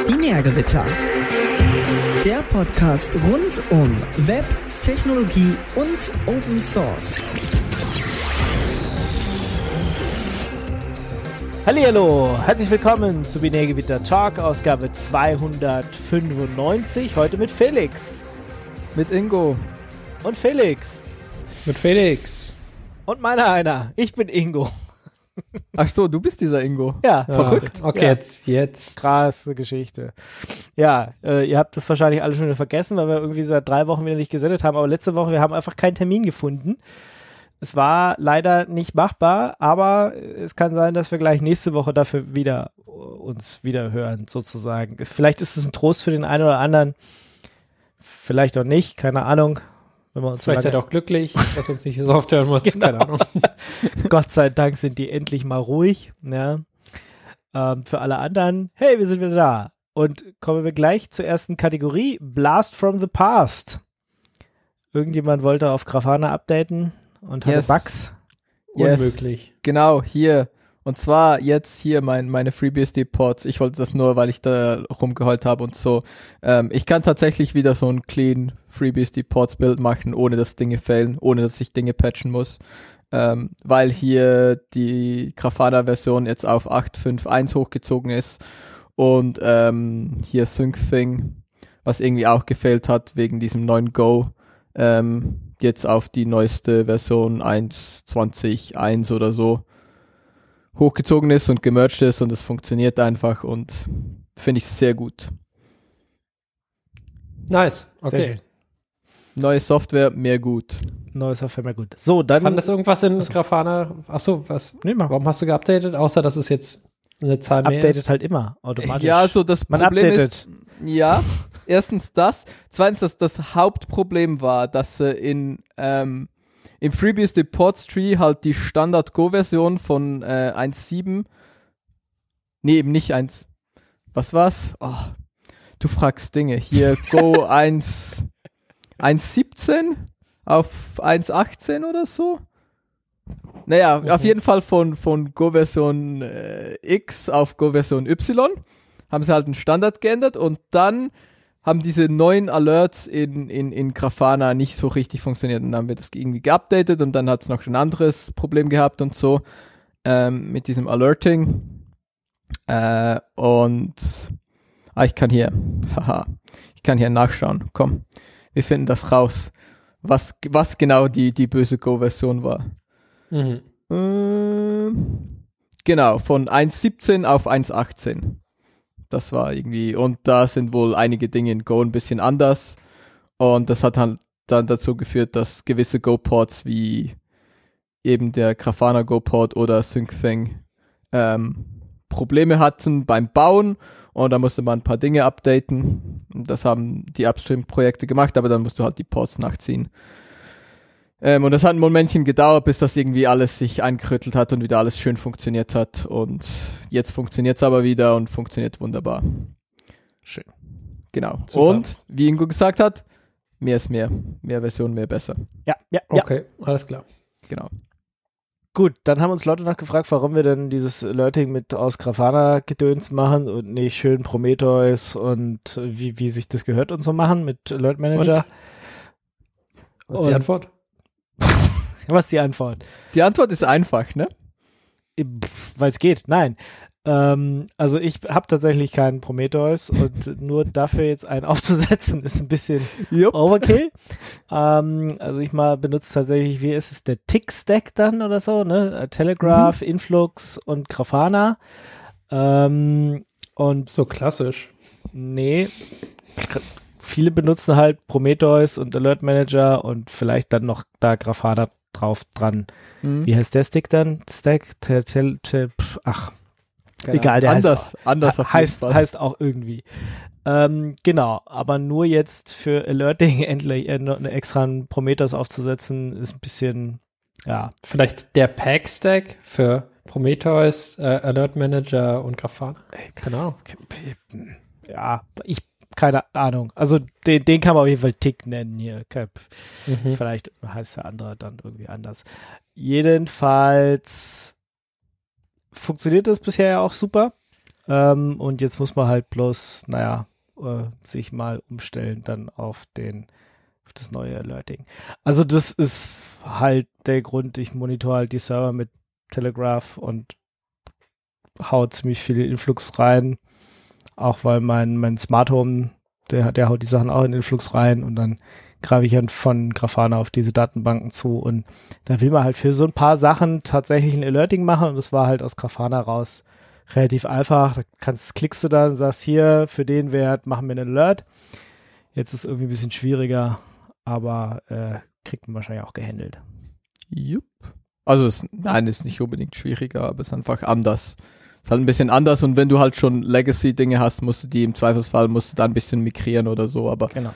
Sprechergewitter. Der Podcast rund um Web, Technologie und Open Source. Hallo, herzlich willkommen zu Binärgewitter Talk, Ausgabe 295. Heute mit Felix. Mit Ingo. Und Felix. Mit Felix. Und meiner einer. Ich bin Ingo. Ach so, Oh, du bist dieser Ingo. Ja, Verrückt. Okay, Ja. jetzt, jetzt. Krasse Geschichte. Ja, äh, ihr habt das wahrscheinlich alle schon wieder vergessen, weil wir irgendwie seit drei Wochen wieder nicht gesendet haben. Aber letzte Woche, wir haben einfach keinen Termin gefunden. Es war leider nicht machbar, aber äh, es kann sein, dass wir gleich nächste Woche dafür wieder äh, uns wieder hören, sozusagen. Es- Vielleicht ist es ein Trost für den einen oder anderen. Vielleicht auch nicht, keine Ahnung. Wenn wir uns so Vielleicht seid lange- ihr auch glücklich, dass ihr uns nicht so oft hören musst. Keine Ahnung. Gott sei Dank sind die endlich mal ruhig. Ja. Ähm, für alle anderen, hey, wir sind wieder da. Und kommen wir gleich zur ersten Kategorie: Blast from the Past. Irgendjemand wollte auf Grafana updaten und hatte Yes. Bugs. Yes. Unmöglich. Genau, hier. Und zwar jetzt hier mein, meine FreeBSD-Ports. Ich wollte das nur, weil ich da rumgeheult habe und so. Ähm, ich kann tatsächlich wieder so ein clean FreeBSD-Ports-Build machen, ohne dass Dinge failen, ohne dass ich Dinge patchen muss. Ähm, weil hier die Grafana-Version jetzt auf 8.5.1 hochgezogen ist und ähm, hier SyncThing, was irgendwie auch gefailt hat wegen diesem neuen Go, ähm, jetzt auf die neueste Version 1.20.1 oder so hochgezogen ist und gemerged ist und es funktioniert einfach und finde ich sehr gut. Nice. Sehr Okay. schön. Neue Software, mehr gut. Neues Software, mehr gut. So, dann. Kann das irgendwas in Grafana? Ach so, was? nee, mach. Warum hast du geupdatet? Außer, dass es jetzt eine Das Zahl mehr updatet ist. halt immer automatisch. Ja, also das Man Problem updatet. ist, ja, erstens das, zweitens, dass das Hauptproblem war, dass äh, in ähm, im FreeBSD Ports Tree halt die Standard Go Version von äh, 1.7 nee, eben nicht 1 was war's? Oh, du fragst Dinge. Hier Go 1 1.17 auf 1.18 oder so. Naja, auf jeden Fall von, von Go-Version äh, X auf Go-Version Y haben sie halt einen Standard geändert und dann haben diese neuen Alerts in, in, in Grafana nicht so richtig funktioniert und dann haben wir das irgendwie geupdatet und dann hat es noch ein anderes Problem gehabt und so ähm, mit diesem Alerting. Äh, und ah, ich kann hier, haha, ich kann hier nachschauen. Komm, wir finden das raus, was, was genau die, die böse Go-Version war. Mhm. Ähm, Genau, von 1.17 auf 1.18. Das war irgendwie, und da sind wohl einige Dinge in Go ein bisschen anders. Und das hat dann, dann dazu geführt, dass gewisse Go-Ports wie eben der Grafana Go-Port oder SyncThing ähm, Probleme hatten beim Bauen. Und da musste man ein paar Dinge updaten. Und Das haben die Upstream-Projekte gemacht, aber dann musst du halt die Ports nachziehen. Ähm, und das hat ein Momentchen gedauert, bis das irgendwie alles sich eingerüttelt hat und wieder alles schön funktioniert hat. Und jetzt funktioniert es aber wieder und funktioniert wunderbar. Schön. Genau. Super. Und wie Ingo gesagt hat, mehr ist mehr. Mehr Version, mehr besser. ja, ja, ja. Okay, alles klar. Genau. Gut, dann haben uns Leute nachgefragt, warum wir denn dieses Alerting mit aus Grafana-Gedöns machen und nicht schön Prometheus und äh, wie, wie sich das gehört und so machen mit Alert Manager. Was ist die Und- Antwort? Was ist die Antwort? Die Antwort ist einfach, ne? weil es geht. Nein. Ähm, also ich habe tatsächlich keinen Prometheus und nur dafür jetzt einen aufzusetzen ist ein bisschen Jupp. Overkill. ähm, also ich mal benutze tatsächlich, wie ist es, der Tick-Stack dann oder so, ne? Telegraph, Influx und Grafana. Ähm, und So klassisch. Nee. K- Viele benutzen halt Prometheus und Alert Manager und vielleicht dann noch da Grafana drauf dran. Mhm. Wie heißt der Stick dann? Stack? Te, te, te, pf, ach, Keine egal, der heißt Genau. anders, anders Hm, auf he- jeden heißt, Fall. heißt auch irgendwie. Ähm, genau, aber nur jetzt für Alerting endlich äh, noch einen extra einen Prometheus aufzusetzen, ist ein bisschen, ja, Vielleicht der Pack-Stack für Prometheus, äh, Alert Manager und Grafana. Keine Ahnung. hm, ja, ich, keine Ahnung. Also den, den kann man auf jeden Fall Tick nennen hier. Kein- Mhm. Vielleicht heißt der andere dann irgendwie anders. Jedenfalls funktioniert das bisher ja auch super. Ähm, und jetzt muss man halt bloß, naja, äh, sich mal umstellen dann auf den auf das neue Alerting. Also das ist halt der Grund, ich monitor halt die Server mit Telegraph und hau ziemlich viel Influx rein, auch weil mein, mein Smart Home, der, der haut die Sachen auch in Influx rein und dann greife ich dann von Grafana auf diese Datenbanken zu und da will man halt für so ein paar Sachen tatsächlich ein Alerting machen und das war halt aus Grafana raus relativ einfach. Da kannst, klickst du dann, sagst hier, für den Wert machen wir einen Alert. Jetzt ist irgendwie ein bisschen schwieriger, aber äh, kriegt man wahrscheinlich auch gehandelt. Jupp. Also es, nein, ist nicht unbedingt schwieriger, aber es ist einfach anders. Ist halt ein bisschen anders und wenn du halt schon Legacy-Dinge hast, musst du die im Zweifelsfall musst du da ein bisschen migrieren oder so, aber Genau.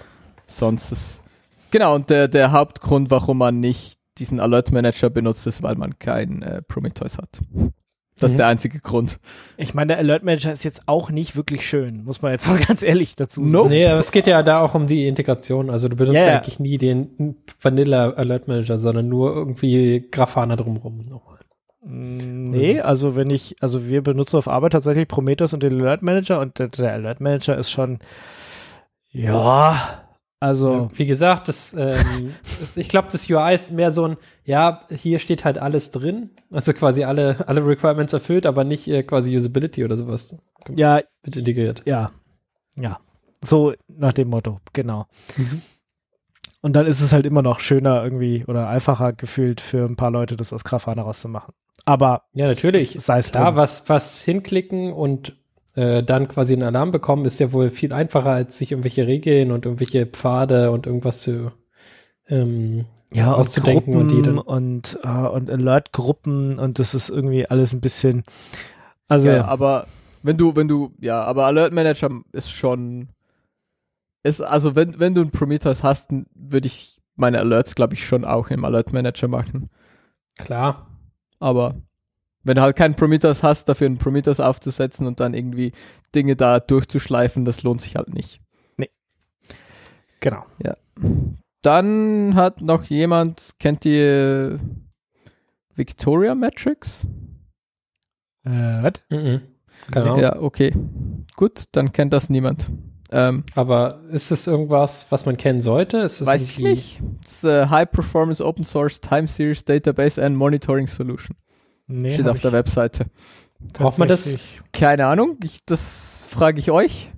sonst ist. Genau, und der, der Hauptgrund, warum man nicht diesen Alert Manager benutzt, ist, weil man kein äh, Prometheus hat. Das Mhm. ist der einzige Grund. Ich meine, der Alert Manager ist jetzt auch nicht wirklich schön, muss man jetzt mal ganz ehrlich dazu sagen. Nope. Nee, aber es geht ja da auch um die Integration. Also du benutzt Ja, ja. eigentlich nie den Vanilla Alert Manager, sondern nur irgendwie Grafana drumrum nochmal. Hm, Mm, Nee, also wenn ich, also wir benutzen auf Arbeit tatsächlich Prometheus und den Alert Manager und der, der Alert Manager ist schon, ja, also Wie gesagt, das, ähm, das, ich glaube, das UI ist mehr so ein, ja, hier steht halt alles drin, also quasi alle, alle Requirements erfüllt, aber nicht äh, quasi Usability oder sowas ja, mit integriert. ja, ja, so nach dem Motto, genau. Mhm. Und dann ist es halt immer noch schöner irgendwie oder einfacher gefühlt für ein paar Leute, das aus Grafana rauszumachen. Aber Ja, natürlich. sei es Klar, drum. was, was hinklicken und äh, dann quasi einen Alarm bekommen, ist ja wohl viel einfacher, als sich irgendwelche Regeln und irgendwelche Pfade und irgendwas zu ähm, ja, und auszudenken Gruppen und die dann- und, äh, und Alert-Gruppen und das ist irgendwie alles ein bisschen, also Ja, aber wenn du, wenn du, ja, aber Alert Manager ist schon, ist, also wenn, wenn du einen Prometheus hast, n- würde ich meine Alerts, glaube ich, schon auch im Alert Manager machen. klar. Aber wenn du halt keinen Prometheus hast, dafür einen Prometheus aufzusetzen und dann irgendwie Dinge da durchzuschleifen, das lohnt sich halt nicht. genau. Dann hat noch jemand, kennt ihr Victoria Matrix? Äh, was? Mhm. Genau. Ja, okay. Gut, dann kennt das niemand. Ähm, Aber ist es irgendwas, was man kennen sollte? Ist es Weiß ich irgendwie- nicht. Das ist, äh, High Performance Open Source Time Series Database and Monitoring Solution. Nee, Steht hab auf ich der Webseite. Braucht man das? tatsächlich. Keine Ahnung, ich, das frage ich euch,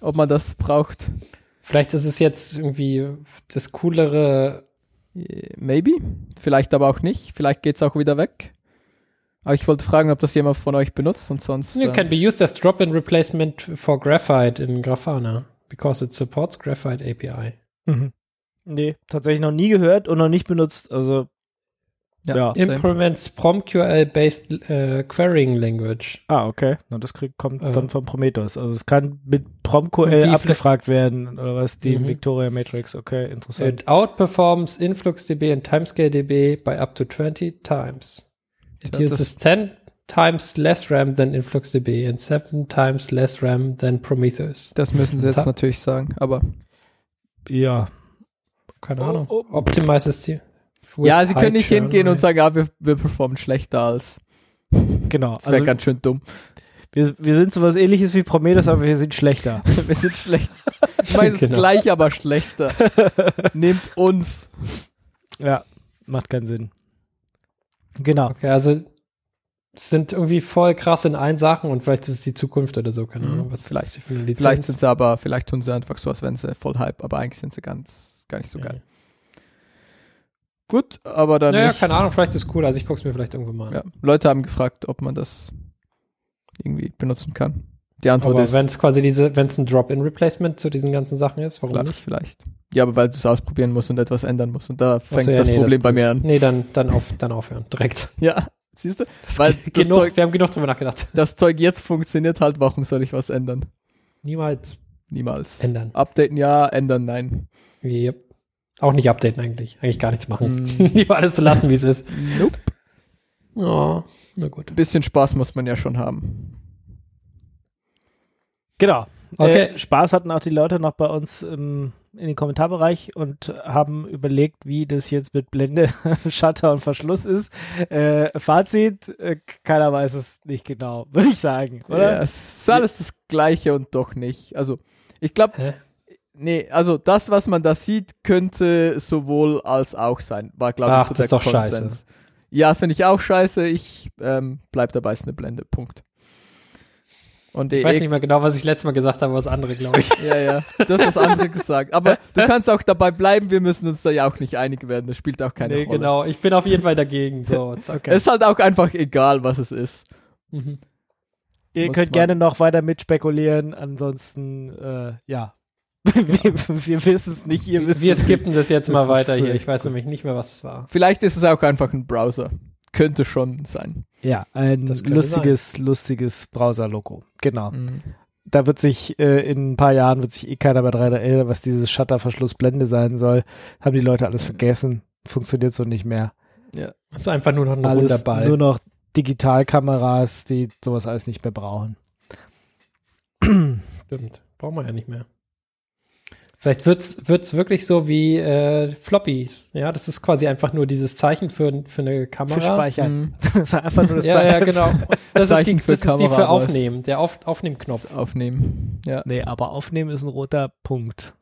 ob man das braucht. Vielleicht ist es jetzt irgendwie das coolere. Äh, Maybe. Vielleicht aber auch nicht. Vielleicht geht's auch wieder weg. Aber ich wollte fragen, ob das jemand von euch benutzt und sonst. You äh, can be used as drop-in replacement for Graphite in Grafana because it supports Graphite API. Mhm. Nee, tatsächlich noch nie gehört und noch nicht benutzt. Also, ja. ähm, same. Implements PromQL-based äh, Querying Language. ah, okay. Na, das krieg, kommt Äh. dann von Prometheus. Also, es kann mit Und die PromQL vielleicht- abgefragt werden oder was, die Mhm. Victoria Matrix. Okay, interessant. It outperforms InfluxDB and TimescaleDB by up to 20 times. It Tja, uses 10 times less RAM than InfluxDB and 7 times less RAM than Prometheus. Das müssen sie jetzt Ta- natürlich sagen, aber. Äh, ja. Keine Oh, Ahnung. oh. Optimizes die. Ja, sie können nicht hingehen und sagen, ah, wir, wir performen schlechter als. Genau. Das wäre Also, ganz schön dumm. wir, wir sind sowas ähnliches wie Prometheus, aber wir sind schlechter. Wir sind schlecht. Ich meine, es ist Genau. gleich, aber schlechter. Nehmt uns. ja, macht keinen Sinn. Genau. Okay, also sind irgendwie voll krass in allen Sachen und vielleicht ist es die Zukunft oder so. Keine Mhm, Ahnung, was vielleicht. ist das hier für eine Lizenz? Vielleicht sind sie aber, vielleicht tun sie einfach so, als wären sie voll Hype, aber eigentlich sind sie ganz, gar nicht so geil. Gut, aber dann. Naja, nicht. keine Ahnung, vielleicht ist es cool. Also ich gucke es mir vielleicht irgendwann mal an. Ja, Leute haben gefragt, ob man das irgendwie benutzen kann. Die Antwort Aber ist wenn es quasi diese, wenn es ein Drop-in-Replacement zu diesen ganzen Sachen ist, warum vielleicht, nicht? vielleicht. Ja, aber weil du es ausprobieren musst und etwas ändern musst. Und da fängt ja, das nee, das Problem bei mir an. Nee, dann, dann, auf, dann aufhören, direkt. Ja, siehst du? Weil das genug, Zeug, wir haben genug drüber nachgedacht. das Zeug jetzt funktioniert halt, warum soll ich was ändern? Niemals Niemals. ändern. Updaten ja, ändern nein. Yep. Auch nicht updaten eigentlich. Eigentlich gar nichts machen. Mm. Lieber alles zu lassen, wie es ist. Nope. Oh, na gut. Ein bisschen Spaß muss man ja schon haben. Genau. Okay. Äh, Spaß hatten auch die Leute noch bei uns ähm, in den Kommentarbereich und haben überlegt, wie das jetzt mit Blende, Shutter und Verschluss ist. Äh, Fazit, äh, keiner weiß es nicht genau, würde ich sagen, oder? Ja, es ist alles das Gleiche und doch nicht. Also, ich glaube, Hä? nee, also das, was man da sieht, könnte sowohl als auch sein. War, glaube ich, Ach, so das ist der doch scheiße. Konsens. Ja, finde ich auch scheiße. Ich ähm, bleib dabei, ist eine Blende. Punkt. Und eh, Ich weiß nicht mehr genau, was ich letztes Mal gesagt habe, was andere, glaube ich. Ja, ja, das ist das andere gesagt. Aber du kannst auch dabei bleiben, wir müssen uns da ja auch nicht einig werden. Das spielt auch keine nee, Rolle. genau. Ich bin auf jeden Fall dagegen. So, zack. Es ist halt auch einfach egal, was es ist. Mhm. Ihr Muss könnt man- gerne noch weiter mitspekulieren, ansonsten, äh, ja. wir wir wissen es nicht, ihr wisst Wir es skippen das jetzt Das mal ist, weiter äh, hier. Ich weiß nämlich nicht mehr, was es war. Vielleicht ist es auch einfach ein Browser. Könnte schon sein. Ja, ein Das könnte lustiges, lustiges Browser-Logo. Genau. Da wird sich äh, in ein paar Jahren wird sich eh keiner mehr dran erinnern, was dieses Shutterverschlussblende sein soll. Haben die Leute alles vergessen. Funktioniert so nicht mehr. Es ist einfach nur noch ein alles Wunderball. nur noch Digitalkameras, die sowas alles nicht mehr brauchen. Stimmt. Brauchen wir ja nicht mehr. Vielleicht wird's, wird's wirklich so wie äh, Floppies. Ja, das ist quasi einfach nur dieses Zeichen für, für eine Für Kamera. Hm. Speichern. Das Mm. ist einfach nur das ja, ja, genau. Das ist die, Zeichen für das ist die Kamera, für aber es- Aufnehmen, der Auf, Aufnehmknopf. Knopf aufnehmen. Ja. Nee, aber aufnehmen ist ein roter Punkt.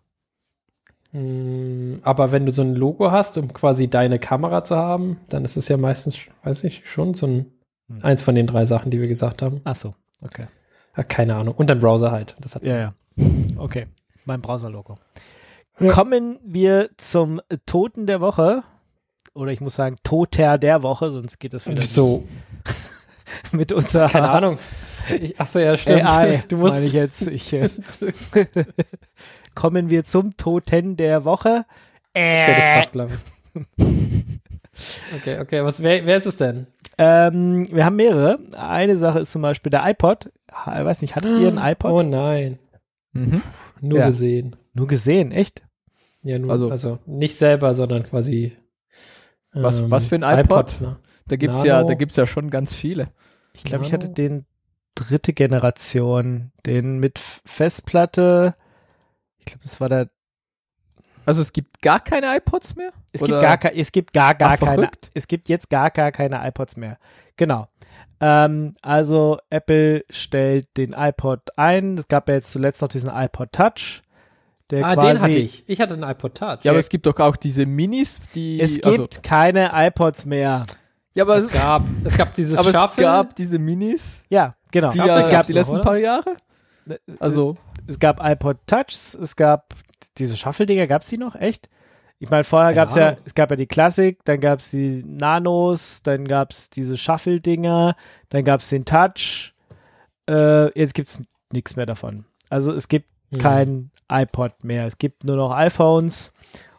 Mm, Aber wenn du so ein Logo hast, um quasi deine Kamera zu haben, dann ist es ja meistens, weiß ich, schon so ein Hm. eins von den drei Sachen, die wir gesagt haben. Ach so, okay. Ah, keine Ahnung. Und dann Browser halt. Das hat Ja, ja. Okay, mein Browser-Logo. Ja. Kommen wir zum Toten der Woche. Oder ich muss sagen, Toter der Woche, sonst geht das wieder so, nicht mit unserer keine Ahnung. Ich, ach so, ja, stimmt. AI. du musst meine ich jetzt. Ich, äh, kommen wir zum Toten der Woche. Okay, das passt, glaube ich. Okay, okay, was, wer, wer ist es denn? Ähm, wir haben mehrere. Eine Sache ist zum Beispiel der iPod. Ich weiß nicht, hattet ihr einen iPod? Oh nein, Mhm. nur Ja. gesehen. Nur gesehen, echt? Ja, nur, also, Also- nicht selber, sondern quasi. Was- was für ein iPod? ne? Da gibt's ja, Nano. da gibt's ja schon ganz viele. Ich glaube, ich Nano? hatte den dritte Generation, den mit F- Festplatte. Ich glaube, das war der. Also es gibt gar keine iPods mehr? Es Oder- gibt gar, ke- es gibt gar, gar Ach, keine. verrückt. Es gibt jetzt gar, gar keine iPods mehr. Genau. Ähm, also Apple stellt den iPod ein. Es gab ja jetzt zuletzt noch diesen iPod Touch. Der Ah, quasi, den hatte ich. Ich hatte einen iPod Touch. Ja, aber es gibt doch auch diese Minis, die. Es gibt also, keine iPods mehr. ja, aber, es es, gab, es gab dieses aber es Shuffle. gab diese Minis, Ja, genau. die Shuffle ja gab's es gab die noch, letzten oder? paar Jahre. Also Also, es gab iPod Touchs, es gab diese Shuffle-Dinger, gab es die noch? Echt? Ich meine, vorher Keine gab es ja, Ahnung. es gab ja die Classic, dann gab es die Nanos, dann gab es diese Shuffle-Dinger, dann gab es den Touch. Äh, jetzt gibt es nichts mehr davon. Also es gibt Mhm. kein iPod mehr. Es gibt nur noch iPhones.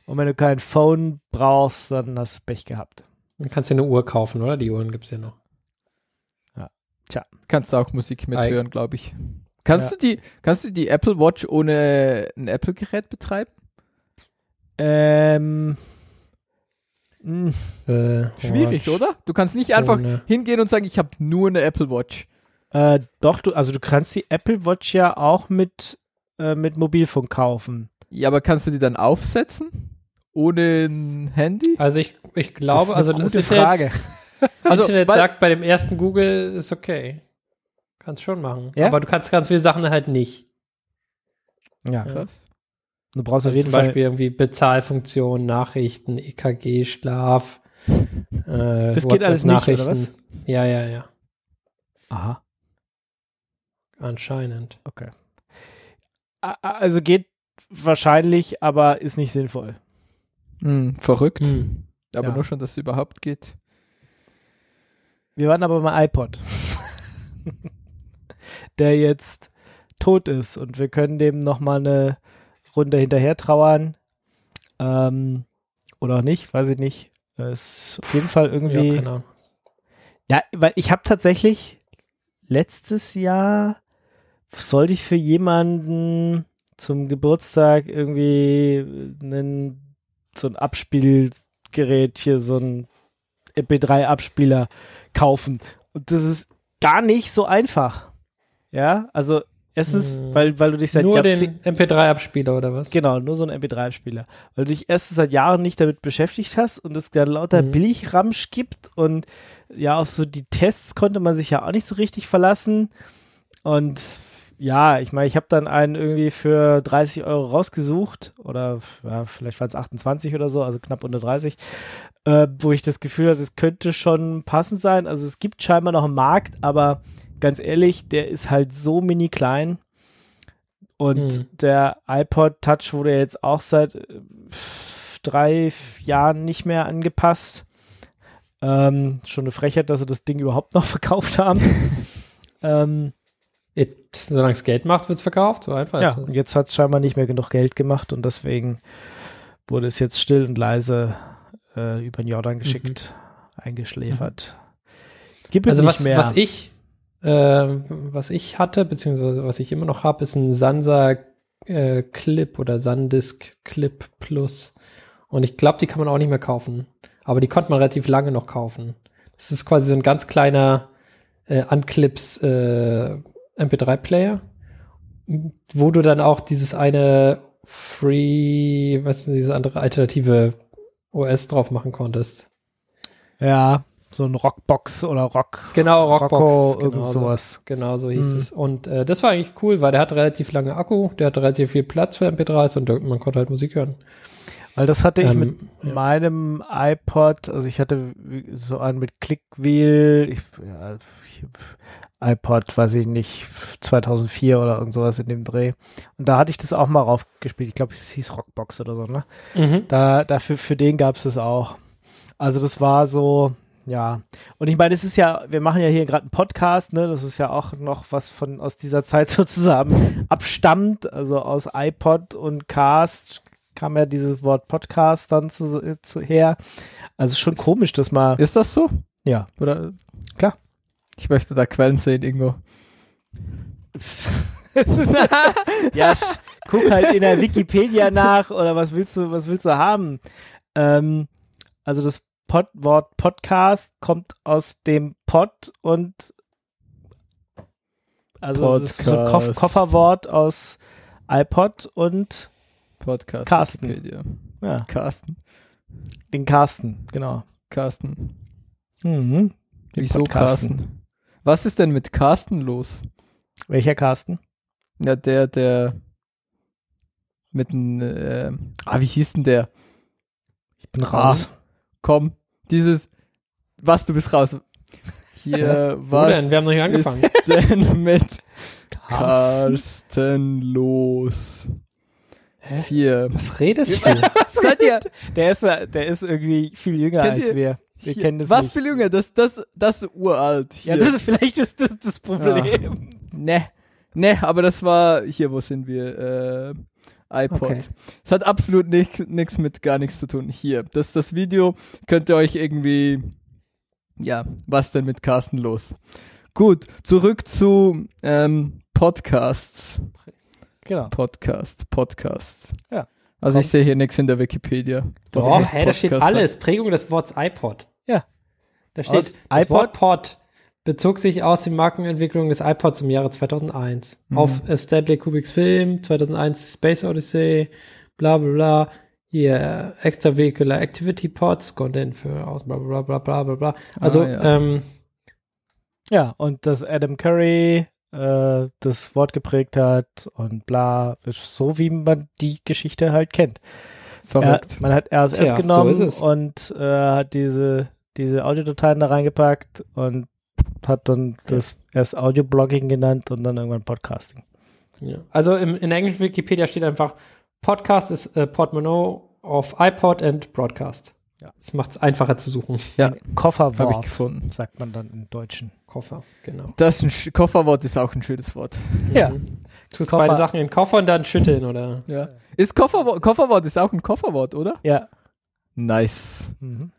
Und wenn du kein Phone brauchst, dann hast du Pech gehabt. Dann kannst du dir eine Uhr kaufen, oder? Die Uhren gibt es ja noch. kannst du auch Musik Ei. mithören, glaube ich. Kannst Ja. du die, kannst du die Apple Watch ohne ein Apple-Gerät betreiben? Ähm, hm. mh, Äh, Schwierig, Watch, ne. oder? Du kannst nicht einfach ohne- hingehen und sagen, ich habe nur eine Apple Watch. Äh, doch, du, also du kannst die Apple Watch ja auch mit, äh, mit Mobilfunk kaufen. Ja, aber kannst du die dann aufsetzen? Ohne ein Handy? Also ich, ich glaube, also das gute ist ja Frage. jetzt- Internet weil- sagt, bei dem ersten Google ist okay. Kannst schon machen. Ja? Aber du kannst ganz viele Sachen halt nicht. Ja, Krass. du brauchst Also auf jeden zum Fall. Beispiel irgendwie Bezahlfunktionen, Nachrichten, EKG, Schlaf. Äh, Das geht alles nicht, oder was? WhatsApp-Nachrichten. Ja, ja, ja. Aha, Anscheinend. okay. A- a- Also geht wahrscheinlich, aber ist nicht sinnvoll. Hm, verrückt. Aber Ja. nur schon, dass es überhaupt geht. Wir waren aber beim iPod, der jetzt tot ist und wir können dem noch mal eine Runde hinterher trauern. Ähm, oder auch nicht, weiß ich nicht. Es ist auf jeden Fall Ja, irgendwie. keine Ahnung. Ja, weil ich habe tatsächlich letztes Jahr sollte ich für jemanden zum Geburtstag irgendwie einen, so ein Abspielgerät hier, so ein E MP3-Abspieler kaufen. Und das ist gar nicht so einfach. Ja, also Erstens, weil, weil du dich seit Mhm. Nur Jahrzehnten. den MP3-Abspieler oder was? Genau, nur so ein MP3-Spieler. Weil du dich erstens seit Jahren nicht damit beschäftigt hast und es da lauter Mhm. Billigramsch gibt und ja, auf so die Tests konnte man sich ja auch nicht so richtig verlassen. Und ja, ich meine, ich habe dann einen irgendwie für 30 Euro rausgesucht oder ja, vielleicht waren es 28 oder so, also knapp unter 30, äh, wo ich das Gefühl hatte, es könnte schon passend sein. Also es gibt scheinbar noch einen Markt, aber ganz ehrlich, der ist halt so mini klein. Und Mhm. der iPod Touch wurde jetzt auch seit äh, f- drei f- Jahren nicht mehr angepasst. Ähm, schon eine Frechheit, dass sie das Ding überhaupt noch verkauft haben. ähm, It, solange es Geld macht, wird es verkauft. So einfach ja, ist und es. jetzt hat es scheinbar nicht mehr genug Geld gemacht und deswegen wurde es jetzt still und leise äh, über den Jordan geschickt, eingeschläfert. Gib Mhm. es Also nicht was, mehr. was ich ähm, was ich hatte, beziehungsweise was ich immer noch habe, ist ein Sansa äh, Clip oder Sandisk Clip Plus. Und ich glaube, die kann man auch nicht mehr kaufen. Aber die konnte man relativ lange noch kaufen. Das ist quasi so ein ganz kleiner äh, Unclips äh, MP3-Player, wo du dann auch dieses eine Free, weißt du, diese andere alternative OS drauf machen konntest. ja, so ein Rockbox oder Rock. Genau, Rockbox. Rocco, irgend genau so. sowas. Genau, so hieß Mhm. es. Und äh, das war eigentlich cool, weil der hat relativ lange Akku, der hat relativ viel Platz für MP3s und man konnte halt Musik hören. Weil das hatte ich Ähm, mit meinem iPod, also ich hatte wie- so einen mit Clickwheel, ich, ja, ich, iPod, weiß ich nicht, 2004 oder irgend sowas in dem Dreh. Und da hatte ich das auch mal raufgespielt. Ich glaube, es hieß Rockbox oder so, ne? mhm. Da, dafür, für den gab es das auch. Also das war so, ja. Und ich meine, es ist ja, wir machen ja hier gerade einen Podcast, ne? Das ist ja auch noch was von aus dieser Zeit sozusagen abstammt. Also aus iPod und Cast kam ja dieses Wort Podcast dann zu, zu her. Also schon komisch, dass mal, Ist das so? ja. Oder? Klar. Ich möchte da Quellen sehen irgendwo. Es ist, ja, sch- guck halt in der Wikipedia nach oder was willst du, was willst du haben? Ähm, also das Pod Wort Podcast kommt aus dem Pod und also das ist so ein Koff Podcast. Kofferwort aus iPod und Podcast. Carsten. Wikipedia. ja, Carsten. den Carsten, genau. Carsten. Mhm. Den Wieso Podcasten. Carsten? Was ist denn mit Carsten los? Welcher Carsten? Ja, der, der mit dem, äh, ah, wie hieß denn der? Ich bin raus. Komm, dieses, was, du bist raus. Hier, Was? Denn? was Wir haben noch nicht angefangen. ist denn mit Carsten. Carsten los? Hier. Was redest du? Was seid ihr? Der ist, der ist irgendwie viel jünger Kennt als ihr- wir. Wir Hier, kennen das Was nicht. für Junge, das, das, das ist uralt. Hier. Ja, das ist vielleicht ist das das Problem. ne, ne, aber das war hier, wo sind wir? Äh, iPod. Okay. Es hat absolut nichts mit gar nichts zu tun. Hier, das, das Video könnt ihr euch irgendwie, ja, was denn mit Carsten los? Gut, zurück zu ähm, Podcasts, Genau. Podcasts, Podcasts. Ja. Also ich Komm. sehe hier nichts in der Wikipedia. Doch, Podcast hä, da steht hat. alles. Prägung des Wortes iPod. Ja. Da Aus steht, das iPod? Wort Pod bezog sich aus den Markenentwicklungen des iPods im Jahre 2001. Mhm. Auf äh, Stanley Kubricks Film, 2001 Space Odyssey, bla bla bla. Hier, Extravehicular Activity Pods, Content für aus, bla bla bla bla bla bla. Also, Ah, ja. ähm, Ja, und dass Adam Curry äh, das Wort geprägt hat und bla, ist so wie man die Geschichte halt kennt. Er, Verrückt. man hat RSS Tja, so genommen ist es. und äh, hat diese, diese Audiodateien da reingepackt und hat dann das erst Audio-Blogging genannt und dann irgendwann Podcasting. Ja. Also im, in der englischen Wikipedia steht einfach, Podcast ist äh, Portemonnaie of iPod and Broadcast. Ja. Das macht es einfacher zu suchen. Ja, habe ich Kofferwort, gefunden. sagt man dann im Deutschen. Koffer, genau. Das ist ein Sch Kofferwort ist auch ein schönes Wort. Ja. Mhm. Tust Koffer. beide Sachen in den Koffer und dann schütteln, oder? Ja. Ist Kofferwort, Kofferwort ist auch ein Kofferwort, oder? Ja. Nice. Mhm.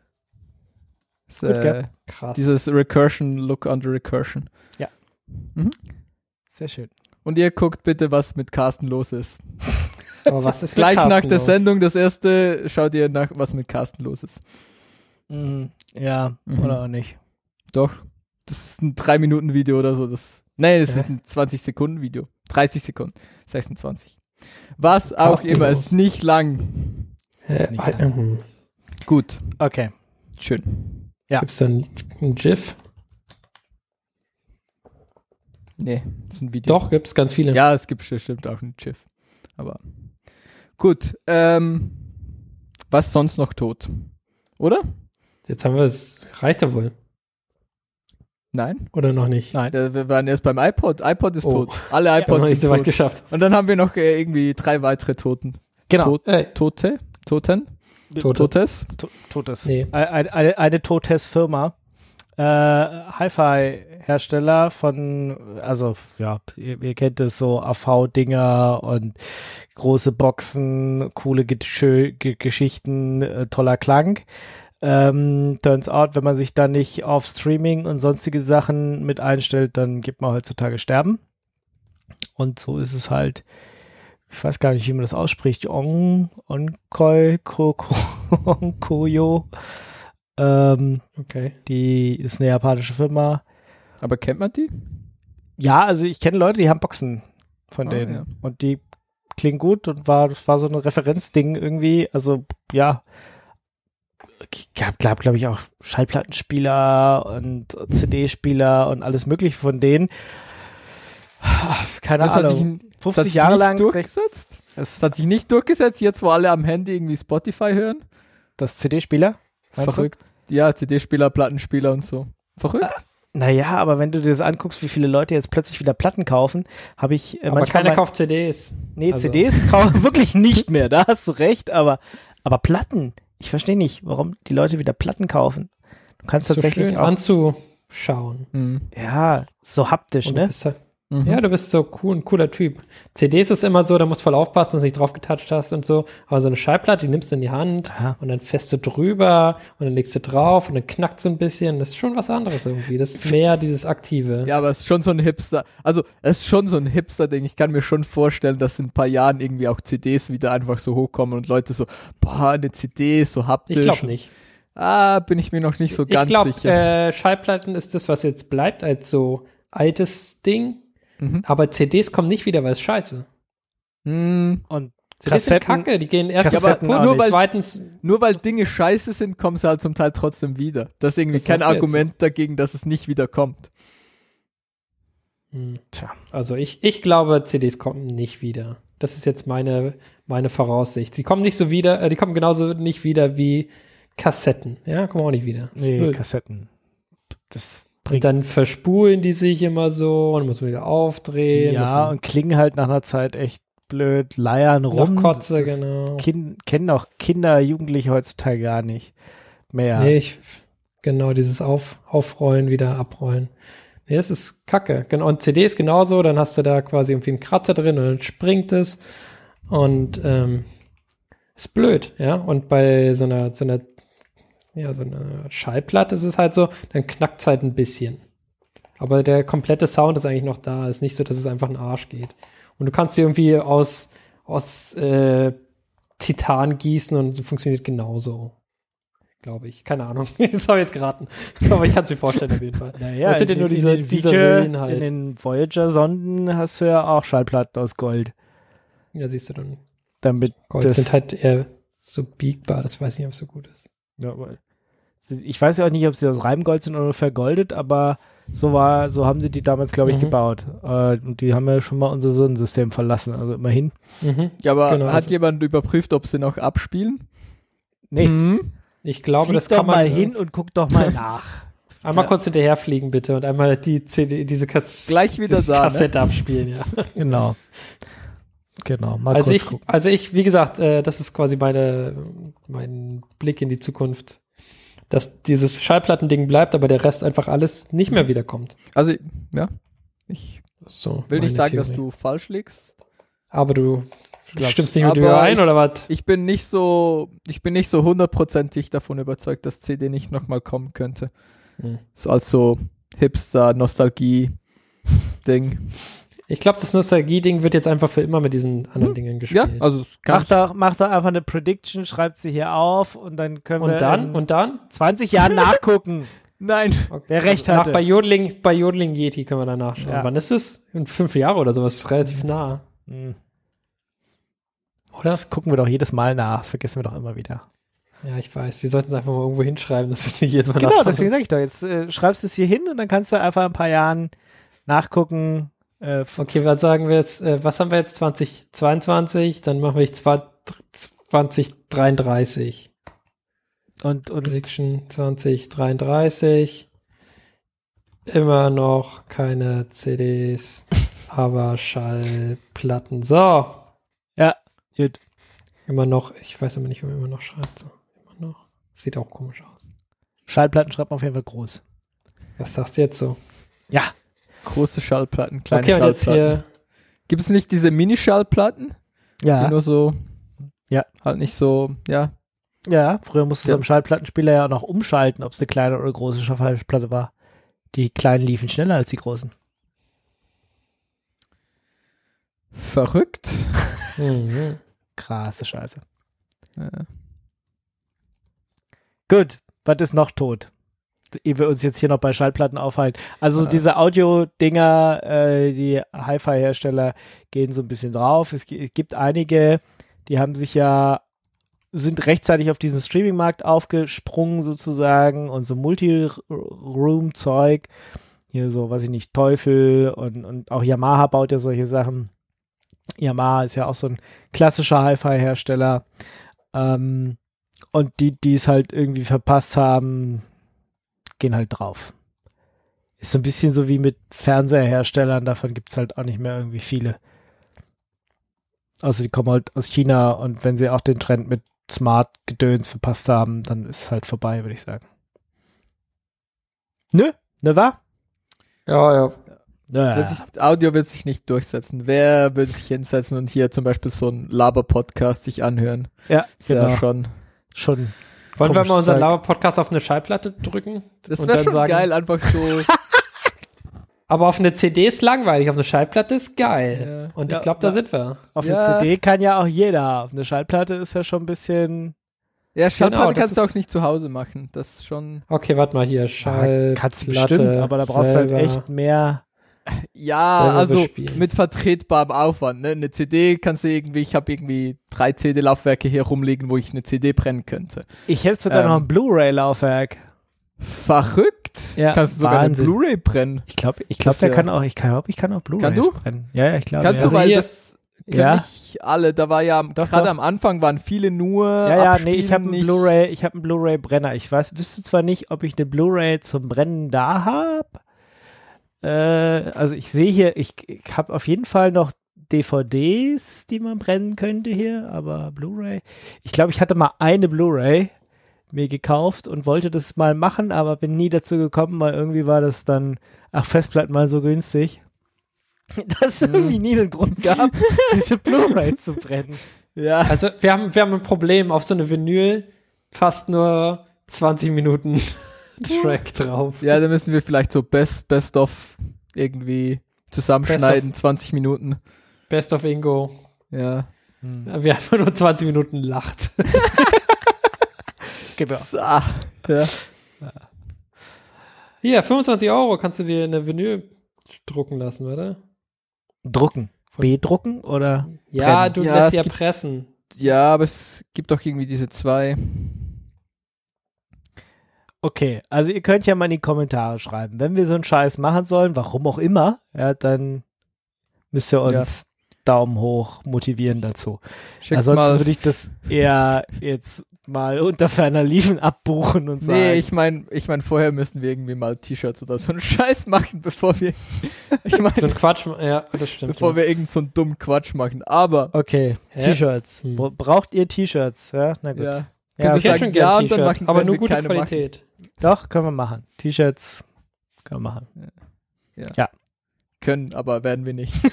Ist, Gut, äh, gell? Krass. dieses Recursion, Look under Recursion. Mhm. Sehr schön. Und ihr guckt bitte, was mit Carsten los ist. Aber was ist mit Gleich nach Carsten der los? Sendung, das erste, schaut ihr nach, was mit Carsten los ist. Mhm. Ja, Mhm. oder auch nicht. Doch. Das ist ein 3-Minuten-Video oder so. Das, nein, das Hä? ist ein 20-Sekunden-Video. 30 Sekunden. 26. Was auch immer, los. ist nicht lang. Äh, nicht äh, mhm. Gut, Okay. schön. Ja. Gibt's da ein, ein GIF? Nee, ist ein Video. Doch, gibt's ganz viele. Ja, es gibt bestimmt auch ein Schiff. Aber gut, ähm, was sonst noch tot? Oder? Jetzt haben wir es. Reicht ja wohl. Nein. Oder noch nicht? Nein. Ja, Wir waren erst beim iPod. iPod ist Oh. tot. Alle Wir haben noch iPods nicht so sind weit tot. geschafft. Und dann haben wir noch äh, irgendwie drei weitere Toten. Genau. Tot, Ey, Tote? Toten? Tote. Totes? To- Totes. Nee. Eine, Äh, eine, eine Totes-Firma. Äh, Hi-Fi-Hersteller von, also ja, ihr, ihr kennt es so, AV-Dinger und große Boxen, coole Ge schö- Ge Geschichten, äh, toller Klang. Ähm, turns out, wenn man sich da nicht auf Streaming und sonstige Sachen mit einstellt, dann gibt man heutzutage sterben. Und so ist es halt, ich weiß gar nicht, wie man das ausspricht, On, Onkoi, Kroko, Onkoyo. Ähm, Okay. die ist eine japanische Firma. Aber kennt man die? Ja, also ich kenne Leute, die haben Boxen von Ah, denen. ja. Und die klingen gut und war, das war so ein Referenzding irgendwie. Also, ja. Gab, gab glaube ich, auch Schallplattenspieler und CD-Spieler und alles Mögliche von denen. Keine Das hat sich Ahnung. n- das hat 50 sich Jahre nicht lang. durchgesetzt. Das, Das hat sich nicht durchgesetzt, jetzt wo alle am Handy irgendwie Spotify hören. das CD-Spieler? Meinst du? Verrückt. Ja, CD-Spieler, Plattenspieler und so. Verrückt. Äh, Naja, aber wenn du dir das anguckst, wie viele Leute jetzt plötzlich wieder Platten kaufen, habe ich äh, Aber manchmal. keiner mein- kauft CDs. nee, also- CDs kaufen wirklich nicht mehr, da hast du recht, aber, aber Platten. Ich verstehe nicht, warum die Leute wieder Platten kaufen. Du kannst So tatsächlich schön auch. anzuschauen. Mhm. Ja, so haptisch, Und du ne? bist ja, Mhm. ja, du bist so cool, ein cooler Typ. CDs ist immer so, da musst du voll aufpassen, dass du nicht drauf getatscht hast und so. Aber so eine Schallplatte, die nimmst du in die Hand Aha. und dann fährst du drüber und dann legst du drauf und dann knackt so ein bisschen. Das ist schon was anderes irgendwie. Das ist mehr dieses Aktive. Ja, aber es ist schon so ein Hipster. Also, es ist schon so ein Hipster-Ding. Ich kann mir schon vorstellen, dass in ein paar Jahren irgendwie auch CDs wieder einfach so hochkommen und Leute so, boah, eine CD ist so haptisch. ich glaube nicht. Ah, bin ich mir noch nicht so ganz ich glaube, sicher. äh, Schallplatten ist das, was jetzt bleibt als so altes Ding. Mhm. Aber CDs kommen nicht wieder, weil es scheiße. Hm, Und CDs sind Kassetten- kacke, die gehen erstens Kassetten kaputt, auch nicht. zweitens nur weil Dinge scheiße sind, kommen sie halt zum Teil trotzdem wieder. Das ist irgendwie Das kein hast du jetzt Argument dagegen, dass es nicht wieder kommt. Tja. Also ich, ich glaube, CDs kommen nicht wieder. Das ist jetzt meine, meine Voraussicht. Die kommen nicht so wieder, äh, die kommen genauso nicht wieder wie Kassetten. Ja, kommen auch nicht wieder. Ist Nee, blöd. Kassetten. Das und bringt. dann verspulen die sich immer so und muss man wieder aufdrehen. Ja, und und klingen halt nach einer Zeit echt blöd, leiern rum. noch Kotze, das genau. kind, kennen auch Kinder, Jugendliche heutzutage gar nicht mehr. Nee, ich, genau, dieses Auf, Aufrollen, wieder abrollen. Nee, das ist kacke. Genau, und CDs genauso, dann hast du da quasi irgendwie einen Kratzer drin und dann springt es. Und ähm, ist blöd, ja. Und bei so einer, so einer, ja, so einer Schallplatte ist es halt so, dann knackt es halt ein bisschen. Aber der komplette Sound ist eigentlich noch da. Ist nicht so, dass es einfach in den Arsch geht. Und du kannst sie irgendwie aus, aus äh, Titan gießen und sie funktioniert genauso glaube ich. Keine Ahnung. Das habe ich jetzt geraten. Aber ich kann es mir vorstellen auf jeden Fall. Naja, Das sind ja in- nur in diese- den diese Voyager- Rillen halt. In den Voyager-Sonden hast du ja auch Schallplatten aus Gold. Ja, siehst du dann. Damit Gold das, sind halt eher so biegbar. Das weiß ich nicht, ob es so gut ist. ja, aber- sie- ich weiß ja auch nicht, ob sie aus Reimgold sind oder vergoldet, aber so war, so haben sie die damals, glaube ich, Mhm. gebaut. Äh, und die haben ja schon mal unser Sonnensystem verlassen, also immerhin. Mhm. Ja, aber Genau, hat also- jemand überprüft, ob sie noch abspielen? Nee. Mhm. Ich glaube, Flieg das doch kann man. mal hin und guck doch mal nach. Einmal Ja. kurz hinterherfliegen, bitte. Und einmal die CD, diese Kass Gleich wieder diese da. Ne? Kassette abspielen, ja. Genau. Genau, mal Also kurz ich, gucken. also ich, wie gesagt, äh, das ist quasi meine, mein Blick in die Zukunft. Dass dieses Schallplattending bleibt, aber der Rest einfach alles nicht mehr wiederkommt. Also, ja. Ich So. will nicht meine sagen, dass Theorie. du falsch liegst. Aber du glaub's. stimmst nicht mit Aber überein, ich- oder was? Ich bin nicht so, ich bin nicht so hundertprozentig davon überzeugt, dass CD nicht nochmal kommen könnte. Hm. So als so Hipster, Nostalgie, Ding. Ich glaube, das Nostalgie-Ding wird jetzt einfach für immer mit diesen anderen Dingen Ja, gespielt. also es kann. Mach doch, mach doch einfach eine Prediction, schreibt sie hier auf und dann können wir und dann, in und dann? 20 Jahren nachgucken. Nein. Okay. Wer recht Nach hatte. bei Jodling, bei Jodling Yeti können wir da nachschauen. Ja. Wann ist es? In fünf Jahren oder sowas. Ist Relativ nah. Hm. Oder? Das gucken wir doch jedes Mal nach. Das vergessen wir doch immer wieder. Ja, ich weiß. Wir sollten es einfach mal irgendwo hinschreiben, dass wir es nicht jedes Mal Genau, nachschauen. deswegen sage ich doch. Jetzt äh, schreibst du es hier hin und dann kannst du einfach in ein paar Jahren nachgucken. Äh, f- Okay, was sagen wir jetzt? Äh, was haben wir jetzt? 2022? Dann machen wir ich zwar 2033. Und, und Prediction 2033. Immer noch keine CDs, aber Schallplatten. So, ja, gut. immer noch. Ich weiß aber nicht, wie man immer noch schreibt. So, immer noch. Sieht auch komisch aus. Schallplatten schreibt man auf jeden Fall groß. Was sagst du jetzt so? Ja, Große Schallplatten, kleine okay, und jetzt Schallplatten. hier. Gibt es nicht diese Mini-Schallplatten, die ja, nur so, Ja. halt nicht so, ja, ja. Früher musstest du Ja. am Schallplattenspieler ja auch noch umschalten, ob es eine kleine oder große Schallplatte war. Die kleinen liefen schneller als die großen. verrückt. Mhm. Krasse Scheiße. Ja. Gut, was ist noch tot? Ehe wir uns jetzt hier noch bei Schallplatten aufhalten. Also Ja. diese Audio-Dinger, äh, die Hi-Fi-Hersteller gehen so ein bisschen drauf. Es, gi- es gibt einige, die haben sich ja, sind rechtzeitig auf diesen Streaming-Markt aufgesprungen sozusagen und so Multi-Room-Zeug. Hier so, weiß ich nicht, Teufel und, und auch Yamaha baut ja solche Sachen. Yamaha ist ja auch so ein klassischer Hi-Fi-Hersteller. Ähm, und die, die es halt irgendwie verpasst haben, gehen halt drauf. Ist so ein bisschen so wie mit Fernseherherstellern, davon gibt es halt auch nicht mehr irgendwie viele. Also die kommen halt aus China und wenn sie auch den Trend mit Smart-Gedöns verpasst haben, dann ist es halt vorbei, würde ich sagen. Nö, ne wahr? Ja, ja. Naja. Wird sich, Äh, Audio wird sich nicht durchsetzen. Wer wird sich hinsetzen und hier zum Beispiel so einen Laber-Podcast sich anhören? Ja, Ist ja genau. schon. Schon. Wollen wir Komisches mal unseren Zeug. Laber-Podcast auf eine Schallplatte drücken? Das Und wäre dann schon sagen- geil, einfach so. Aber auf eine CD ist langweilig, auf eine Schallplatte ist geil. Ja. Und Ja, ich glaube, da ja. sind wir. Auf Ja. eine CD kann ja auch jeder. Auf eine Schallplatte ist ja schon ein bisschen. ja, Schallplatte Genau, das kannst du ist- auch nicht zu Hause machen. Das ist schon. Okay, warte mal Ah, hier. Schallplatte. Kannst du bestimmt, aber da brauchst du halt selber. echt mehr. Ja, Selber also bespielen. mit vertretbarem Aufwand. Ne? Eine CD kannst du irgendwie, ich habe irgendwie drei CD-Laufwerke hier rumliegen, wo ich eine CD brennen könnte. Ich hätte sogar Ähm. noch ein Blu-ray-Laufwerk. Verrückt! Ja, kannst du sogar Wahnsinn. eine Blu-ray brennen. Ich glaube, ich glaub, Das ist der ja- kann auch, ich kann, ich kann auch Blu-rays du? brennen. Ja, ja, ich glaube. Kannst ja. du, weil hier- das können ja. nicht alle. Da war ja Doch, gerade doch. am Anfang waren viele nur. ja, ja, abspielen, nee, ich habe einen nicht- Blu-ray, ich habe einen Blu-ray-Brenner. Ich weiß, wüsste zwar nicht, ob ich eine Blu-ray zum Brennen da habe. Äh, also ich sehe hier, ich, ich habe auf jeden Fall noch DVDs, die man brennen könnte hier, aber Blu-ray. Ich glaube, ich hatte mal eine Blu-ray mir gekauft und wollte das mal machen, aber bin nie dazu gekommen, weil irgendwie war das dann, ach, Festplatten mal so günstig. Dass es Hm. irgendwie nie einen Grund gab, diese Blu-ray zu brennen. Ja, Also, wir haben, wir haben ein Problem. Auf so eine Vinyl passt nur 20 Minuten Track drauf. ja, da müssen wir vielleicht so Best, Best of irgendwie zusammenschneiden, 20 Minuten. Best of Ingo. Ja. Wir haben nur 20 Minuten lacht. Gib mir- So, Ah, ja. Hier, 25 Euro kannst du dir eine Vinyl drucken lassen, oder? Drucken. Von- B-drucken oder? Ja, Brennen. du Ja, lässt es sie ja gibt- pressen. ja, aber es gibt doch irgendwie diese zwei. Okay, also ihr könnt ja mal in die Kommentare schreiben. Wenn wir so einen Scheiß machen sollen, warum auch immer, ja, dann müsst ihr uns Daumen hoch motivieren dazu. Schickt Ansonsten mal. würde Also ich das eher jetzt mal unter ferner Liefen abbuchen und sagen. Nee, ich meine, ich mein, vorher müssen wir irgendwie mal T-Shirts oder so einen Scheiß machen, bevor wir, ich mein, So ein Quatsch. Ja, das stimmt. bevor wir irgend so einen dummen Quatsch machen. Aber, okay, Hä? T-Shirts. Hm. Bra- Braucht ihr T-Shirts? Ja, na gut. ja, Ja, ich hätte sagen, schon gerne ja, ein und dann T-Shirt, machen- aber wenn nur wir gute keine machen. Qualität. doch, können wir machen. T-Shirts können wir machen. können, aber werden wir nicht.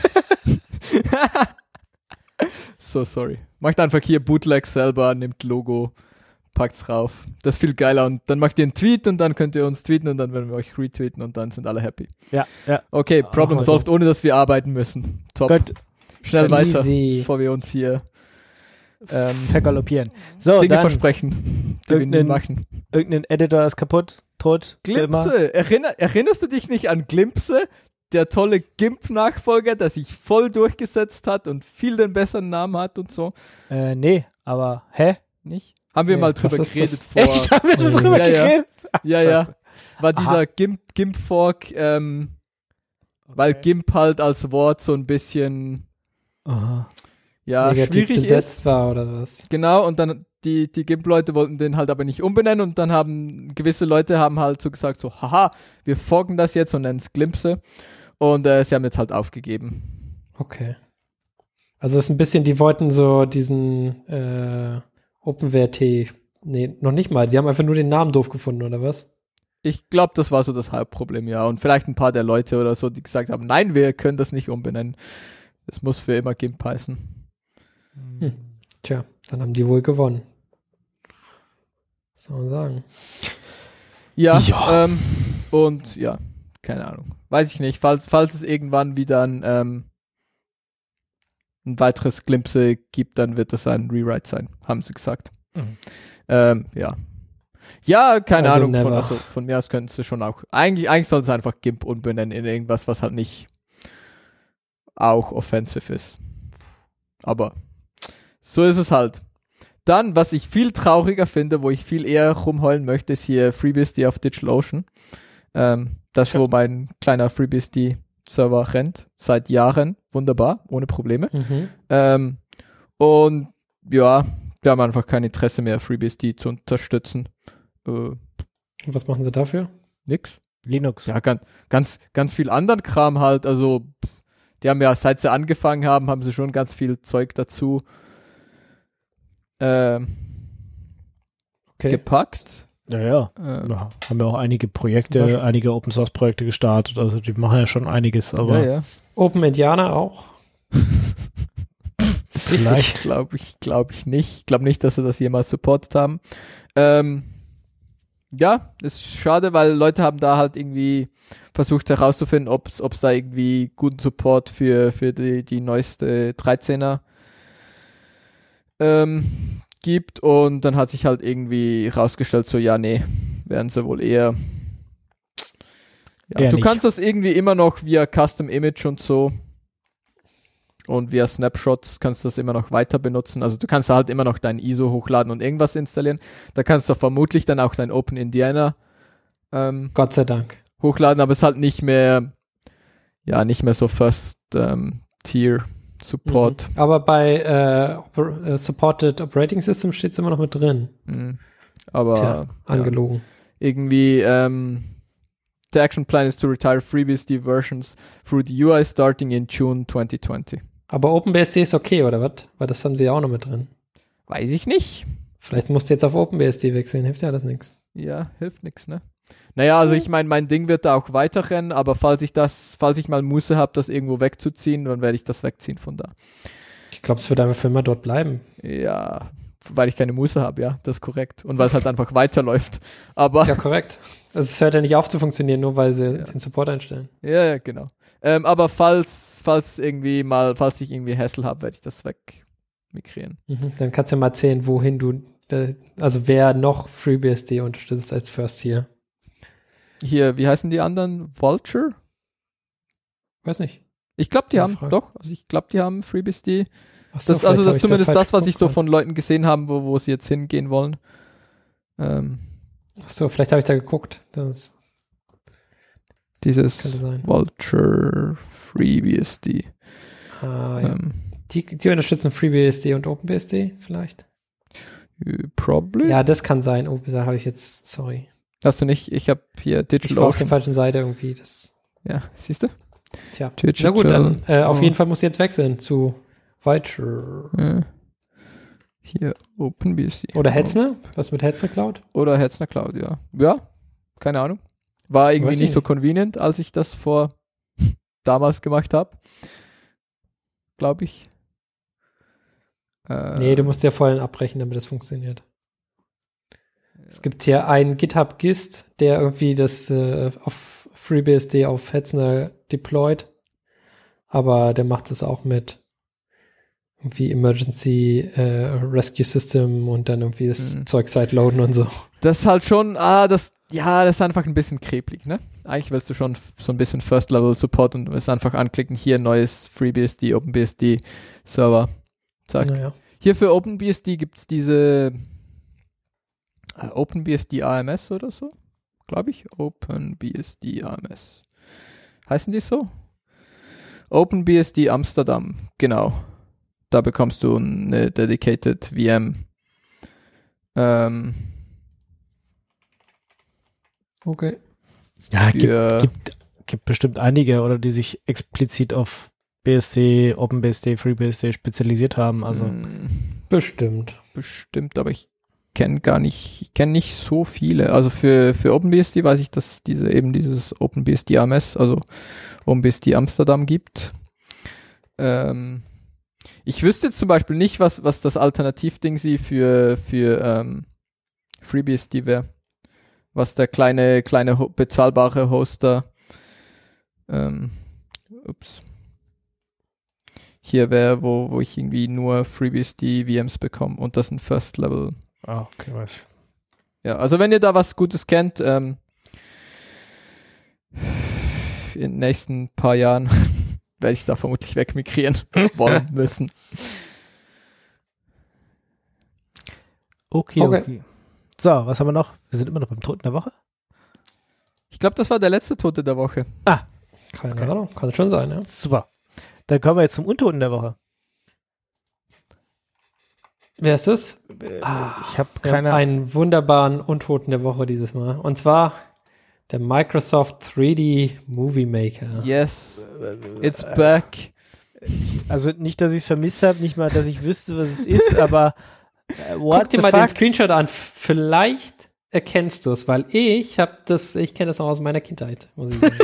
so sorry. Macht einfach hier Bootleg selber, nimmt Logo, packt's drauf. Das ist viel geiler und dann macht ihr einen Tweet und dann könnt ihr uns tweeten und dann werden wir euch retweeten und dann sind alle happy. Ja, ja. Okay, Ah, Problem also- solved, ohne dass wir arbeiten müssen. Top. Gut, Schnell weiter, Easy. bevor wir uns hier ähm, vergaloppieren. So, Dinge dann versprechen, die wir nie Irgendein- machen. irgendein Editor ist kaputt, tot, für immer. Glimpse. Erinner, erinnerst du dich nicht an Glimpse? Der tolle Gimp-Nachfolger, der sich voll durchgesetzt hat und viel den besseren Namen hat und so. Äh, nee, aber hä? Nicht? Haben wir Nee, mal drüber was ist geredet das? vor. Ich habe Ja, drüber ja. geredet. Ach, Ja, Scheiße. ja. War Aha. dieser Gimp, Gimp-Fork, ähm, weil Okay. Gimp halt als Wort so ein bisschen, Aha. ja, negativ schwierig ist. besetzt war oder was. Genau, und dann die, die GIMP-Leute wollten den halt aber nicht umbenennen und dann haben gewisse Leute haben halt so gesagt, so, haha, wir forken das jetzt und nennen es Glimpse. Und äh, sie haben jetzt halt aufgegeben. Okay. Also es ist ein bisschen, die wollten so diesen äh, OpenWrt, nee, noch nicht mal. Sie haben einfach nur den Namen doof gefunden oder was? Ich glaube, das war so das Hauptproblem, ja. Und vielleicht ein paar der Leute oder so, die gesagt haben, nein, wir können das nicht umbenennen. Es muss für immer GIMP heißen. Hm. Tja, dann haben die wohl gewonnen. Was soll man sagen? Ja, Ja. Ähm, und ja, keine Ahnung. Weiß ich nicht. Falls, falls es irgendwann wieder ein, ähm, ein weiteres Glimpse gibt, dann wird das ein Rewrite sein, haben sie gesagt. Mhm. Ähm, ja. Ja, keine Also Ahnung. Von, never. also, von mir aus könnten sie schon auch. Eigentlich, eigentlich sollten sie einfach GIMP umbenennen in irgendwas, was halt nicht auch offensive ist. Aber so ist es halt. Dann, was ich viel trauriger finde, wo ich viel eher rumheulen möchte, ist hier FreeBSD auf DigitalOcean. Ähm, das, wo mein kleiner FreeBSD-Server rennt. Seit Jahren. Wunderbar. Ohne Probleme. Mhm. Ähm, und ja, wir haben einfach kein Interesse mehr, FreeBSD zu unterstützen. Äh, Und was machen sie dafür? nix. Linux. Ja, ganz, ganz, ganz viel anderen Kram halt. Also, pff, die haben ja, seit sie angefangen haben, haben sie schon ganz viel Zeug dazu ähm, Okay. gepackt. Naja, Ähm, ja, haben ja auch einige Zum Beispiel. Projekte, einige Open Source Projekte gestartet. Also die machen ja schon einiges, aber ja, ja. Open Indianer auch. ist vielleicht. Glaube ich, glaube ich nicht. Ich glaube nicht, dass sie das jemals supportet haben. Ähm, ja, ist schade, weil Leute haben da halt irgendwie versucht herauszufinden, ob es da irgendwie guten Support für, für die, die neueste 13er ähm, gibt und dann hat sich halt irgendwie rausgestellt, so ja, nee, werden sie wohl eher. Ja, Eher du nicht. kannst das irgendwie immer noch via Custom Image und so und via Snapshots kannst du das immer noch weiter benutzen. Also du kannst da halt immer noch dein ISO hochladen und irgendwas installieren. Da kannst du vermutlich dann auch dein Open Indiana ähm, Gott sei Dank. hochladen, aber es ist halt nicht mehr, ja, nicht mehr so First ähm, Tier Support. Mhm. Aber bei äh, Oper äh, Supported Operating System steht es immer noch mit drin. Mhm. Aber Tja, angelogen. irgendwie ähm, the action plan is to retire FreeBSD versions through the UI starting in June 2020. Aber OpenBSD ist okay, oder was? Weil das haben sie ja auch noch mit drin. Weiß ich nicht. Vielleicht musst du jetzt auf OpenBSD wechseln, hilft ja alles nichts. Ja, hilft nix, ne? Naja, also ich meine, mein Ding wird da auch weiterrennen, aber falls ich das, falls ich mal Muße habe, das irgendwo wegzuziehen, dann werde ich das wegziehen von da. Ich glaube, es wird einfach für immer dort bleiben. Ja, weil ich keine Muße habe, ja, das ist korrekt. Und weil es halt einfach weiterläuft. Aber Ja, korrekt. Also es hört ja nicht auf zu funktionieren, nur weil sie Ja. den Support einstellen. Ja, ja, genau. Ähm, aber falls, falls irgendwie mal, falls ich irgendwie Hassel habe, werde ich das wegmigrieren. Mhm. Dann kannst du ja mal erzählen, wohin du, äh, also wer noch FreeBSD unterstützt als First hier. Hier, wie heißen die anderen? Vulture? Weiß nicht. Ich glaube, die Ja, haben frag. doch. Also ich glaube, die haben FreeBSD. Ach so, Das, vielleicht also hab das ich ist da zumindest falsch das, was ich so geguckt von Leuten gesehen habe, wo, wo sie jetzt hingehen wollen. Ähm, grad. Ach so, vielleicht habe ich da geguckt. Das dieses könnte sein. Vulture FreeBSD. Ah, ja. Ähm, Die, die unterstützen FreeBSD und OpenBSD vielleicht? äh, probably. Ja, das kann sein. Oh, gesagt habe ich jetzt, sorry. Hast du nicht? Ich habe hier Ich war Digital auf der Ocean. falschen Seite irgendwie. Das, Ja, siehst du? tja. Na Digital. gut, dann äh, auf Oh. jeden Fall muss ich jetzt wechseln zu Vulture. Äh, hier OpenBSD. Oder Hetzner? Was mit Hetzner Cloud? Oder Hetzner Cloud, ja. Ja, keine Ahnung. War irgendwie Weiß ich nicht so convenient, als ich das vor damals gemacht habe. Glaube ich. Äh, Nee, du musst ja vorhin abbrechen, damit das funktioniert. Es gibt hier einen GitHub-Gist, der irgendwie das äh, auf FreeBSD auf Hetzner deployt. Aber der macht das auch mit irgendwie Emergency äh, Rescue System und dann irgendwie das Mhm. Zeug sideloaden und so. Das ist halt schon, ah, das, ja, das ist einfach ein bisschen krepelig, ne? Eigentlich willst du schon f- so ein bisschen First-Level-Support und es einfach anklicken, hier neues FreeBSD, OpenBSD-Server. Zack. Naja. Hier für OpenBSD gibt's diese äh, OpenBSD AMS oder so, glaube ich. OpenBSD AMS. Heißen die so? OpenBSD Amsterdam, genau. Da bekommst du eine dedicated VM. Ähm, Okay. Ja, gibt, für, gibt, gibt bestimmt einige, oder die sich explizit auf BSD, OpenBSD, FreeBSD spezialisiert haben. Also mm, Bestimmt. bestimmt, aber ich kenne gar nicht, ich kenne nicht so viele. Also für, für OpenBSD weiß ich, dass diese eben dieses OpenBSD AMS, also OpenBSD Amsterdam gibt. Ähm, ich wüsste jetzt zum Beispiel nicht, was, was das Alternativding sie für, für ähm, FreeBSD wäre. Was der kleine, kleine ho- bezahlbare Hoster ähm, ups. Hier wäre, wo, wo ich irgendwie nur FreeBSD VMs bekomme und das ein First Level. Ah, okay, was. Ja, also wenn ihr da was Gutes kennt, ähm, in den nächsten paar Jahren werde ich da vermutlich wegmigrieren wollen müssen. Okay, okay, Okay. So, was haben wir noch? Wir sind immer noch beim Toten der Woche. Ich glaube, das war der letzte Tote der Woche. Keine Ahnung. Kann schon sein, ja. Super. Dann kommen wir jetzt zum Untoten der Woche. Wer ist das? Ah. Ich habe Wir haben keine einen wunderbaren Untoten der Woche dieses Mal. Und zwar der Microsoft 3D Movie Maker. Yes, it's back. Also nicht, dass ich es vermisst habe, nicht mal, dass ich wüsste, was es ist, aber äh, what Guck dir the mal den fuck? Screenshot an. Vielleicht erkennst du es, weil ich habe das, ich kenne das noch aus meiner Kindheit, muss ich sagen.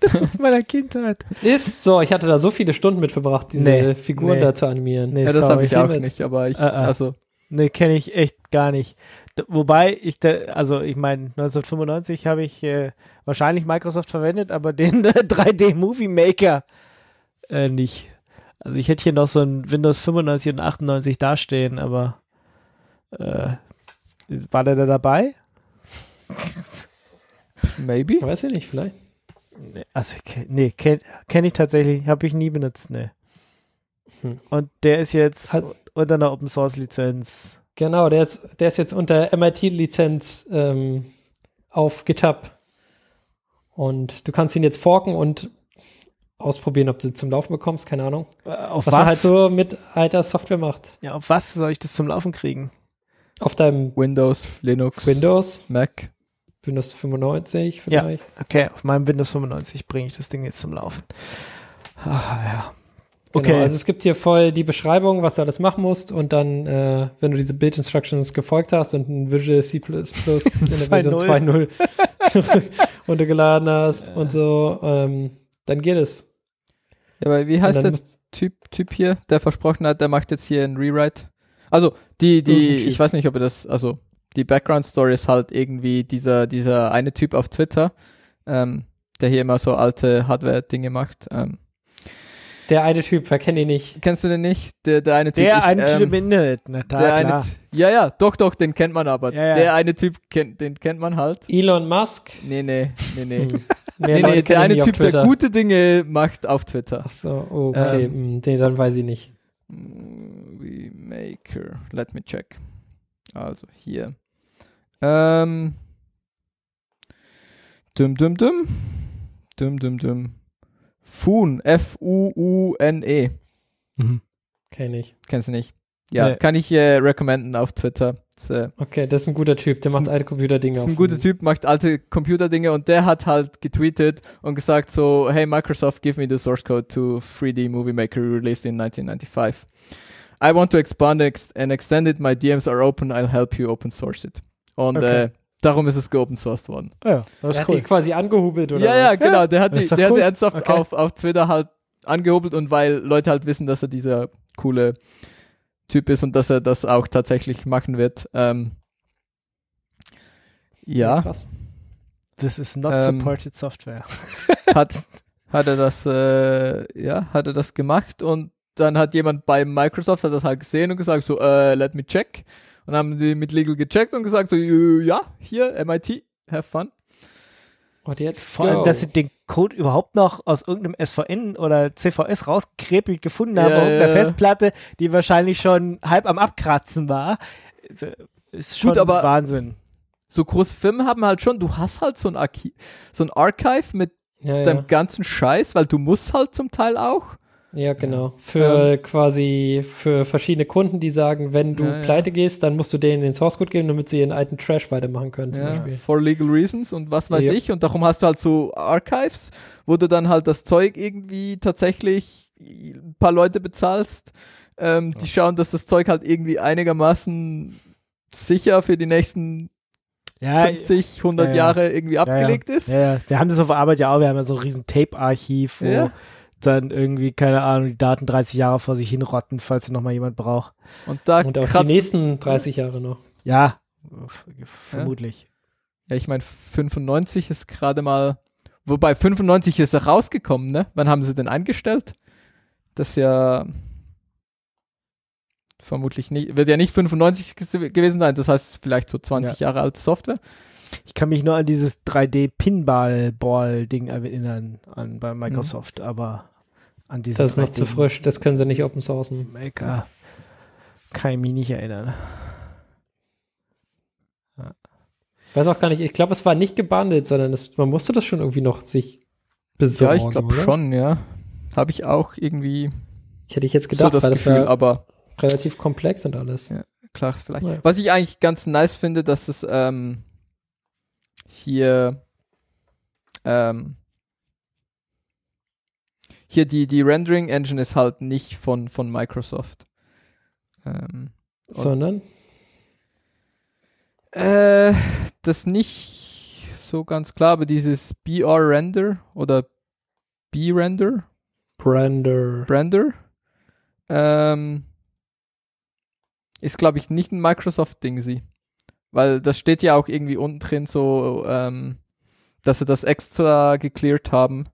Das ist meiner Kindheit. Ist so, ich hatte da so viele Stunden mit verbracht, diese Nee, Figuren nee. da zu animieren. Nee, Ja, das habe sorry. ich auch Filme- nicht, aber ich, Äh, äh. also, Nee, kenne ich echt gar nicht. D wobei ich da, also ich meine, 1995 habe ich äh, wahrscheinlich Microsoft verwendet, aber den 3D Movie Maker äh, nicht. Also ich hätte hier noch so ein Windows 95 und 98 dastehen, aber äh, ist- war der da dabei? maybe. Weiß ich nicht, vielleicht. Nee, Also, ke- nee, kenne kenn ich tatsächlich, habe ich nie benutzt, ne. Hm. Und der ist jetzt Also- unter einer Open Source Lizenz. Genau, der ist, der ist jetzt unter MIT-Lizenz ähm, auf GitHub. Und du kannst ihn jetzt forken und ausprobieren, ob du zum Laufen bekommst, keine Ahnung. Äh, Auf Was, man halt so mit alter Software macht. ja, auf was soll ich das zum Laufen kriegen? Auf deinem Windows, Linux, Windows, Mac. Windows 95 vielleicht. Okay, auf meinem Windows 95 bringe ich das Ding jetzt zum Laufen. Ach, ja. Genau, Okay. also es gibt hier voll die Beschreibung, was du alles machen musst und dann, äh, wenn du diese Build Instructions gefolgt hast und ein Visual C++ in der Version 2.0 2.0. runtergeladen hast und so, ähm, dann geht es. Ja, aber wie Und heißt dann der musst- Typ, typ hier, der versprochen hat, der macht jetzt hier einen Rewrite. Also, die, die, Irgendein Typ. ich weiß nicht, ob ihr das, also, die Background Story ist halt irgendwie dieser, dieser eine Typ auf Twitter, ähm, der hier immer so alte Hardware-Dinge macht. Ähm, der eine Typ, wer kennt ihn nicht? kennst du den nicht? Der, der eine Typ. Der ich, eine ähm, Typ im Internet, na da, der eine, klar. Ty- ja, ja, doch, doch, den kennt man aber. Ja, ja. Der eine Typ, kennt, den kennt man halt. Elon Musk? Nee, nee, nee, nee. Hm. Mehr nee, Leute nee, der kennen ihn eine auf Typ, der Twitter. gute Dinge macht auf Twitter. Ach so, oh, okay, Ähm. hm, nee, dann weiß ich nicht. Movie Maker. Let me check. Also hier. Ähm. Dum dum dum. Dum dum dum. Fun. F-U-U-N-E. Mhm. Kenn ich. E. Kennst du nicht? Ja, Nee. kann ich äh, recommenden auf Twitter. Ist, äh, Okay, das ist ein guter Typ, der Ist ein- macht alte Computerdinge ist auf. ein guter Typ, macht alte Computerdinge und der hat halt getweetet und gesagt so, hey Microsoft, give me the source code to 3D Movie Maker released in 1995. I want to expand ex and extend it. My DMs are open. I'll help you open source it. Und Okay. äh, darum ist es geopen sourced worden. Ah ja, das Der ist hat die cool. quasi angehubelt oder ja, ja, was? genau. Der hat Das die, ist doch der hat cool. die ernsthaft Okay. auf, auf Twitter halt angehobelt und weil Leute halt wissen, dass er dieser coole Typ ist und dass er das auch tatsächlich machen wird. Ähm, ja. Krass. This is not Ähm, supported software. hat, hat er das, äh, ja, hat er das gemacht und dann hat jemand bei Microsoft hat das halt gesehen und gesagt so, äh, let me check. Und dann haben die mit Legal gecheckt und gesagt so, äh, ja, hier, MIT, have fun. Und jetzt Vor allem, dass sie den Code überhaupt noch aus irgendeinem SVN oder CVS rausgekrepelt gefunden haben, Ja, auf irgendeiner ja. Festplatte, die wahrscheinlich schon halb am Abkratzen war. Also, Ist schon Gut, aber- Wahnsinn. So große Firmen haben halt schon, du hast halt so ein, Archi so ein Archive mit ja, ja. deinem ganzen Scheiß, weil du musst halt zum Teil auch. ja, genau. Für quasi für verschiedene Kunden, die sagen, wenn du Ja, ja. pleite gehst, dann musst du denen den Source Code geben, damit sie ihren alten Trash weitermachen können, zum Ja, Beispiel. for legal reasons und was weiß Ja. ich. Und darum hast du halt so Archives, wo du dann halt das Zeug irgendwie tatsächlich ein paar Leute bezahlst, ähm, die schauen, dass das Zeug halt irgendwie einigermaßen sicher für die nächsten Ja, 50, 100 ja, ja. Jahre irgendwie abgelegt ist. Ja, ja. Wir haben das auf der Arbeit ja auch. Wir haben ja so ein riesen Tape-Archiv, wo Ja. dann irgendwie, keine Ahnung, die Daten 30 Jahre vor sich hinrotten, falls sie nochmal jemand braucht. Und da Und auch kratzt- die nächsten 30 Jahre noch. Ja, f- vermutlich. Ja, ich meine, 95 ist gerade mal. Wobei 95 ist er rausgekommen, ne? Wann haben sie denn eingestellt? Das ist ja vermutlich nicht, wird ja nicht 95 ges- gewesen sein, das heißt vielleicht so 20 Jahre alte Software. Ich kann mich nur an dieses 3D-Pinball-Ball-Ding erinnern an, bei Microsoft, aber an dieses. Mhm. Das ist noch zu 3D frisch, das können sie nicht open sourcen. Maker kann ich mich nicht erinnern. Weiß auch gar nicht, ich glaube, es war nicht gebundelt, sondern es, man musste das schon irgendwie noch sich besorgen. ja, ich glaube oder? schon, ja. Habe ich auch irgendwie Ich hätte ich jetzt gedacht, so das weil das Gefühl, war aber relativ komplex und alles. Ja. klar ist vielleicht. Ja. Was ich eigentlich ganz nice finde, dass es ähm, hier ähm, hier die, die Rendering Engine ist halt nicht von, von Microsoft. Ähm, Sondern, äh, das nicht so ganz klar, aber dieses BR Render oder B Render Brander. Brander. Ähm, ist, glaube ich, nicht ein Microsoft-Ding, sie. Weil das steht ja auch irgendwie unten drin so, ähm, dass sie das extra gecleared haben.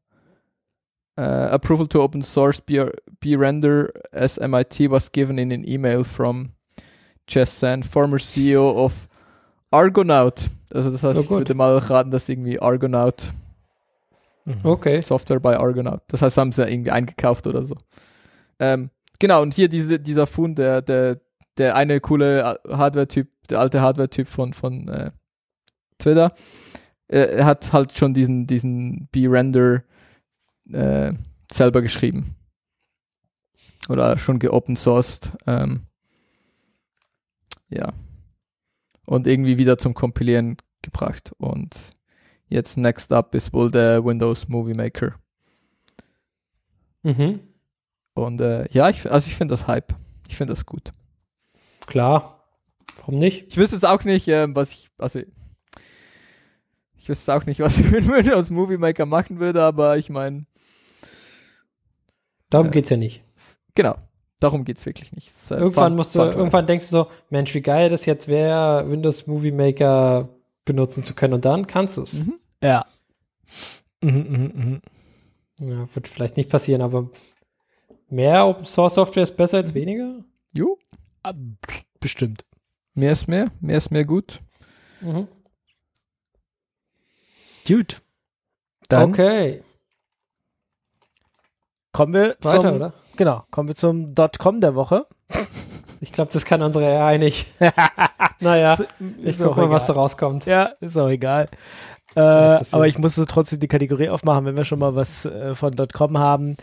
Äh, approval to open source B-Render as MIT was given in an email from Jess Sand, former CEO of Argonaut. Also das heißt, Oh ich Gott. würde mal raten, dass irgendwie Argonaut, Mhm. Okay. Software bei Argonaut. Das heißt, haben sie ja irgendwie eingekauft oder so. Ähm, genau, und hier diese, dieser Fund, der, der, der eine coole äh, Hardware-Typ, der alte Hardware-Typ von, von äh, Twitter, äh, er hat halt schon diesen, diesen B-Render äh, selber geschrieben. Oder schon geopen-sourced. Ähm, ja. Und irgendwie wieder zum Kompilieren gebracht. Und jetzt next up ist wohl der Windows Movie Maker. Mhm. Und äh, ja, ich, also ich finde das Hype. Ich finde das gut. Klar. Warum nicht? Ich wüsste jetzt auch nicht, ähm, was ich, also ich wüsste jetzt auch nicht, was ich mit Windows Movie Maker machen würde, aber ich meine, Darum Ja. geht's ja nicht. genau, darum geht's wirklich nicht. Es ist, äh, Irgendwann fun- musst du, fun to- irgendwann denkst du so, Mensch, wie geil das jetzt wäre, Windows Movie Maker benutzen zu können und dann kannst du es. Mhm. Ja. Mhm, mhm, mhm. Ja, wird vielleicht nicht passieren, aber mehr Open Source Software ist besser Mhm. als weniger. Jo, Ah, Bestimmt. mehr ist mehr, mehr ist mehr gut. Mhm. Gut. Dann okay, kommen wir weiter, zum, oder? Genau, kommen wir zum Dotcom der Woche. Ich glaube, das kann unsere AI nicht. naja, Ist- ich ist guck auch mal, was da egal. rauskommt. Ja, ist auch egal. Äh, Was passiert? aber ich musste trotzdem die Kategorie aufmachen, wenn wir schon mal was äh, von .com haben.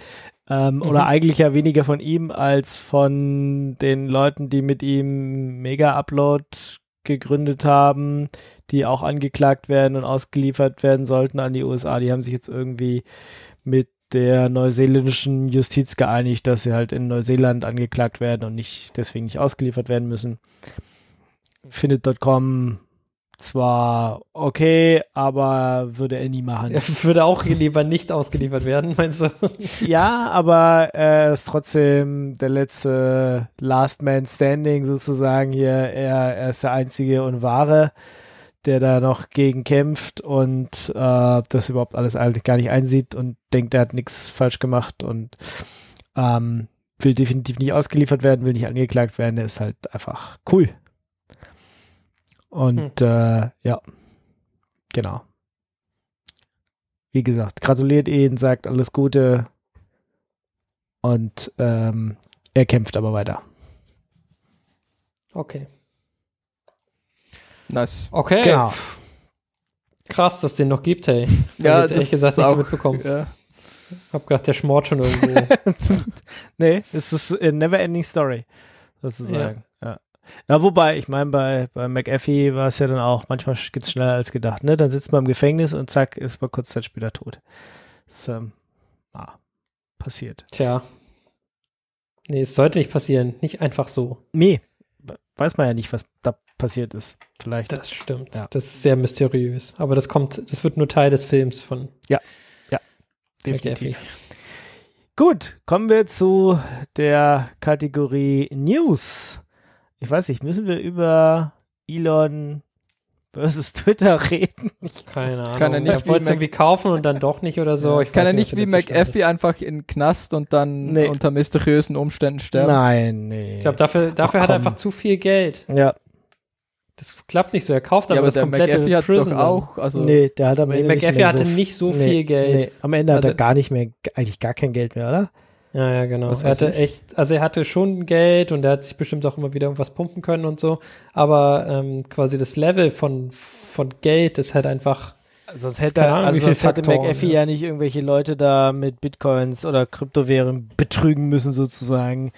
Ähm, Oder eigentlich ja weniger von ihm als von den Leuten, die mit ihm Mega Upload gegründet haben, die auch angeklagt werden und ausgeliefert werden sollten an die USA. Die haben sich jetzt irgendwie mit der neuseeländischen Justiz geeinigt, dass sie halt in Neuseeland angeklagt werden und nicht deswegen nicht ausgeliefert werden müssen. Findet.com zwar okay, aber würde er nie machen. Er würde auch lieber nicht ausgeliefert werden, meinst du? ja, aber er ist trotzdem der letzte Last Man Standing sozusagen hier. Er, er ist der einzige und wahre, der da noch gegen kämpft und äh, das überhaupt alles eigentlich gar nicht einsieht und denkt, er hat nichts falsch gemacht und ähm, will definitiv nicht ausgeliefert werden, will nicht angeklagt werden, der ist halt einfach cool. Und äh, ja, genau. Wie gesagt, gratuliert ihn, sagt alles Gute und ähm, er kämpft aber weiter. Okay. Nice. Okay. Genau. Krass, dass es den noch gibt, hey. Ich Ja, hab jetzt das ehrlich gesagt ist nichts auch- mitbekommen. Ja. Hab gedacht, der schmort schon irgendwo. Nee, es ist eine never-ending Story, sozusagen. Ja. Na, wobei, ich meine, bei, bei McAfee war es ja dann auch, manchmal geht es schneller als gedacht, ne? Dann sitzt man im Gefängnis und zack, ist man kurz Zeit später tot. Das, ähm, ah, passiert. Tja. Nee, es sollte nicht passieren. Nicht einfach so. Nee, weiß man ja nicht, was da passiert ist. Vielleicht. Das stimmt. Ja. Das ist sehr mysteriös. Aber das kommt, das wird nur Teil des Films von definitiv. Gut, kommen wir zu der Kategorie News. Ich weiß nicht, müssen wir über Elon versus Twitter reden? Keine Ahnung. Kann er nicht er wollte es wie irgendwie kaufen und dann doch nicht oder so. Ich Kann weiß er nicht was wie der letzte Stand ist. McAfee einfach in den Knast und dann Nee. unter mysteriösen Umständen sterben? Nein, nee. Ich glaube, dafür, dafür hat er komm. einfach zu viel Geld. Ja, Das klappt nicht so. Er kauft Ja, aber, aber das der komplette McAfee hat Prison doch dann. auch, also nee, der hat am Nee, Ende nicht McAfee mehr so hatte f- nicht so nee, viel Geld. Nee, am Ende hat er Also- gar nicht mehr, eigentlich gar kein Geld mehr, oder? Ja, ja, genau. Er Was weiß hatte ich. echt, also er hatte schon Geld und er hat sich bestimmt auch immer wieder irgendwas pumpen können und so. Aber ähm, quasi das Level von, von Geld ist halt einfach. Sonst hätte Keine er, Ahnung, also wie viele sonst hatte Faktoren, McAfee ja. ja. nicht irgendwelche Leute da mit Bitcoins oder Kryptowährungen betrügen müssen, sozusagen,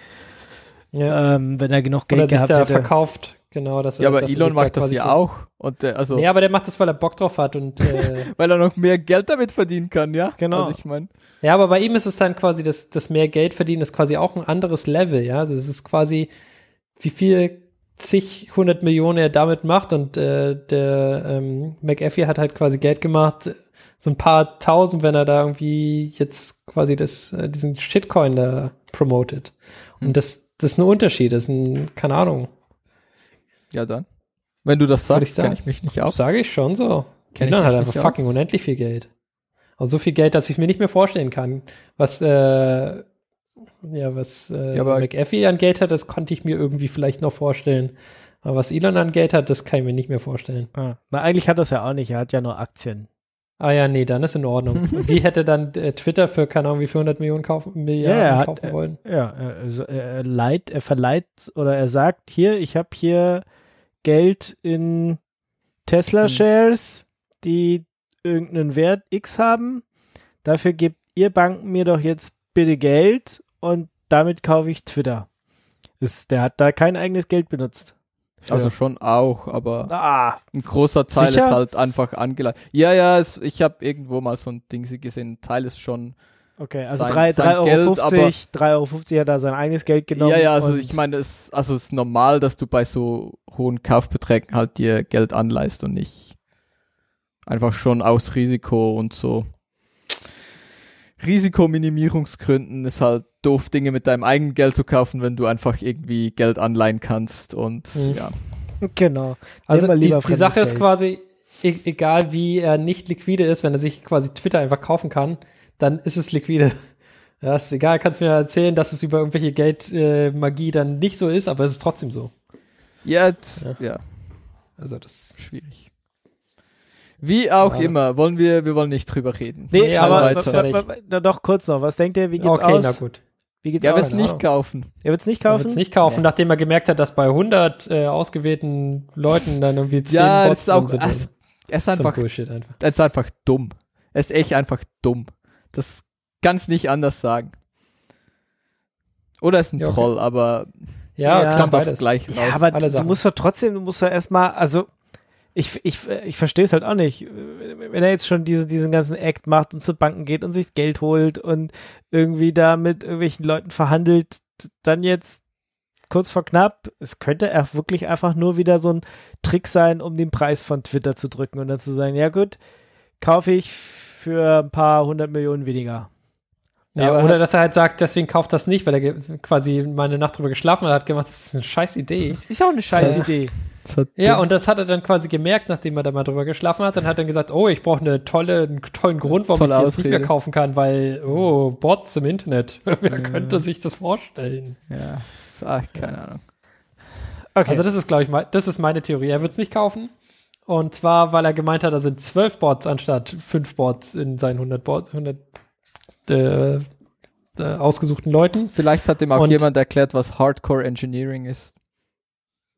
Ja, ähm, wenn er genug Geld oder sich gehabt da hätte. verkauft. Genau, dass Ja, er- aber dass er Elon sich da macht das quasi ja für- auch. Und äh, also, Nee, aber der macht das, weil er Bock drauf hat und äh, weil er noch mehr Geld damit verdienen kann, ja? Genau. Also ich meine, Ja, aber bei ihm ist es dann quasi, das, das mehr Geld verdienen ist quasi auch ein anderes Level, ja. Also es ist quasi, wie viel zig, hundert Millionen er damit macht und äh, der ähm, McAfee hat halt quasi Geld gemacht, so ein paar tausend, wenn er da irgendwie jetzt quasi das, äh, diesen Shitcoin da promotet. Und das, das ist ein Unterschied, das ist ein, keine Ahnung, ja dann. Wenn du das Soll sagst, ich kenne sagen? ich mich nicht aus. sage ich schon so. Kenn ich Elon hat mich einfach nicht fucking aus. unendlich viel Geld. Also so viel Geld, dass ich es mir nicht mehr vorstellen kann. Was, äh, ja, was äh, Ja, aber- McAfee an Geld hat, das konnte ich mir irgendwie vielleicht noch vorstellen. Aber was Elon an Geld hat, das kann ich mir nicht mehr vorstellen. Ah. Na, eigentlich hat das ja auch nicht, er hat ja nur Aktien. Ah ja, nee, dann ist in Ordnung. Und Wie hätte dann äh, Twitter für, keine Ahnung, wie viel 100 Millionen kaufen, Milliarden Ja, er hat- äh, kaufen wollen? Ja, er, er, er leiht, er verleiht oder er sagt, hier, ich habe hier Geld in Tesla Hm. Shares, die irgendeinen Wert X haben. Dafür gebt ihr Banken mir doch jetzt bitte Geld und damit kaufe ich Twitter. Ist, der hat da kein eigenes Geld benutzt. Also schon auch, aber Ah, ein großer Teil Sicher? ist halt einfach angeleitet. Ja, ja, es, ich habe irgendwo mal so ein Ding gesehen. Ein Teil ist schon. okay, also Sein- 3,50 sein Euro, Geld, aber- 3,50 Euro hat er sein eigenes Geld genommen. ja, ja, also Genau. und- ich meine, es, also es ist normal, dass du bei so hohen Kaufbeträgen halt dir Geld anleihst und nicht einfach schon aus Risiko und so. Risikominimierungsgründen ist halt doof, Dinge mit deinem eigenen Geld zu kaufen, wenn du einfach irgendwie Geld anleihen kannst und Mhm. ja. Genau. Also Nehmen wir die, lieber die fremdes Sache ist Geld. quasi, e egal wie er nicht liquide ist, wenn er sich quasi Twitter einfach kaufen kann, dann ist es liquide. Ja, ist egal, kannst mir erzählen, dass es über irgendwelche Geldmagie äh, Magie dann nicht so ist, aber es ist trotzdem so. Ja, t- Ja. ja, Also das schwierig. Wie auch Ja. immer, wollen wir, wir wollen nicht drüber reden. Nee, Nee, aber aber wa- fertig. wa- wa- na, doch kurz noch. Was denkt ihr? Wie geht's okay, aus? na gut. Wie geht's Er aus? wird es keine nicht Ahnung. kaufen. Er wird's nicht Er kaufen. wird es nicht kaufen, nachdem er gemerkt hat, dass bei 100 äh, ausgewählten Leuten dann irgendwie 10 Ja, das Bots ist auch. drin sind. ah, es- Er ist so ein einfach Bullshit einfach. Er ist einfach dumm. Er ist echt einfach dumm. Das kannst nicht anders sagen. Oder er ist ein Ja, okay. Troll, aber Ja, Ja, ja kommt klar, aufs beides. gleich raus. Ja, aber Alle du, du Sachen. musst doch trotzdem, du musst doch erstmal, also ich, ich, ich verstehe es halt auch nicht. Wenn er jetzt schon diese, diesen ganzen Act macht und zu Banken geht und sich das Geld holt und irgendwie da mit irgendwelchen Leuten verhandelt, dann jetzt kurz vor knapp, es könnte auch wirklich einfach nur wieder so ein Trick sein, um den Preis von Twitter zu drücken und dann zu sagen, ja gut, kaufe ich für ein paar hundert Millionen weniger. Ja, aber oder dass er halt sagt, deswegen kauft das nicht, weil er ge- quasi meine Nacht drüber geschlafen hat, hat gemacht, das ist eine scheiß Idee. Ist ja auch eine scheiß Idee. Das hat Ja, und das hat er dann quasi gemerkt, nachdem er da mal drüber geschlafen hat. Dann hat er gesagt, oh, ich brauche eine tolle, einen tollen Grund, warum Tolle ich die jetzt nicht Ausrede. Mhm. mehr kaufen kann, weil, oh, Bots im Internet. Wer könnte sich das vorstellen? ja. Ach, keine Ahnung. Okay. Also das ist, glaube ich, mein, das ist meine Theorie. Er wird es nicht kaufen. Und zwar, weil er gemeint hat, da sind zwölf Bots anstatt fünf Bots in seinen 100, Bots, 100 äh, äh, ausgesuchten Leuten. Vielleicht hat ihm auch Und- jemand erklärt, was Hardcore Engineering ist.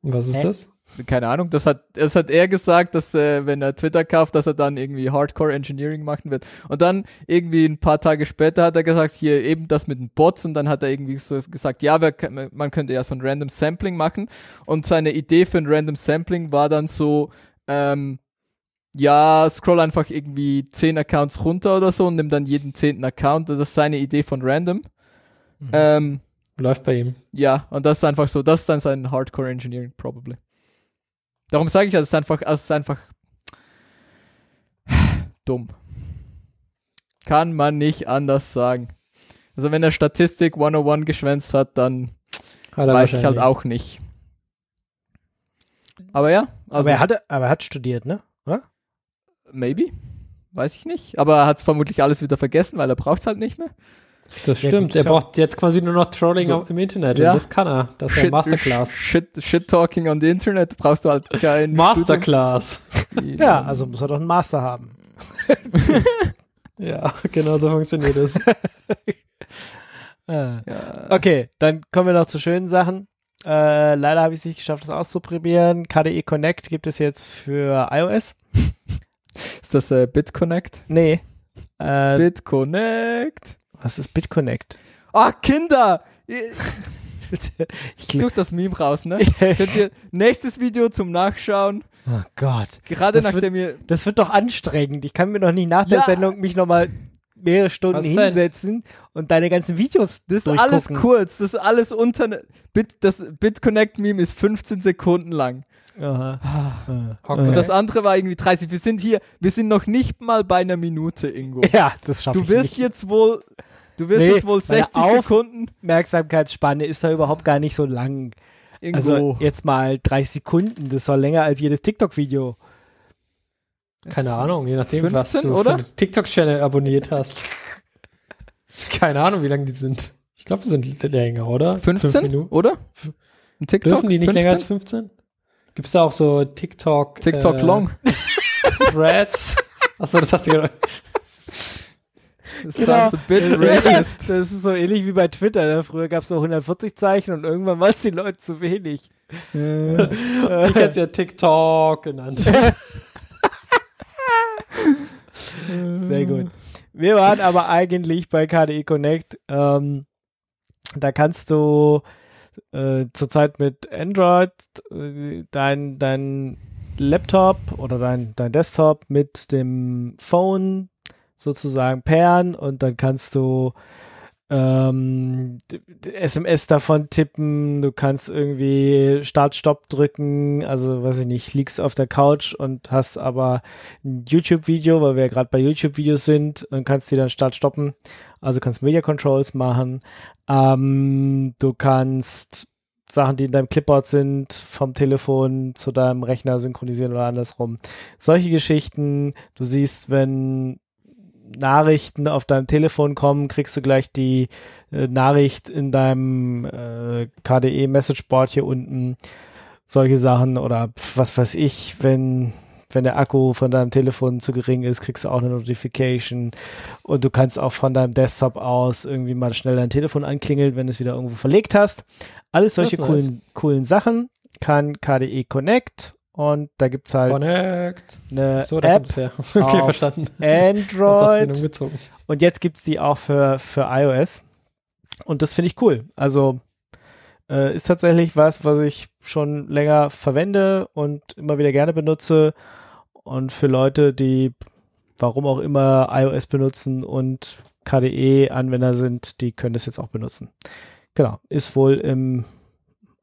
Was ist Hä? das? Keine Ahnung, das hat, das hat er gesagt, dass äh, wenn er Twitter kauft, dass er dann irgendwie Hardcore Engineering machen wird. Und dann irgendwie ein paar Tage später hat er gesagt, hier eben das mit den Bots und dann hat er irgendwie so gesagt, ja, wer, kann- man könnte ja so ein Random Sampling machen. Und seine Idee für ein Random Sampling war dann so, ähm, ja, scroll einfach irgendwie 10 Accounts runter oder so und nimm dann jeden zehnten Account. Das ist seine Idee von Random. Ähm, Läuft bei ihm. ja, und das ist einfach so, das ist dann sein Hardcore Engineering, probably. Darum sage ich, ja, es ist einfach, es ist einfach dumm. Kann man nicht anders sagen. Also wenn er Statistik 101 geschwänzt hat, dann Hat er weiß ich halt wahrscheinlich. auch nicht. Aber ja, also aber, er hat, aber er hat studiert, ne? Oder? maybe. Weiß ich nicht. Aber er hat es vermutlich alles wieder vergessen, weil er braucht es halt nicht mehr. Das stimmt. Ja, Er gut, braucht jetzt quasi nur noch Trolling So. auf- im Internet. Ja. Und das kann er. Das ist ja Masterclass. Shit, shit talking on the Internet brauchst du halt kein Masterclass. Studium. Ja, also muss er doch einen Master haben. Ja, genau so funktioniert es. Äh. Ja. Okay, dann kommen wir noch zu schönen Sachen. Äh, leider habe ich es nicht geschafft, das auszuprobieren. KDE Connect gibt es jetzt für iOS. Ist das äh, BitConnect? Nee. Äh, BitConnect. was ist BitConnect? Ah, Kinder! Ich ich such das Meme raus, ne? Könnt glaub, ihr nächstes Video zum Nachschauen? oh Gott. Gerade Das wird- nachdem ihr. Das wird doch anstrengend. Ich kann mir noch nicht nach der Ja. Sendung mich nochmal mehrere Stunden Was denn? hinsetzen und deine ganzen Videos Das ist durchgucken. alles kurz, das ist alles unter. ne- Bit, das BitConnect-Meme ist 15 Sekunden lang. Aha. Äh. Okay. Und das andere war irgendwie 30. Wir sind hier, wir sind noch nicht mal bei einer Minute, Ingo. Ja, das schaffe Du ich wirst nicht. jetzt wohl. Du wirst Nee, jetzt wohl meine 60 Auf- Sekunden. Aufmerksamkeitsspanne ist da überhaupt gar nicht so lang. Ingo. Also jetzt mal 30 Sekunden, das war länger als jedes TikTok-Video. Keine Ahnung, je nachdem, was 15, du oder? für einen TikTok-Channel abonniert hast. Keine Ahnung, wie lange die sind. Ich glaube, die sind länger, oder? 15? Fünf Minuten. Oder? Ein TikTok? Dürfen die nicht länger als 15? 15? Gibt es da auch so TikTok TikTok äh, long. Threads? Achso, das hast du genau. gerade. Genau. Das sounds a bit racist. das ist so ähnlich wie bei Twitter. Ne? Früher gab es nur 140 Zeichen und irgendwann waren es die Leute zu wenig. Ich hätte es ja TikTok genannt. Sehr gut. Wir waren aber eigentlich bei KDE Connect. Ähm, da kannst du äh, zurzeit mit Android äh, dein, dein Laptop oder dein, dein Desktop mit dem Phone sozusagen pairen und dann kannst du ähm, d- d- SMS davon tippen, du kannst irgendwie Start-Stopp drücken, also weiß ich nicht, liegst auf der Couch und hast aber ein YouTube-Video, weil wir ja gerade bei YouTube-Videos sind und kannst die dann Start-Stoppen, also kannst Media Controls machen, ähm, du kannst Sachen, die in deinem Clipboard sind, vom Telefon zu deinem Rechner synchronisieren oder andersrum. Solche Geschichten, du siehst, wenn Nachrichten auf deinem Telefon kommen, kriegst du gleich die äh, Nachricht in deinem äh, KDE Messageboard hier unten. Solche Sachen oder pf, was weiß ich, wenn, wenn der Akku von deinem Telefon zu gering ist, kriegst du auch eine Notification und du kannst auch von deinem Desktop aus irgendwie mal schnell dein Telefon anklingeln, wenn du es wieder irgendwo verlegt hast. Alles Das solche ist nice. coolen, coolen Sachen kann KDE Connect und da gibt's halt Connect. eine So, da kommt App, es her. Okay, auf verstanden. Sonst hast du ihn Android umgezogen. und jetzt gibt es die auch für, für iOS. Und das finde ich cool. Also äh, ist tatsächlich was, was ich schon länger verwende und immer wieder gerne benutze. Und für Leute, die warum auch immer iOS benutzen und KDE-Anwender sind, die können das jetzt auch benutzen. Genau, ist wohl im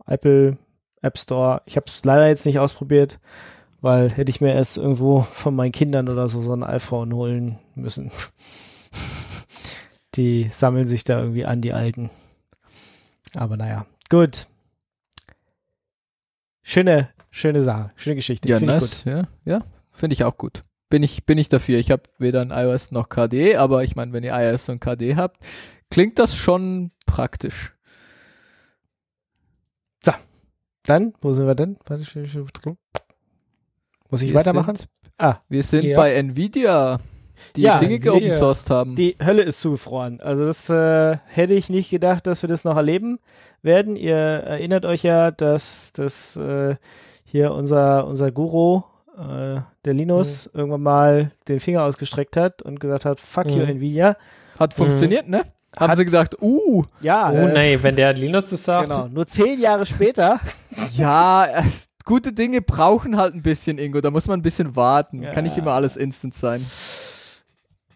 Apple App Store. Ich habe es leider jetzt nicht ausprobiert, weil hätte ich mir erst irgendwo von meinen Kindern oder so so ein iPhone holen müssen. Die sammeln sich da irgendwie an, die Alten. Aber naja, gut. Schöne, schöne Sache, schöne Geschichte. Ja, Finde ich nice. Ja, ja. Finde ich auch gut. Bin ich, bin ich dafür. Ich habe weder ein iOS noch KDE, aber ich meine, wenn ihr iOS und KDE habt, klingt das schon praktisch. Dann, wo sind wir denn? Warte, ich- ich- ich- Muss ich Wir weitermachen? Sind, Ah. Wir sind Ja. bei Nvidia, die Ja, Dinge Nvidia. geopen sourced haben. Die Hölle ist zugefroren. Also das äh, hätte ich nicht gedacht, dass wir das noch erleben werden. Ihr erinnert euch ja, dass das äh, hier unser, unser Guru, äh, der Linus, irgendwann mal den Finger ausgestreckt hat und gesagt hat, fuck you Mhm. Nvidia. Hat funktioniert, ne? Haben Hat- sie gesagt, uh, Ja, Oh äh, nee, wenn der Linus das sagt. genau. Nur zehn Jahre später ja, äh, gute Dinge brauchen halt ein bisschen, Ingo. Da muss man ein bisschen warten. Ja. Kann nicht immer alles instant sein.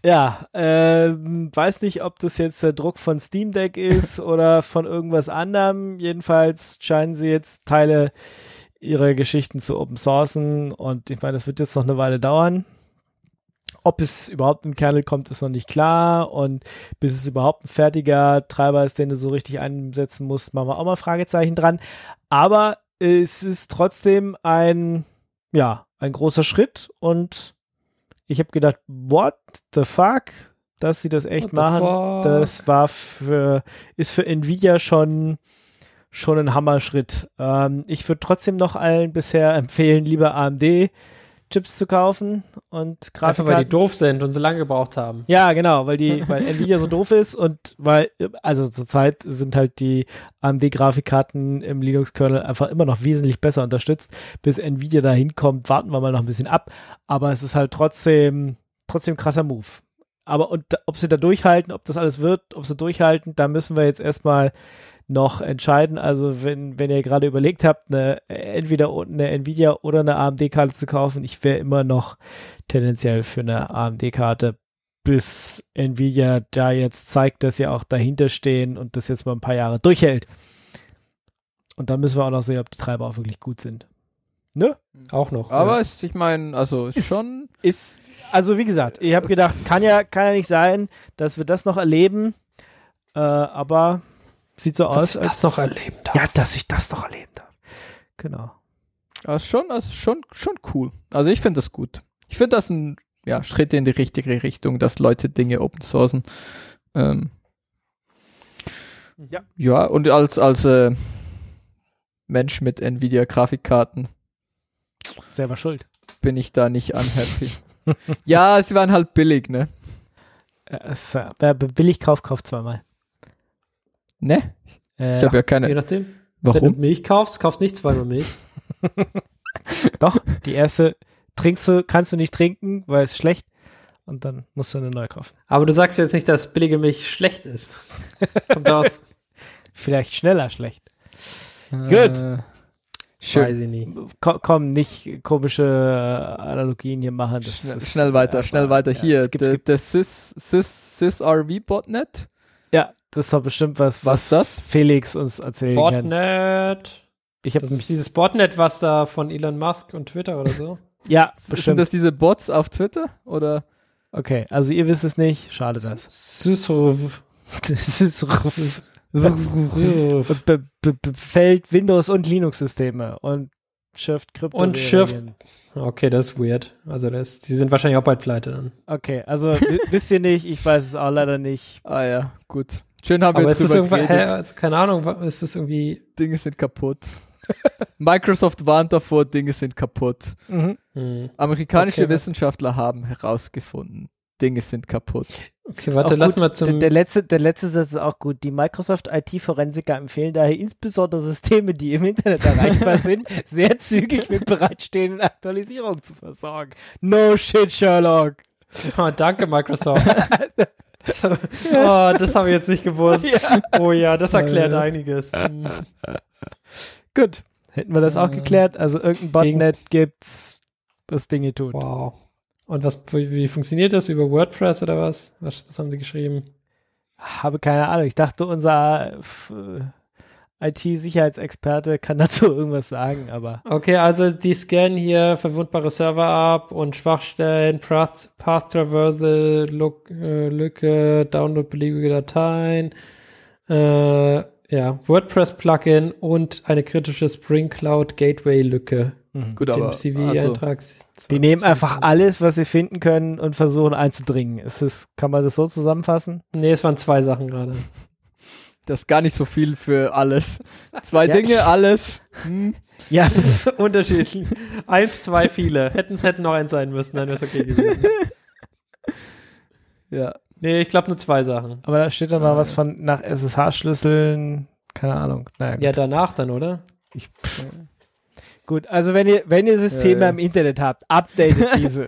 Ja, ähm, weiß nicht, ob das jetzt der Druck von Steam Deck ist oder von irgendwas anderem. Jedenfalls scheinen sie jetzt Teile ihrer Geschichten zu open sourcen und ich meine, das wird jetzt noch eine Weile dauern. Ob es überhaupt im Kernel kommt, ist noch nicht klar und bis es überhaupt ein fertiger Treiber ist, den du so richtig einsetzen musst, machen wir auch mal ein Fragezeichen dran. Aber es ist trotzdem ein, ja, ein großer Schritt und ich habe gedacht, what the fuck, dass sie das echt What the machen. fuck? Das war für, ist für Nvidia schon, schon ein Hammerschritt. Ähm, ich würde trotzdem noch allen bisher empfehlen, lieber AMD Chips zu kaufen und Einfach weil die Grafikkarten. doof sind und so lange gebraucht haben. Ja, genau, weil die, weil Nvidia so doof ist und weil, also zurzeit sind halt die AMD-Grafikkarten im Linux-Kernel einfach immer noch wesentlich besser unterstützt. Bis Nvidia da hinkommt, warten wir mal noch ein bisschen ab. Aber es ist halt trotzdem, trotzdem krasser Move. Aber und da- ob sie da durchhalten, ob das alles wird, ob sie durchhalten, da müssen wir jetzt erstmal noch entscheiden. Also wenn, wenn ihr gerade überlegt habt, eine, entweder eine Nvidia oder eine AMD-Karte zu kaufen, ich wäre immer noch tendenziell für eine AMD-Karte bis Nvidia da jetzt zeigt, dass sie auch dahinter stehen und das jetzt mal ein paar Jahre durchhält. Und dann müssen wir auch noch sehen, ob die Treiber auch wirklich gut sind. Auch noch. Aber ja. es- ich meine, also ist Ist- schon. Ist, also wie gesagt, ich habe gedacht, kann ja, kann ja nicht sein, dass wir das noch erleben. Äh, aber sieht so dass aus. ich als- das noch erleben darf. Ja, dass ich das noch erleben darf. Genau. Das ist schon, das ist schon, schon cool. Also ich finde das gut. Ich finde das ein ja, Schritt in die richtige Richtung, dass Leute Dinge open sourcen. Ähm, Ja. ja, und als, als äh, Mensch mit Nvidia-Grafikkarten Selber schuld. bin ich da nicht unhappy. ja, sie waren halt billig, ne? Äh, es, äh, wer billig kauft, kauft zweimal. Ne? Äh, Ich habe ja Je keine. nachdem. Wenn Warum? du Milch kaufst, kaufst nicht zweimal Milch. Doch, die erste trinkst du, kannst du nicht trinken, weil es schlecht. Und dann musst du eine neue kaufen. Aber du sagst jetzt nicht, dass billige Milch schlecht ist. Kommt aus. Vielleicht schneller schlecht. Gut. Äh, Weiß schön. ich nie. Ko komm, nicht komische äh, Analogien hier machen. Das Schnell, ist- schnell weiter, ja, schnell weiter. ja, Hier, äh, es gibt, es der gibt, der Sys, Sys, Sys RV Botnet. ja, das ist doch bestimmt was, Was das? Felix uns erzählen kann. Botnet. Ich habe Das ist dieses Botnet, was da von Elon Musk und Twitter oder so. ja, Sind bestimmt. das diese Bots auf Twitter? Oder? okay, also ihr wisst es nicht. Schade das. Sysrv. das ist Sysrv. Und be be befällt Windows und Linux-Systeme und schürft Krypto. Und schürft- Okay, das ist weird. Also das, die sind wahrscheinlich auch bald pleite dann. Okay, also wi- wisst ihr nicht, ich weiß es auch leider nicht. Ah ja, gut. Schön haben Aber wir ist das drüber irgendwie, hä, geredet. also keine Ahnung, wa- ist das irgendwie, Dinge sind kaputt. Microsoft warnt davor, Dinge sind kaputt. Mhm. hm. Amerikanische Okay, wa- Wissenschaftler haben herausgefunden, Dinge sind kaputt. okay, warte, auch lass gut. mal zum, Der, der, letzte, der letzte Satz ist auch gut. Die Microsoft IT-Forensiker empfehlen daher insbesondere Systeme, die im Internet erreichbar sind, sehr zügig mit bereitstehenden Aktualisierungen zu versorgen. No shit, Sherlock. Oh, danke, Microsoft. Das, oh, das habe ich jetzt nicht gewusst. Oh ja, das erklärt einiges. Hm. Gut. Hätten wir das auch Äh, geklärt? Also irgendein gegen- Botnet gibt's, das Dinge tut. Wow. Und was, wie, wie funktioniert das? Über WordPress oder was? Was, was haben sie geschrieben? Habe keine Ahnung. Ich dachte, unser äh, f- IT-Sicherheitsexperte kann dazu irgendwas sagen, aber Okay, also die scannen hier verwundbare Server ab und Schwachstellen, Path, Path Traversal, Look, äh, Lücke, Download beliebige Dateien, äh, ja, WordPress-Plugin und eine kritische Spring Cloud Gateway-Lücke. Gut, Dem E aber also, CV-Eintrag. die nehmen einfach alles, was sie finden können und versuchen einzudringen. Ist es, kann man das so zusammenfassen? Nee, es waren zwei Sachen gerade. das ist gar nicht so viel für alles. Zwei Ja. Dinge, alles. Hm. Ja, Unterschiedlich. eins, zwei, viele. Hätten es hätte noch eins sein müssen, dann wäre es okay gewesen. Ja. Nee, ich glaube nur zwei Sachen. aber da steht doch noch was von nach SSH-Schlüsseln. Keine Ahnung. Naja, gut. Ja, danach dann, oder? gut. Also wenn ihr, wenn ihr Systeme Ja, ja. im Internet habt, updatet diese.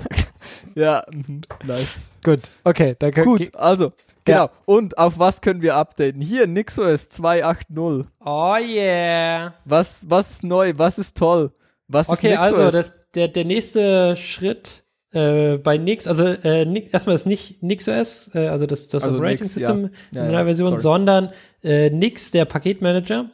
Ja, mhm. nice. gut. Okay, dann könnt Gut, also, genau. Ja. Und auf was können wir updaten? Hier, NixOS 2.8.0. Oh yeah. Was, was ist neu? Was ist toll? Was Okay, ist NixOS? also das, der, der nächste Schritt äh, bei Nix, also äh, Nix, erstmal ist nicht NixOS, äh, also das, das Also Operating Nix, System Ja, in ja, der Version, sorry. sondern äh, Nix, der Paketmanager.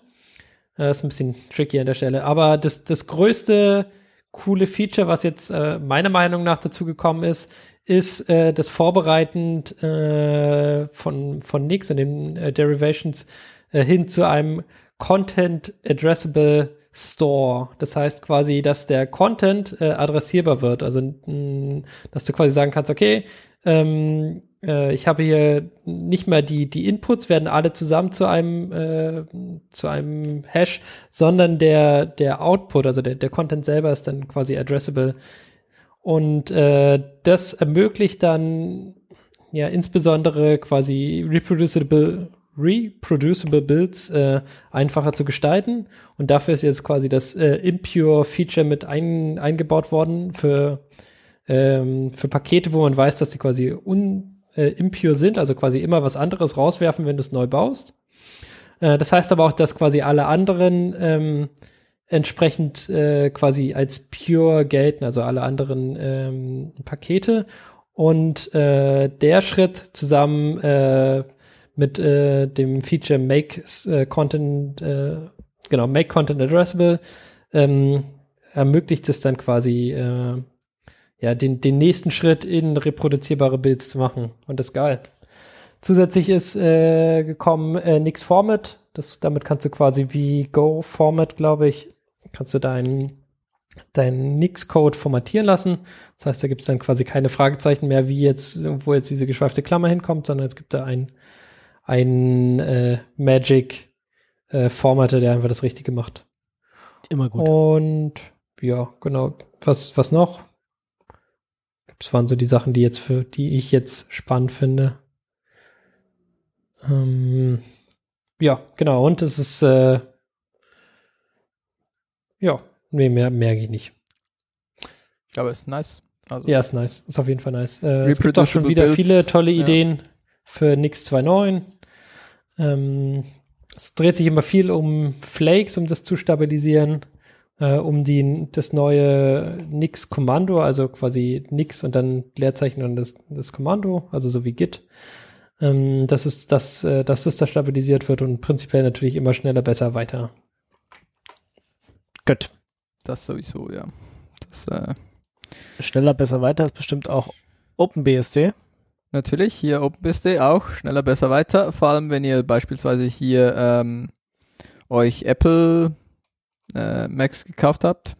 Äh, ist ein bisschen tricky an der Stelle, aber das, das größte coole Feature, was jetzt äh, meiner Meinung nach dazugekommen ist, ist äh, das Vorbereitend äh, von, von Nix und den äh, Derivations äh, hin zu einem Content Addressable Store. Das heißt quasi, dass der Content äh, adressierbar wird. Also, mh, dass du quasi sagen kannst, okay, ähm, äh, ich habe hier nicht mehr die, die Inputs werden alle zusammen zu einem, äh, zu einem Hash, sondern der, der Output, also der, der Content selber ist dann quasi addressable. Und äh, das ermöglicht dann ja insbesondere quasi reproducible, reproducible Builds äh, einfacher zu gestalten. Und dafür ist jetzt quasi das äh, Impure-Feature mit ein, eingebaut worden für, ähm, für Pakete, wo man weiß, dass sie quasi un, äh, impure sind, also quasi immer was anderes rauswerfen, wenn du es neu baust. Äh, das heißt aber auch, dass quasi alle anderen ähm, entsprechend äh, quasi als pure gelten, also alle anderen ähm, Pakete. Und äh, der Schritt zusammen äh, mit äh, dem Feature Make äh, Content, äh, genau, Make Content Addressable, ähm, ermöglicht es dann quasi, äh, ja, den, den nächsten Schritt in reproduzierbare Builds zu machen. Und das ist geil. Zusätzlich ist äh, gekommen äh, Nix Format. Das, damit kannst du quasi wie Go Format, glaube ich, kannst du deinen deinen Nix-Code formatieren lassen. Das heißt, da gibt es dann quasi keine Fragezeichen mehr, wie jetzt, wo jetzt diese geschweifte Klammer hinkommt, sondern es gibt da ein, ein äh, Magic äh, Formatter, der einfach das Richtige macht. immer Und ja, genau. Was, was noch? Das waren so die Sachen, die jetzt für, die ich jetzt spannend finde. Ähm, ja, genau. Und es ist, äh, ja, nee, mehr merke ich nicht. Aber ist nice. Also, Ja, ist nice. Ist auf jeden Fall nice. Äh, es gibt auch schon wieder Reproducible viele Builds, tolle ja. Ideen für Nix 2.9. Ähm, es dreht sich immer viel um Flakes, um das zu stabilisieren, äh, um die, das neue Nix-Kommando, also quasi Nix und dann Leerzeichen und das, das Kommando, also so wie Git. Ähm, das ist, dass, äh, dass das da stabilisiert wird und prinzipiell natürlich immer schneller, besser, weiter. Gut. das sowieso, ja. Das, äh, Schneller, besser, weiter ist bestimmt auch OpenBSD. natürlich, hier OpenBSD auch, schneller, besser, weiter. Vor allem, wenn ihr beispielsweise hier ähm, euch Apple äh, Macs gekauft habt.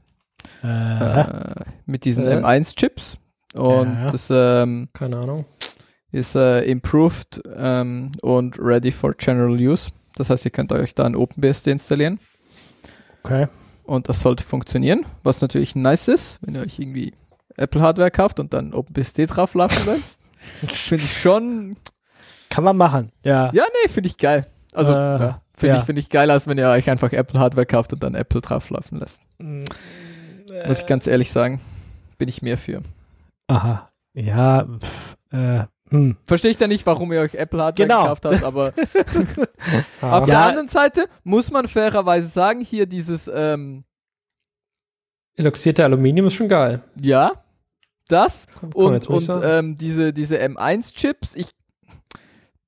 Äh, äh, mit diesen Äh. M1-Chips. Und Ja. das ähm, Keine Ahnung. ist äh, improved ähm, und ready for general use. Das heißt, ihr könnt euch da ein OpenBSD installieren okay. und das sollte funktionieren, was natürlich nice ist, wenn ihr euch irgendwie Apple-Hardware kauft und dann OpenBSD drauf laufen lässt. finde ich schon, Kann man machen. Ja. ja, nee, finde ich geil. Also, Äh, ja, finde ja. ich, finde ich geil, als wenn ihr euch einfach Apple-Hardware kauft und dann Apple drauf laufen lässt. Muss Äh, ich ganz ehrlich sagen, bin ich mehr für. Aha. Ja. Pff, äh, hm. Verstehe ich da nicht, warum ihr euch Apple Hardware Genau. gekauft habt, aber Ah, Auf der Ja. anderen Seite muss man fairerweise sagen, hier dieses, ähm, Eloxierte Aluminium ist schon geil. ja, das Komm, komm, und, jetzt ruhig und sagen. ähm, diese, diese M1-Chips, ich,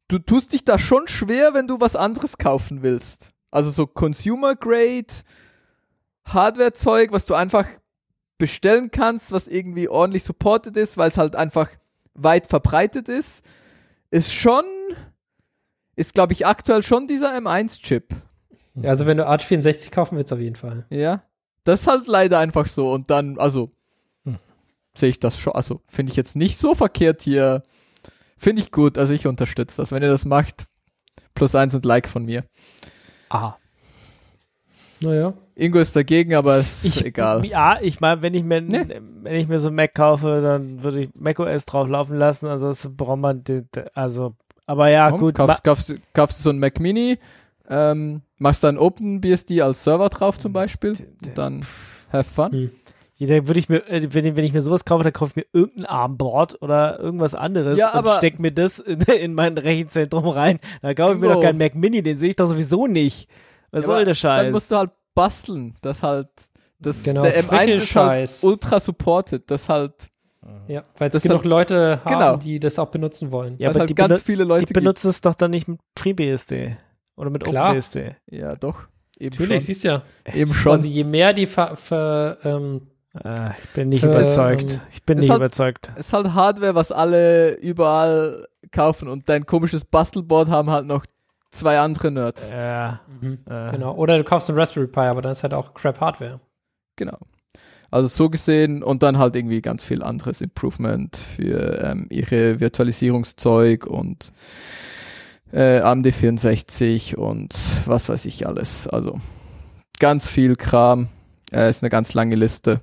du tust dich da schon schwer, wenn du was anderes kaufen willst. Also so Consumer Grade Hardware Zeug, was du einfach bestellen kannst, was irgendwie ordentlich supported ist, weil es halt einfach weit verbreitet ist, ist schon ist glaube ich aktuell schon dieser M1 Chip. Ja, also wenn du Arch 64 kaufen willst, auf jeden Fall. Ja. Das ist halt leider einfach so und dann also Hm. sehe ich das schon, also finde ich jetzt nicht so verkehrt hier. Finde ich gut, also ich unterstütze das. Wenn ihr das macht, plus eins und Like von mir. Aha. Naja. Ingo ist dagegen, aber es ist Ich, egal. Ja, ich meine, wenn ich mir Nee. wenn ich mir so einen Mac kaufe, dann würde ich macOS drauf laufen lassen, ansonsten braucht man den, also aber ja, Komm, gut, Kaufst, kaufst, du- kaufst du so einen Mac Mini, ähm, machst dann OpenBSD als Server drauf zum Beispiel, d- und dann have fun. Jeder würde ich mir, äh, wenn, wenn ich mir sowas kaufe, dann kaufe ich mir irgendein Armboard oder irgendwas anderes Ja, und aber- steck mir das in, in mein Rechenzentrum rein. Dann kaufe ich mir Ingo. doch keinen Mac Mini, den sehe ich doch sowieso nicht. Was Genau. Ja, aber soll der Dann Scheiß? musst du halt basteln, das halt, das, Genau, der M1 ist halt Frickelscheiß. ultra supported, das halt, Ja, weil es Das genug hat- Leute haben, Genau. die das auch benutzen wollen. Ja, was aber halt die, ganz benut viele die Leute gibt. benutzen es doch dann nicht mit FreeBSD oder mit Klar. OpenBSD. Ja, doch. Eben Natürlich, schon. siehst du ja. Eben Also schon. je mehr die ver, ver, ähm, Ah, ich bin nicht Ähm, überzeugt. Ich bin es nicht hat- überzeugt. Es ist halt Hardware, was alle überall kaufen und dein komisches Bastelboard haben halt noch zwei andere Nerds. Ja, äh, genau. Oder du kaufst einen Raspberry Pi, aber dann ist halt auch Crap Hardware. Genau. Also so gesehen und dann halt irgendwie ganz viel anderes Improvement für ähm, ihre Virtualisierungszeug und äh, AMD 64 und was weiß ich alles. Also ganz viel Kram. Äh, ist eine ganz lange Liste.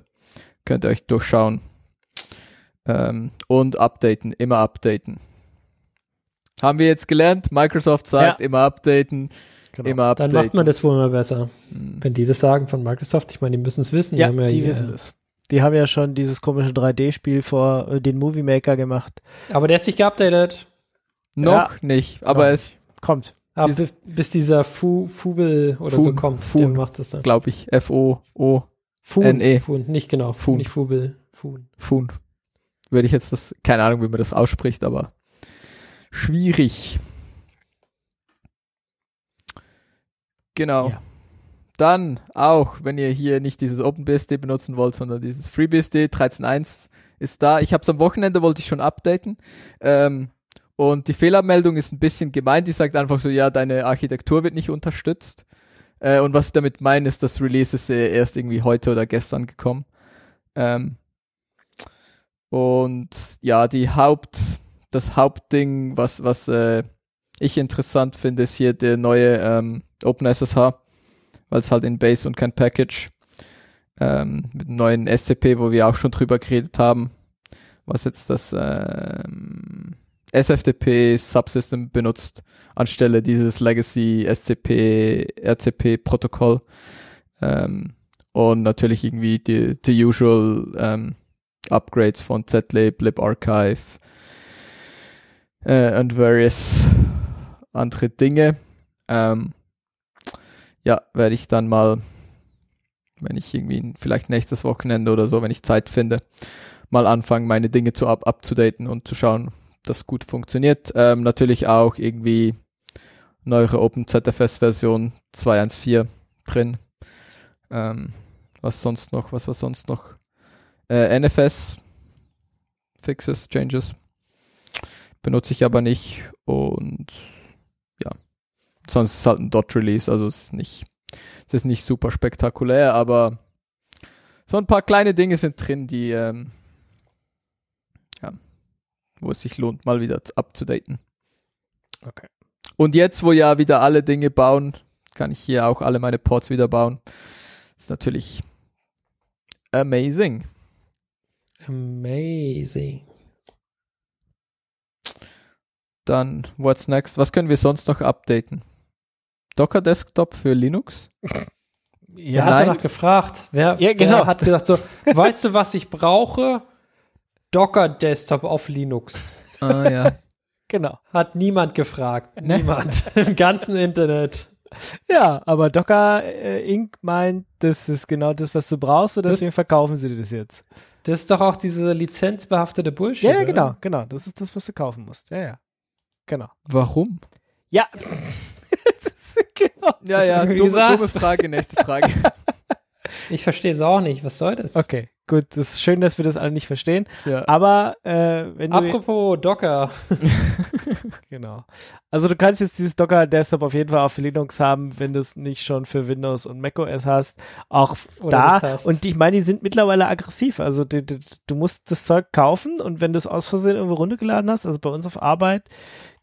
Könnt ihr euch durchschauen. Ähm, und updaten, immer updaten. Haben wir jetzt gelernt, Microsoft sagt immer updaten, genau. immer Dann updaten. macht man das wohl immer besser. Mhm. Wenn die das sagen von Microsoft, ich meine, die müssen es wissen. Ja, haben ja die hier- wissen es. Die haben ja schon dieses komische 3D-Spiel vor äh, den Movie Maker gemacht. Aber der ist nicht geupdatet. Noch nicht, aber Noch es Kommt. Aber Dies- bi- bis dieser Fu, Fubel oder Fu- so kommt, Fu- der macht das dann. glaube ich, F-O-O. Fun, NE. Fun, nicht genau. Fun. Nicht Fubel, Fun. Fun. Würde ich jetzt das, keine Ahnung, wie man das ausspricht, aber schwierig. Genau. Ja. Dann auch, wenn ihr hier nicht dieses OpenBSD benutzen wollt, sondern dieses FreeBSD 13.1 ist da. Ich habe es am Wochenende, wollte ich schon updaten. Ähm, und die Fehlermeldung ist ein bisschen gemein. Die sagt einfach so, ja, deine Architektur wird nicht unterstützt. Äh, und was ich damit meine, ist, das Release ist äh, erst irgendwie heute oder gestern gekommen. Ähm, und ja, die Haupt, das Hauptding, was, was äh, ich interessant finde, ist hier der neue ähm, OpenSSH, weil es halt in Base und kein Package ähm, mit dem neuen SCP, wo wir auch schon drüber geredet haben, was jetzt das ähm, SFTP Subsystem benutzt anstelle dieses Legacy SCP RCP Protokoll ähm, und natürlich irgendwie die, die usual ähm, Upgrades von ZLib, LibArchive äh, und various andere Dinge. Ähm, ja, werde ich dann mal, wenn ich irgendwie vielleicht nächstes Wochenende oder so, wenn ich Zeit finde, mal anfangen, meine Dinge zu up abzudaten und zu schauen, das gut funktioniert. Ähm, natürlich auch irgendwie neuere OpenZFS-Version 2.1.4 drin. Ähm, was sonst noch? Was war sonst noch? äh, NFS Fixes, Changes. Benutze ich aber nicht und ja. Sonst ist es halt ein Dot-Release, also es ist nicht, es ist nicht super spektakulär, aber so ein paar kleine Dinge sind drin, die ähm, ja, wo es sich lohnt, mal wieder zu- abzudaten. Okay. Und jetzt, wo ja wieder alle Dinge bauen, kann ich hier auch alle meine Ports wieder bauen. Ist natürlich amazing. Amazing. Dann, what's next? Was können wir sonst noch updaten? Docker Desktop für Linux? Wer Ja, hat nein. danach gefragt? Wer, Ja, genau. wer hat gesagt so, weißt du, was ich brauche? Docker Desktop auf Linux. Ah ja. genau. Hat niemand gefragt. Ne? Niemand. Im ganzen Internet. Ja, aber Docker äh, Inc. meint, das ist genau das, was du brauchst und Das- deswegen verkaufen sie dir das jetzt. Das ist doch auch diese lizenzbehaftete Bullshit. Ja, ja, oder? genau, genau. Das ist das, was du kaufen musst. Ja, ja. Genau. Warum? Ja. das ist genau. Ja, Das ja, haben wir dumme, gesagt. dumme Frage, nächste Frage. Ich verstehe es auch nicht. Was soll das? Okay, gut. Das ist schön, dass wir das alle nicht verstehen. ja. Aber äh, wenn du. Apropos Docker. Genau. Also du kannst jetzt dieses Docker Desktop auf jeden Fall auch für Linux haben, wenn du es nicht schon für Windows und macOS hast. Auch f- Oder da. nicht hast. Und die- ich meine, die sind mittlerweile aggressiv. Also die, die, du musst das Zeug kaufen und wenn du es aus Versehen irgendwo runtergeladen hast, also bei uns auf Arbeit,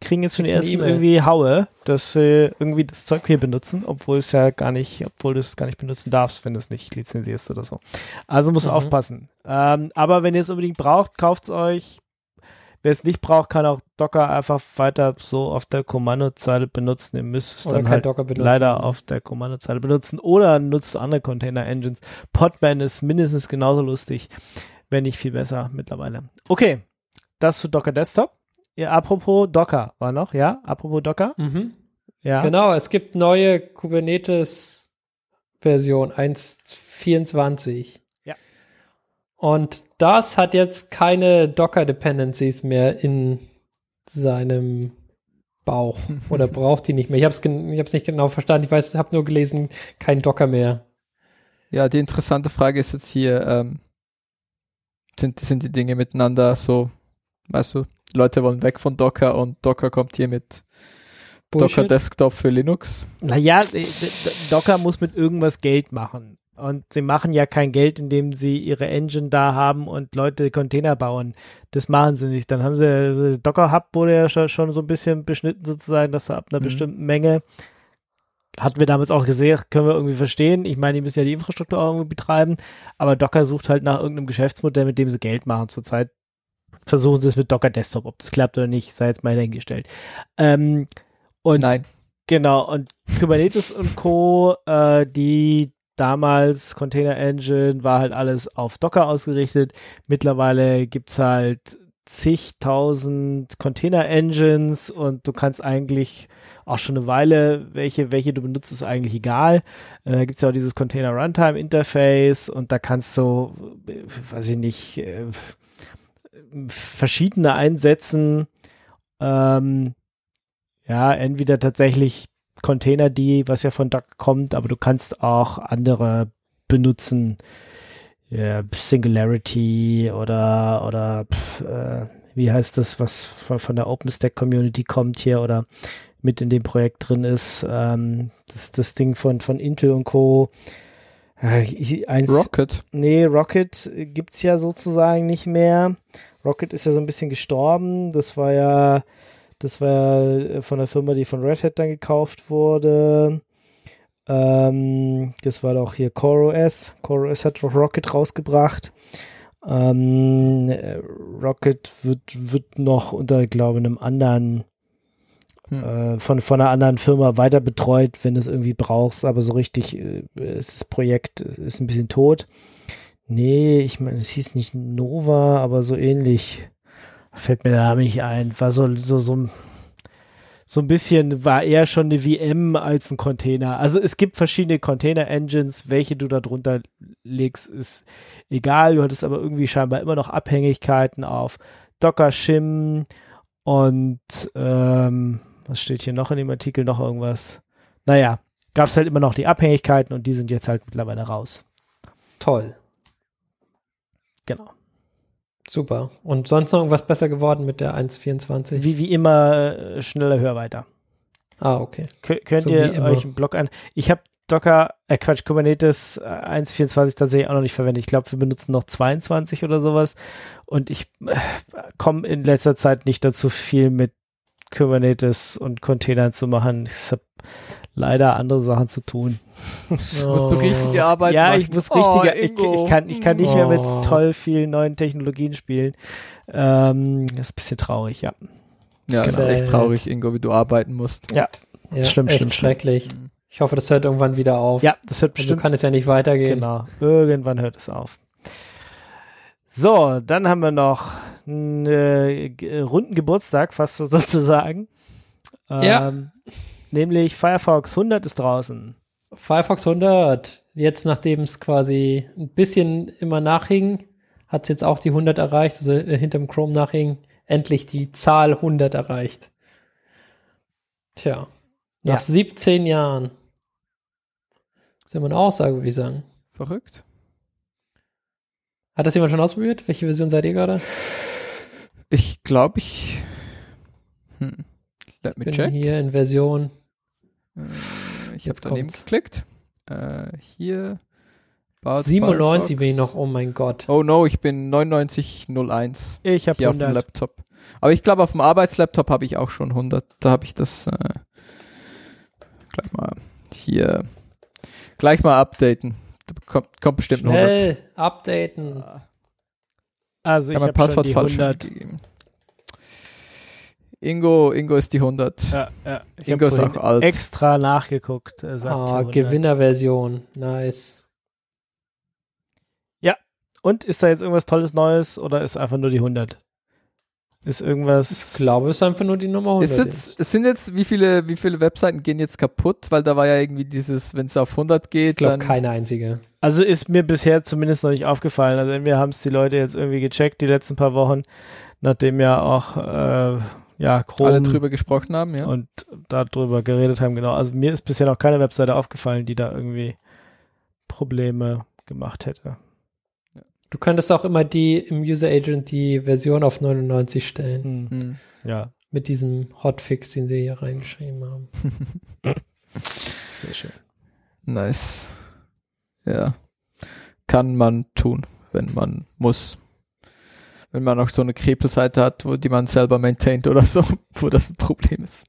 kriegen jetzt schon die Kriegst ersten eine E-Mail. irgendwie Haue, dass sie irgendwie das Zeug hier benutzen, obwohl es ja gar nicht, obwohl du es gar nicht benutzen darfst, wenn du es nicht lizenzierst oder so. Also musst du Mhm. aufpassen. Ähm, aber wenn ihr es unbedingt braucht, kauft es euch. Wer es nicht braucht, kann auch Docker einfach weiter so auf der Kommandozeile benutzen. Ihr müsst es Oder dann kein halt Docker benutzen. leider auf der Kommandozeile benutzen. Oder nutzt andere Container-Engines. Podman ist mindestens genauso lustig, wenn nicht viel besser mittlerweile. Okay, das zu Docker Desktop. Ja, apropos Docker war noch, ja? Apropos Docker, Mhm. ja. Genau, es gibt neue Kubernetes-Version 1.24. Ja. Und das hat jetzt keine Docker-Dependencies mehr in seinem Bauch oder braucht die nicht mehr. Ich habe es gen ich hab's nicht genau verstanden. Ich weiß, habe nur gelesen, kein Docker mehr. ja, die interessante Frage ist jetzt hier, ähm, sind, sind die Dinge miteinander so, weißt du, Leute wollen weg von Docker und Docker kommt hier mit Docker Bullshit. Desktop für Linux. Naja, d- d- d- Docker muss mit irgendwas Geld machen. Und sie machen ja kein Geld, indem sie ihre Engine da haben und Leute Container bauen. Das machen sie nicht. Dann haben sie, Docker Hub wurde ja schon, schon so ein bisschen beschnitten sozusagen, dass er ab einer Mhm. bestimmten Menge, hatten wir damals auch gesehen, können wir irgendwie verstehen. Ich meine, die müssen ja die Infrastruktur auch irgendwie betreiben. Aber Docker sucht halt nach irgendeinem Geschäftsmodell, mit dem sie Geld machen. Zurzeit versuchen sie es mit Docker Desktop. Ob das klappt oder nicht, sei jetzt mal dahingestellt. Ähm, und Nein. Genau, und Kubernetes und Co., äh, die damals Container Engine, war halt alles auf Docker ausgerichtet. Mittlerweile gibt's halt zigtausend Container Engines und du kannst eigentlich auch schon eine Weile, welche, welche du benutzt, ist eigentlich egal. Äh, da gibt's ja auch dieses Container Runtime Interface und da kannst du, äh, weiß ich nicht, äh, verschiedene einsetzen. Ähm, ja, entweder tatsächlich Container, die, was ja von Docker kommt, aber du kannst auch andere benutzen. Ja, Singularity oder, oder pf, äh, wie heißt das, was von, von der OpenStack Community kommt hier oder mit in dem Projekt drin ist. Ähm, das, das Ding von, von Intel und Co. Äh, ich- eins- Rocket. Nee, Rocket äh, gibt's ja sozusagen nicht mehr. Rocket ist ja so ein bisschen gestorben. Das war ja, das war ja äh, von der Firma, die von Red Hat dann gekauft wurde. Ähm, das war doch hier CoreOS. CoreOS hat doch Rocket rausgebracht. Ähm, äh, Rocket wird, wird noch unter, glaube ich, einem anderen, Hm. äh, von, von einer anderen Firma weiter betreut, wenn du es irgendwie brauchst, aber so richtig äh, ist das Projekt äh, ist ein bisschen tot. Nee, ich meine, es hieß nicht Nova, aber so ähnlich. Fällt mir der Name nicht ein. War so, so, so, ein- so ein bisschen, war eher schon eine VM als ein Container. Also es gibt verschiedene Container-Engines, welche du da drunter legst, ist egal. Du hattest aber irgendwie scheinbar immer noch Abhängigkeiten auf Docker, Shim und ähm, was steht hier noch in dem Artikel? Noch irgendwas? Naja, gab es halt immer noch die Abhängigkeiten und die sind jetzt halt mittlerweile raus. Toll. Genau. Super. Und sonst noch irgendwas besser geworden mit der 1.24? Wie, wie immer, äh, schneller, höher, weiter. Ah, okay. Kö- Könnt So wie ihr immer. euch einen Blog an. Ich habe Docker, äh Quatsch, Kubernetes äh, 1.24 tatsächlich auch noch nicht verwendet. Ich glaube, wir benutzen noch 22 oder sowas. Und ich äh, komme in letzter Zeit nicht dazu, viel mit Kubernetes und Containern zu machen. Ich habe leider andere Sachen zu tun. Musst du richtige Arbeit ja, machen. ich muss Oh, richtig, ich, Ingo. ich, kann, ich kann nicht mehr mit Oh. toll vielen neuen Technologien spielen. Ähm, das ist ein bisschen traurig, ja. Ja, ist Sad. echt traurig, Ingo, wie du arbeiten musst. Ja, Schlimm, echt schlimm, schlimm. schrecklich. Ich hoffe, das hört irgendwann wieder auf. Ja, das hört Also bestimmt kann es ja nicht weitergehen. Genau, irgendwann hört es auf. So, dann haben wir noch einen äh, g- runden Geburtstag, fast so sozusagen. Ja. Ähm, Nämlich Firefox 100 ist draußen. Firefox 100, jetzt nachdem es quasi ein bisschen immer nachhing, hat es jetzt auch die 100 erreicht, also äh, hinterm Chrome nachhing, endlich die Zahl 100 erreicht. Tja, nach Ja. 17 Jahren. ist ja immer eine Aussage, würde ich sagen. Verrückt. Hat das jemand schon ausprobiert? Welche Version seid ihr gerade? Ich glaube, ich. Hm. Let me Bin check. hier in Version. Äh, Ich habe Jetzt daneben kommt's. geklickt. Äh, hier. About 97 Firefox. bin ich noch, oh mein Gott. Oh no, ich bin 9901 Ich habe hier auf dem 100. Laptop. Aber ich glaube, auf dem Arbeitslaptop habe ich auch schon 100. Da habe ich das äh, gleich mal hier gleich mal updaten. Da kommt, kommt bestimmt ein Schnell updaten. 100. Also Ich ich habe habe mein schon Passwort die falsch 100. gegeben. Ingo, Ingo ist die 100. Ja, ja. Ich Ingo habe ist auch vorhin alt. extra nachgeguckt. Äh, sagt Ah, 100. Gewinnerversion. Nice. Und ist da jetzt irgendwas Tolles Neues oder ist einfach nur die 100? Ist Ich irgendwas. glaube, es ist einfach nur die Nummer 100. Ist jetzt, es sind jetzt, wie viele, wie viele Webseiten gehen jetzt kaputt? Weil da war ja irgendwie dieses, wenn es auf 100 ich geht, glaube, dann keine einzige. Also ist mir bisher zumindest noch nicht aufgefallen. Also entweder haben es die Leute jetzt irgendwie gecheckt die letzten paar Wochen, nachdem ja auch äh, ja, Chrome alle drüber gesprochen haben. Ja. und darüber geredet haben, genau. Also mir ist bisher noch keine Webseite aufgefallen, die da irgendwie Probleme gemacht hätte. Du könntest auch immer die im User Agent die Version auf 99 stellen. Hm. Hm. Ja, Mit diesem Hotfix, den sie hier reingeschrieben haben. Hm. sehr schön. Nice. Ja. Kann man tun, wenn man muss. Wenn man auch so eine Krepelseite hat, wo die man selber maintaint oder so, wo das ein Problem ist.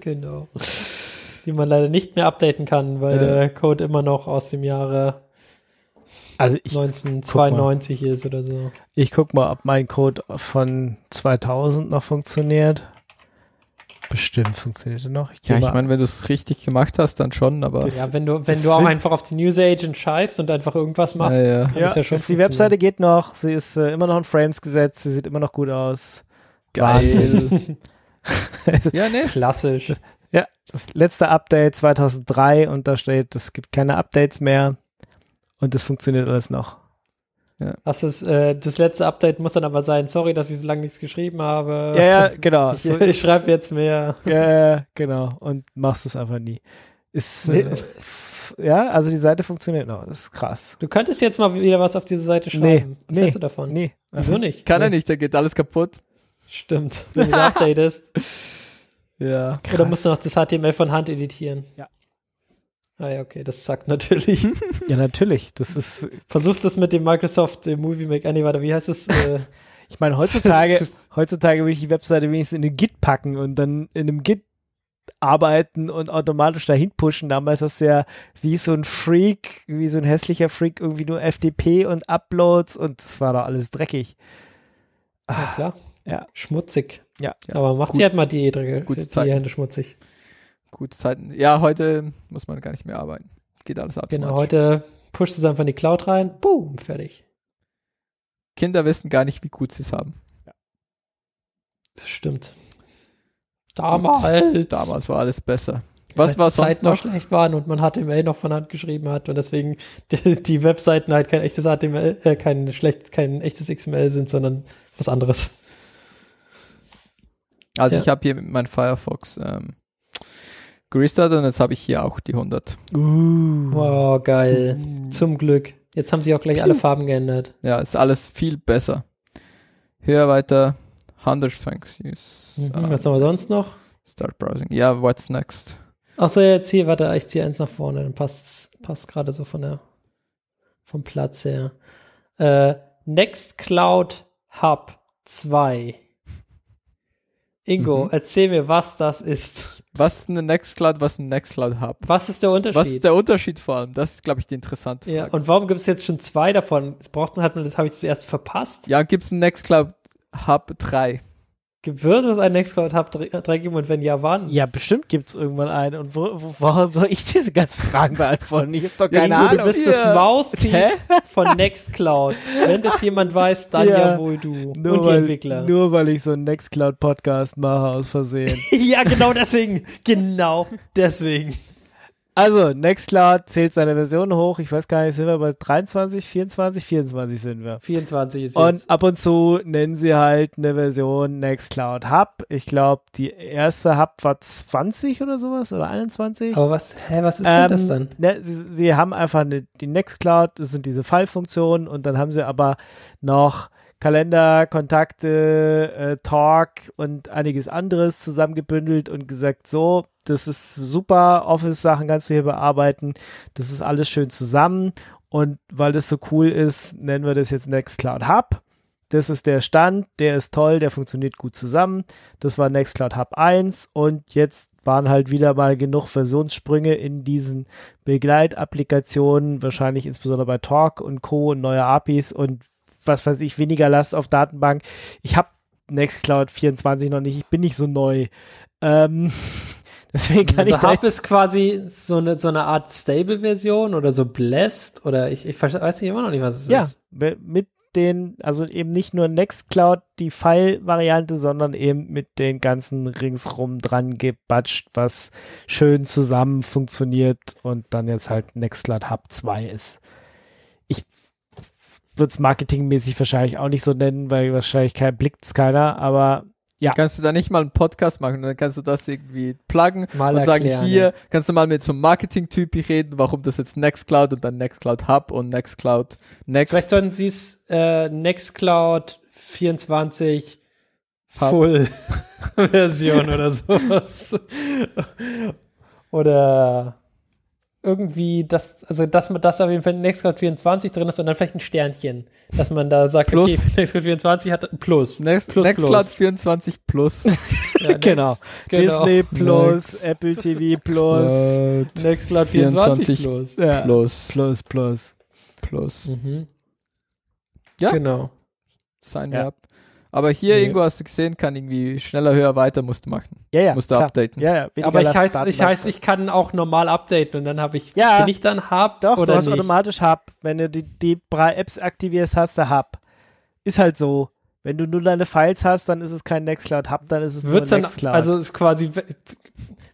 genau. Die man leider nicht mehr updaten kann, weil Ja. der Code immer noch aus dem Jahre Also ich, 1992 ist oder so. ich guck mal, ob mein Code von 2000 noch funktioniert. Bestimmt funktioniert er noch. Ja, geh ich mal- meine, wenn du es richtig gemacht hast, dann schon, aber Ja, wenn du, wenn es du auch sind- einfach auf den User Agent scheißt und einfach irgendwas machst, Ja, ja. kann Ja, es ja schon ist die funktionieren. Webseite geht noch, sie ist äh, immer noch in Frames gesetzt, sie sieht immer noch gut aus. geil. ja, ne? Klassisch. Ja, das letzte Update 2003 und da steht, es gibt keine Updates mehr und das funktioniert alles noch. Das, ist, äh, das letzte Update muss dann aber sein, sorry, dass ich so lange nichts geschrieben habe. Ja, ja, genau. ich ich schreibe jetzt mehr. Ja, ja, genau. Und machst es einfach nie. Ist, Nee. äh, f- ja, also die Seite funktioniert noch. Das ist krass. Du könntest jetzt mal wieder was auf diese Seite schreiben. was nee, hältst du davon? Nee. Wieso nicht? Kann er nicht, da geht alles kaputt. Stimmt, wenn du da updatest. Ja. Oder musst du noch das HTML von Hand editieren? Ja. Ah ja, okay, das sagt natürlich. Ja, natürlich. Das ist, Versuch das mit dem Microsoft äh, Movie Maker. Nee, warte, wie heißt es? Äh, ich meine, heutzutage, heutzutage will ich die Webseite wenigstens in eine Git packen und dann in einem Git arbeiten und automatisch dahin pushen. Damals hast du ja wie so ein Freak, wie so ein hässlicher Freak irgendwie nur FTP und Uploads und das war doch alles dreckig. ja, klar. Ja. Schmutzig. Ja. Ja, Aber macht gut. sie halt mal die, Edrige, Gute die Zeiten. Hände schmutzig. Gute Zeiten. Ja, heute muss man gar nicht mehr arbeiten. Geht alles ab. Genau, heute pushst du es einfach in die Cloud rein. Boom, fertig. Kinder wissen gar nicht, wie gut sie es haben. Das stimmt. Damals. Damals war alles besser. Was Als war die sonst Zeiten noch noch? schlecht waren und man HTML noch von Hand geschrieben hat und deswegen die, die Webseiten halt kein echtes HTML, äh, kein schlecht, kein echtes XML sind, sondern was anderes. Also Ja. ich habe hier mit meinem Firefox ähm, gerestartet und jetzt habe ich hier auch die 100. Uh. Wow, geil. Zum Glück. Jetzt haben sie auch gleich alle Farben geändert. Ja, ist alles viel besser. Höher weiter. 100 thanks. Use, Mhm, äh, was haben wir sonst noch? Start browsing. Ja, what's next? Achso, ja, jetzt hier, warte, ich ziehe eins nach vorne, dann passt passt gerade so von der vom Platz her. Äh, Nextcloud Hub 2. Ingo, Mhm. erzähl mir, was das ist. Was ist eine Nextcloud, was ist ein Nextcloud Hub? Was ist der Unterschied? Was ist der Unterschied vor allem? Das ist, glaube ich, die interessante Frage. Ja, und warum gibt es jetzt schon zwei davon? Das braucht man, hat man, das habe ich zuerst verpasst. Ja, gibt es einen Nextcloud Hub 3? Gibt- Wird es ein Nextcloud Hub 3 geben und wenn ja, wann? Ja, bestimmt gibt's irgendwann einen. Und wo, wo, warum soll ich diese ganzen Fragen beantworten? Ich hab doch keine Ingo, du Ahnung. bist das Ja. Mouthpiece von Nextcloud. Wenn das jemand weiß, dann ja, Ja. wohl du Nur und die weil, Entwickler. Nur weil ich so einen Nextcloud-Podcast mache aus Versehen. ja, genau deswegen. Genau deswegen. Also, Nextcloud zählt seine Version hoch. Ich weiß gar nicht, sind wir bei 23, 24, 24 sind wir. 24 ist Und jetzt. ab und zu nennen sie halt eine Version Nextcloud Hub. Ich glaube, die erste Hub war 20 oder sowas oder 21. Aber was, hä, was ist Ähm, denn das dann? Ne, sie, sie haben einfach eine, die Nextcloud, das sind diese Fallfunktionen und dann haben sie aber noch Kalender, Kontakte, äh, Talk und einiges anderes zusammengebündelt und gesagt, so, das ist super, Office-Sachen kannst du hier bearbeiten, das ist alles schön zusammen und weil das so cool ist, nennen wir das jetzt Nextcloud Hub. Das ist der Stand, der ist toll, der funktioniert gut zusammen. Das war Nextcloud Hub 1 und jetzt waren halt wieder mal genug Versionssprünge in diesen Begleitapplikationen, wahrscheinlich insbesondere bei Talk und Co. und neue APIs und was weiß ich, weniger Last auf Datenbank. Ich habe Nextcloud 24 noch nicht, ich bin nicht so neu. Ähm, deswegen kann ich Also da Hub jetzt, ist quasi so eine, so eine Art Stable-Version oder so Blessed oder ich, ich verste- weiß nicht immer noch nicht, was es ja, ist. be- mit den, also eben nicht nur Nextcloud, die File-Variante, sondern eben mit den ganzen ringsrum dran gebatscht, was schön zusammen funktioniert und dann jetzt halt Nextcloud Hub 2 ist. Ich würde es marketingmäßig wahrscheinlich auch nicht so nennen, weil wahrscheinlich kein, blickt es keiner, aber Kannst du da nicht mal einen Podcast machen? Dann kannst du das irgendwie pluggen Mal und sagen, erklären. hier kannst du mal mit so einem Marketing-Typ reden, warum das jetzt Nextcloud und dann Nextcloud Hub und Nextcloud Next. Vielleicht sollten sie es äh, Nextcloud 24 Hub. Full Version oder sowas. oder irgendwie das, also dass man das auf jeden Fall in Nextcloud 24 drin ist und dann vielleicht ein Sternchen, dass man da sagt, Plus. okay, Nextcloud 24 hat plus. Next, plus, Nextcloud plus. 24 Plus. Ja, Next- Genau. genau. Disney Plus, Next. Apple TV Plus, Nextcloud 24, 24 plus. ja, Plus. Plus, Plus. Plus. Mhm. Ja. Genau. Sign Ja. me up. Aber hier Ja. irgendwo hast du gesehen, kann irgendwie schneller, höher, weiter musst du machen. Ja, ja. musst du klar. updaten. Ja, ja, weniger Aber ich Last heißt, ich Datenbank. heißt, ich kann auch normal updaten und dann habe ich, Ja. bin ich dann Hub Doch, oder du hast nicht? automatisch Hub. Wenn du die, die drei Apps aktivierst, hast du Hub. Ist halt so. Wenn du nur deine Files hast, dann ist es kein Nextcloud Hub, dann ist es Wird's nur dann, Nextcloud. also quasi, w-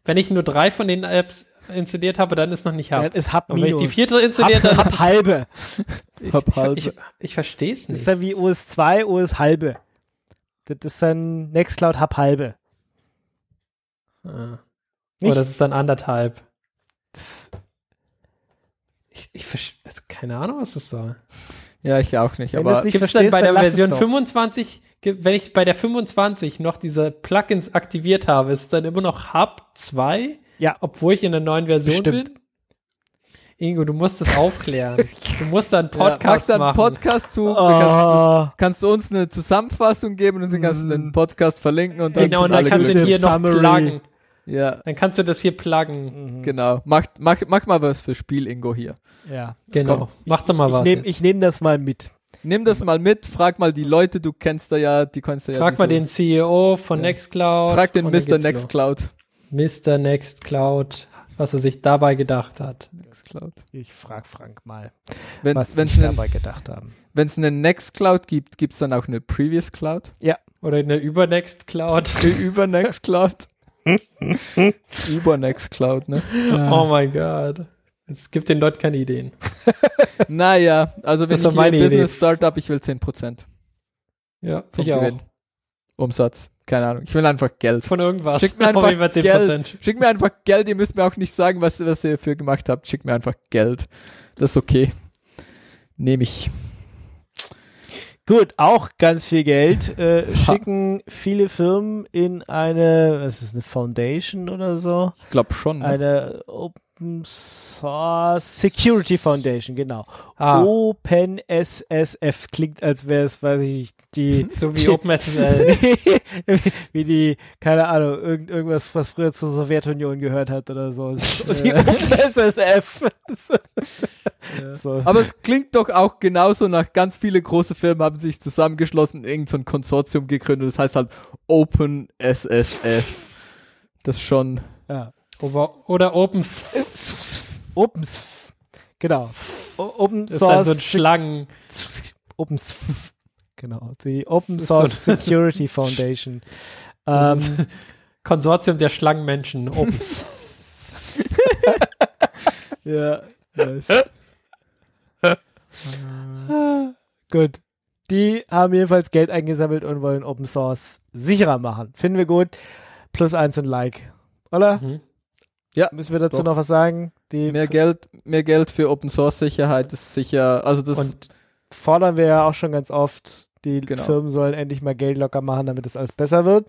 wenn ich nur drei von den Apps installiert habe, dann ist noch nicht dann Hub. ist Hub Und wenn ich minus. die vierte installiert, Hub, dann ist Hub es- halbe. Ich, Hub halbe. ich, ich, ich verstehe es Das ist halt nicht. dann wie OS 2, OS halbe. Das ist dann Nextcloud Hub halbe. Ah. Nicht? Oder das ist dann anderthalb. Das, Ich, ich verstehe, also keine Ahnung, was das soll. Ja, ich auch nicht. Wenn Aber du's nicht- Gibt es dann versteh's, bei dann der lass es Version doch. 25, ge- wenn ich bei der 25 noch diese Plugins aktiviert habe, ist dann immer noch Hub 2? Ja. Obwohl ich in der neuen Version Bestimmt. bin? Ingo, du musst das aufklären. du musst da einen ja, magst Podcast du einen machen. Podcast zu, dann kannst, oh, du- kannst du uns eine Zusammenfassung geben und dann kannst du den Podcast verlinken und dann Mm. genau, und sind dann alle kannst du glücklich. hier noch Summary. pluggen. Ja, Dann kannst du das hier pluggen. genau. Mach, mach, mach mal was für Spiel, Ingo, hier. ja. Genau. Komm. Mach doch mal Ich was. nehme jetzt. ich nehm das mal mit. Nimm das mal mit, frag mal die Leute, du kennst da ja, die kannst du ja. Frag diese- mal den CEO von Nextcloud. Frag den und dann Mr. geht's los. Nextcloud. Mr. Nextcloud, was er sich dabei gedacht hat. Nextcloud. Ich frag Frank mal, Wenn was es sie sich eine, dabei gedacht haben. wenn's eine Nextcloud gibt, gibt's dann auch eine Previous Cloud? Oder eine Übernextcloud. Über Nextcloud? Über Nextcloud, ne? Äh. Oh mein Gott. Es gibt den Leuten keine Ideen. Naja, also wenn Das ich war hier meine Idee. Business Startup, ich will 10% Ja, vom ich auch. Gewinn. Umsatz. Keine Ahnung. Ich will einfach Geld. Von irgendwas. Oh, Schickt mir Auf einfach jeden Fall 10%. Geld. Schickt mir einfach Geld, ihr müsst mir auch nicht sagen, was, was ihr dafür gemacht habt. Schickt mir einfach Geld. Das ist okay. Nehme ich. Gut, auch ganz viel Geld äh, Ha. schicken viele Firmen in eine, was ist eine Foundation oder so, Ich glaube Mhm. schon. Ne? eine Open Source Security Foundation, genau. Ah, OpenSSF klingt, als wäre es, weiß ich nicht, die so wie OpenSSL. wie die, keine Ahnung, irgend, irgendwas, was früher zur Sowjetunion gehört hat oder so. Und die OpenSSF. so. Aber es klingt doch auch genauso nach ganz viele große Firmen haben sich zusammengeschlossen, irgend so ein Konsortium gegründet. Das heißt halt Open SSF. Das ist schon. Ja. Ober- Oder Open ist OpenSF. Genau. O Open dann Source so ein Schlangen. Open S- genau die Open Das ist Source so- Security Foundation. Das Ähm, ist Konsortium der Schlangenmenschen. Open Ja. Nice. Ah, gut. Die haben jedenfalls Geld eingesammelt und wollen Open Source sicherer machen. Finden wir gut. Plus eins und Like. Oder? Mhm. Ja, Müssen wir dazu doch. noch was sagen? Die Mehr Geld, mehr Geld für Open Source Sicherheit ist sicher, also das Und fordern wir ja auch schon ganz oft, die Genau. Firmen sollen endlich mal Geld locker machen, damit das alles besser wird.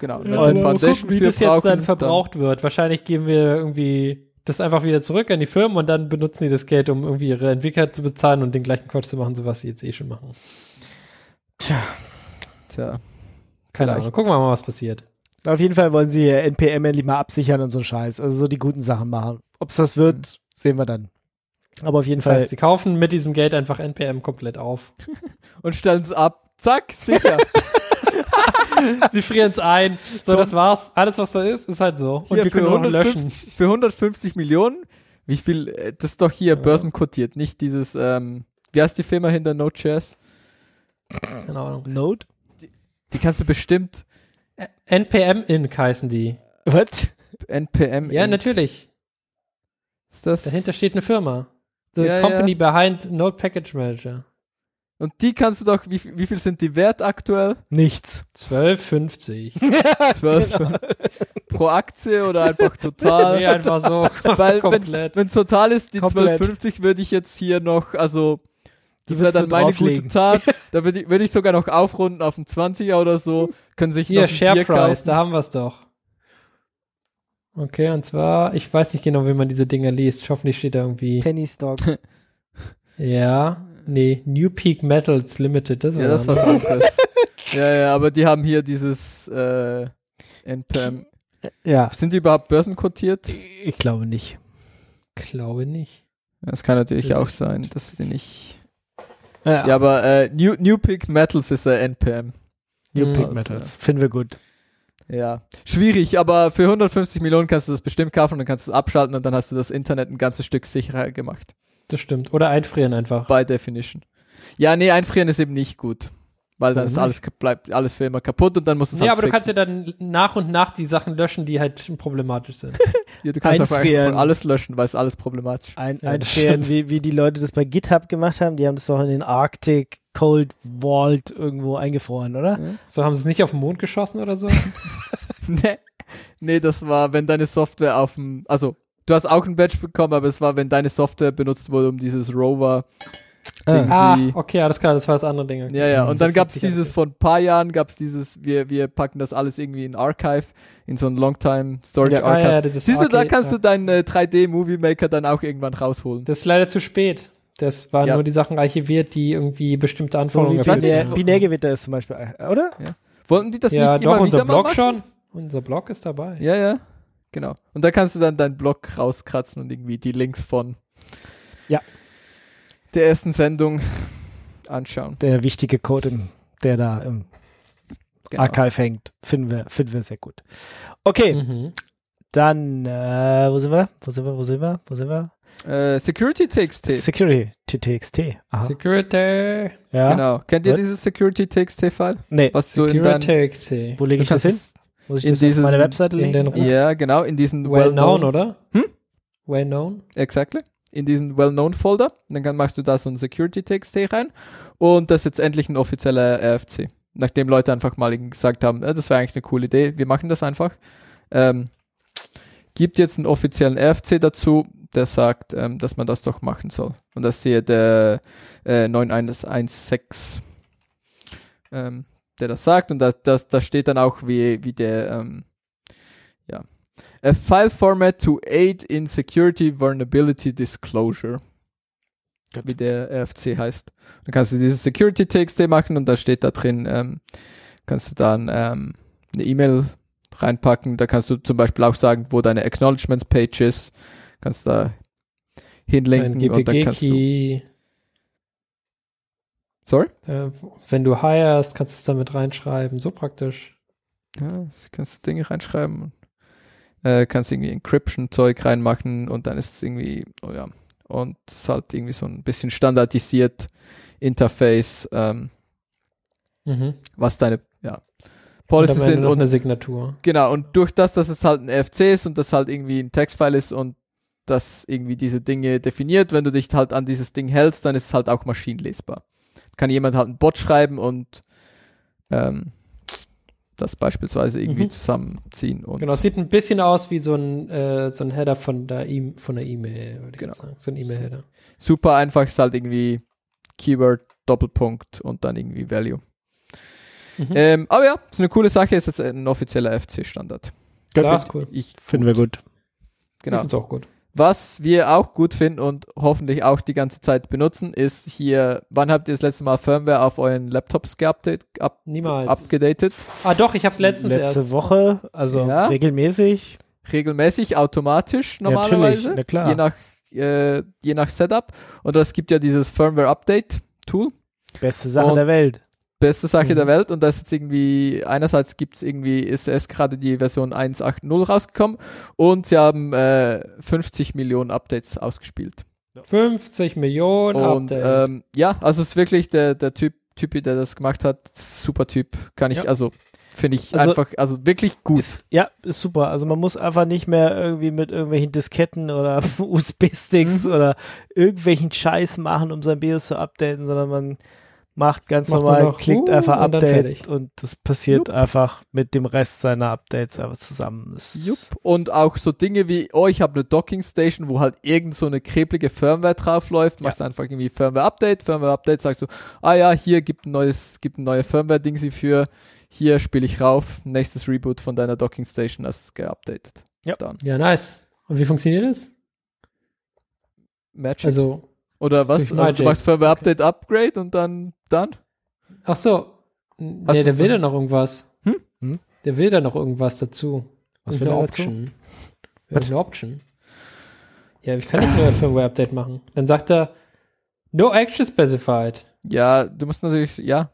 genau. Ja, Wenn also sie mal Foundation gucken, wie für das jetzt brauchen, dann verbraucht wird. Wahrscheinlich geben wir irgendwie das einfach wieder zurück an die Firmen und dann benutzen die das Geld, um irgendwie ihre Entwickler zu bezahlen und den gleichen Quatsch zu machen, so was sie jetzt eh schon machen. Tja. Keine Vielleicht. Ahnung. Gucken wir mal, was passiert. Auf jeden Fall wollen sie ihr NPM endlich mal absichern und so einen Scheiß. Also so die guten Sachen machen. Ob es das wird, sehen wir dann. Aber auf jeden Das Fall. heißt, sie kaufen mit diesem Geld einfach NPM komplett auf. Und stellen es ab. Zack, sicher. Sie frieren es ein. So, das war's. Alles, was da ist, ist halt so. Und Hier wir für, können auch löschen. 150, für 150 Millionen. Wie viel, äh, das ist doch Ja. hier börsenkotiert, nicht dieses, ähm, wie heißt die Firma hinter Node.js? Keine Ahnung. Note? Die kannst du bestimmt NPM Inc. heißen die. Was? NPM. Ja, in- natürlich. ist das Dahinter steht eine Firma. The Ja, company behind Node Package Manager. Und die kannst du doch, wie, viel- wie viel sind die wert aktuell? Nichts. Genau. 12,50. 12 Genau. pro Aktie oder einfach total? Nee, einfach so. Weil komplett. wenn es total ist, die Komplett. 12,50 würde ich jetzt hier noch, also das Die wäre würdest dann du meine gute drauflegen. Tat. Da würde ich, würd ich sogar noch aufrunden auf einen 20er oder so. Können sich noch Hier, ein Share Bier Price, kaufen. da haben wir es doch. Okay, und zwar, ich weiß nicht genau, wie man diese Dinger liest. Hoffentlich steht da irgendwie. Penny Stock. Ja. Nee, New Peak Metals Limited. Das war Ja, das ist was anderes. ja, ja, aber die haben hier dieses äh, NPM. ja. Sind die überhaupt börsenkotiert? Ich glaube nicht. glaube nicht. Das kann natürlich Das- auch sein, dass die nicht. Ja, Ja, aber äh, New, New Pick Metals ist äh, NPM. New Peak also. Metals. Finden wir gut. Ja, schwierig, aber für 150 Millionen kannst du das bestimmt kaufen, dann kannst du es abschalten und dann hast du das Internet ein ganzes Stück sicherer gemacht. Das stimmt. Oder einfrieren einfach. By Definition. Ja, nee, einfrieren ist eben nicht gut, weil dann Warum ist alles kap- bleibt alles für immer kaputt und dann musst Mhm. du es Ja, halt aber du kannst fixen. ja dann nach und nach die Sachen löschen, die halt problematisch sind. ja, du kannst einfach einfrieren. von alles löschen, weil es alles problematisch. Ein, Ja, das einstellen, stimmt. wie, wie die Leute das bei GitHub gemacht haben. Die haben das doch in den Arctic Cold Vault irgendwo eingefroren, oder? So haben sie es nicht auf den Mond geschossen oder so? nee. nee, das war, wenn deine Software auf dem, also du hast auch ein Badge bekommen, aber es war, wenn deine Software benutzt wurde, um dieses Rover Ding. ah, Sie- okay, alles klar, das war das andere Ding. Ja, ja, Mhm. und dann So gab's fühlt sich dieses, das vor ein paar Jahren gab's dieses, wir, wir packen das alles irgendwie in Archive, in so ein Longtime Storage Ja, ah, Archive. ja, dieses Siehst du, da Archive, kannst ja. du deinen äh, 3D-Movie Maker dann auch irgendwann rausholen. Das ist leider zu spät. Das waren Ja. nur die Sachen archiviert, die irgendwie bestimmte So wie Anforderungen erfüllt Binär, haben. Binärgewitter ist zum Beispiel, äh, oder? Wollten die das Ja, nicht doch, immer unser wieder mal Blog machen? schon. Unser Blog ist dabei. Ja, ja, genau. Und da kannst du dann deinen Blog rauskratzen und irgendwie die Links von Ja. der ersten Sendung anschauen. Der wichtige Code, im- der da im Genau. Ah, Archive hängt, finden wir, finden wir sehr gut. Okay, Mhm. dann, äh, wo sind wir? Wo sind wir? Wo sind wir? Wo sind wir? Äh, Security TXT. Security, TTXT. Aha. Security. ja. Genau. Kennt ihr Was? dieses Security TXT-File? Nee, Was du in dein, Security. wo lege du ich das kannst hin? Muss ich in das auf meine diesen- Webseite in legen? den- Ja, genau, in diesen Well known, Well-Known- oder? Hm? Well known. Exactly. In diesen Well-Known-Folder. Dann kann, machst du da so ein Security-TXT rein. Und das ist jetzt endlich ein offizieller RFC. Nachdem Leute einfach mal gesagt haben, äh, das wäre eigentlich eine coole Idee, wir machen das einfach. Ähm, gibt jetzt einen offiziellen RFC dazu, der sagt, ähm, dass man das doch machen soll. Und das ist hier der äh, 9116, ähm, der das sagt. Und da, das, da steht dann auch, wie, wie der, ähm, ja, a file format to aid in security vulnerability disclosure. Gut. Wie der RFC heißt. Dann kannst du dieses Security TXT machen und da steht da drin, ähm, kannst du dann ähm, eine E-Mail reinpacken. Da kannst du zum Beispiel auch sagen, wo deine Acknowledgements Page ist. Kannst du da Ein hinlenken und dann kannst du. GPG-Key. Sorry? Äh, wenn du hirest, kannst du es damit reinschreiben. So praktisch. Ja, kannst du Dinge reinschreiben. Äh, kannst irgendwie Encryption-Zeug reinmachen und dann ist es irgendwie, oh ja, und es ist halt irgendwie so ein bisschen standardisiert Interface, ähm, Mhm. was deine ja, Und Policies am Ende sind noch und eine Signatur. genau, und durch das, dass es halt ein RFC ist und das halt irgendwie ein Textfile ist und das irgendwie diese Dinge definiert. Wenn du dich halt an dieses Ding hältst, dann ist es halt auch maschinenlesbar. Kann jemand halt einen Bot schreiben und ähm, das beispielsweise irgendwie Mhm. zusammenziehen und Genau, es sieht ein bisschen aus wie so ein, äh, so ein Header von der E- von der E-Mail, würde ich Genau. jetzt sagen. So ein E-Mail-Header. super einfach ist halt irgendwie Keyword, Doppelpunkt und dann irgendwie Value. Mhm. Ähm, aber ja, ist eine coole Sache, ist jetzt ein offizieller FC-Standard. Ja, ist cool. Ich, Finden wir gut. Genau. Ich genau. find's auch gut. Was wir auch gut finden und hoffentlich auch die ganze Zeit benutzen, ist hier, wann habt ihr das letzte Mal Firmware auf euren Laptops geupdatet? Up, Niemals. upgedatet? ah, doch, ich hab's letztens Letzte erst. Woche, also Ja. regelmäßig. Regelmäßig, automatisch Natürlich, normalerweise. na klar. Je nach, äh, je nach Setup. Und es gibt ja dieses Firmware-Update-Tool. Beste Sache Und- der Welt. beste Sache Mhm. der Welt und da ist jetzt irgendwie, einerseits gibt's irgendwie, ist erst gerade die Version 1.8.0 rausgekommen und sie haben äh, 50 Millionen Updates ausgespielt. 50 Millionen und Update. ähm, ja, also es ist wirklich der, der Typ, Typi, der das gemacht hat, super Typ, kann ich, Ja. also finde ich Also- einfach, also wirklich gut. Ist, ja, ist super. Also man muss einfach nicht mehr irgendwie mit irgendwelchen Disketten oder USB-Sticks Mhm. oder irgendwelchen Scheiß machen, um sein BIOS zu updaten, sondern man macht ganz Macht normal, nur noch, klickt uh, einfach und dann Update fertig. und das passiert einfach mit dem Rest seiner Updates aber zusammen. Das ist- Jupp. Und auch so Dinge wie, oh, ich habe eine Docking Station, wo halt irgend so eine kreplige Firmware draufläuft, machst einfach irgendwie Firmware Update, Firmware Update, sagst du, ah ja, hier gibt ein neues, gibt ein neue Firmware Ding sie für, hier spiele ich rauf, nächstes Reboot von deiner Docking Station hast du geupdatet. Ja. Dann ja, nice. Und wie funktioniert das? Magic. Also, Oder was? durch Also, du Magic. machst Firmware Update Upgrade und dann, dann? ach so. Hast Nee, du's der will dann- da noch irgendwas. Hm? Hm? Der will da noch irgendwas dazu. Was will er dazu? Option. Irgendeine Option. Ja, ich kann nicht nur ein Firmware-Update machen. Dann sagt er, no action specified. Ja, du musst natürlich, ja,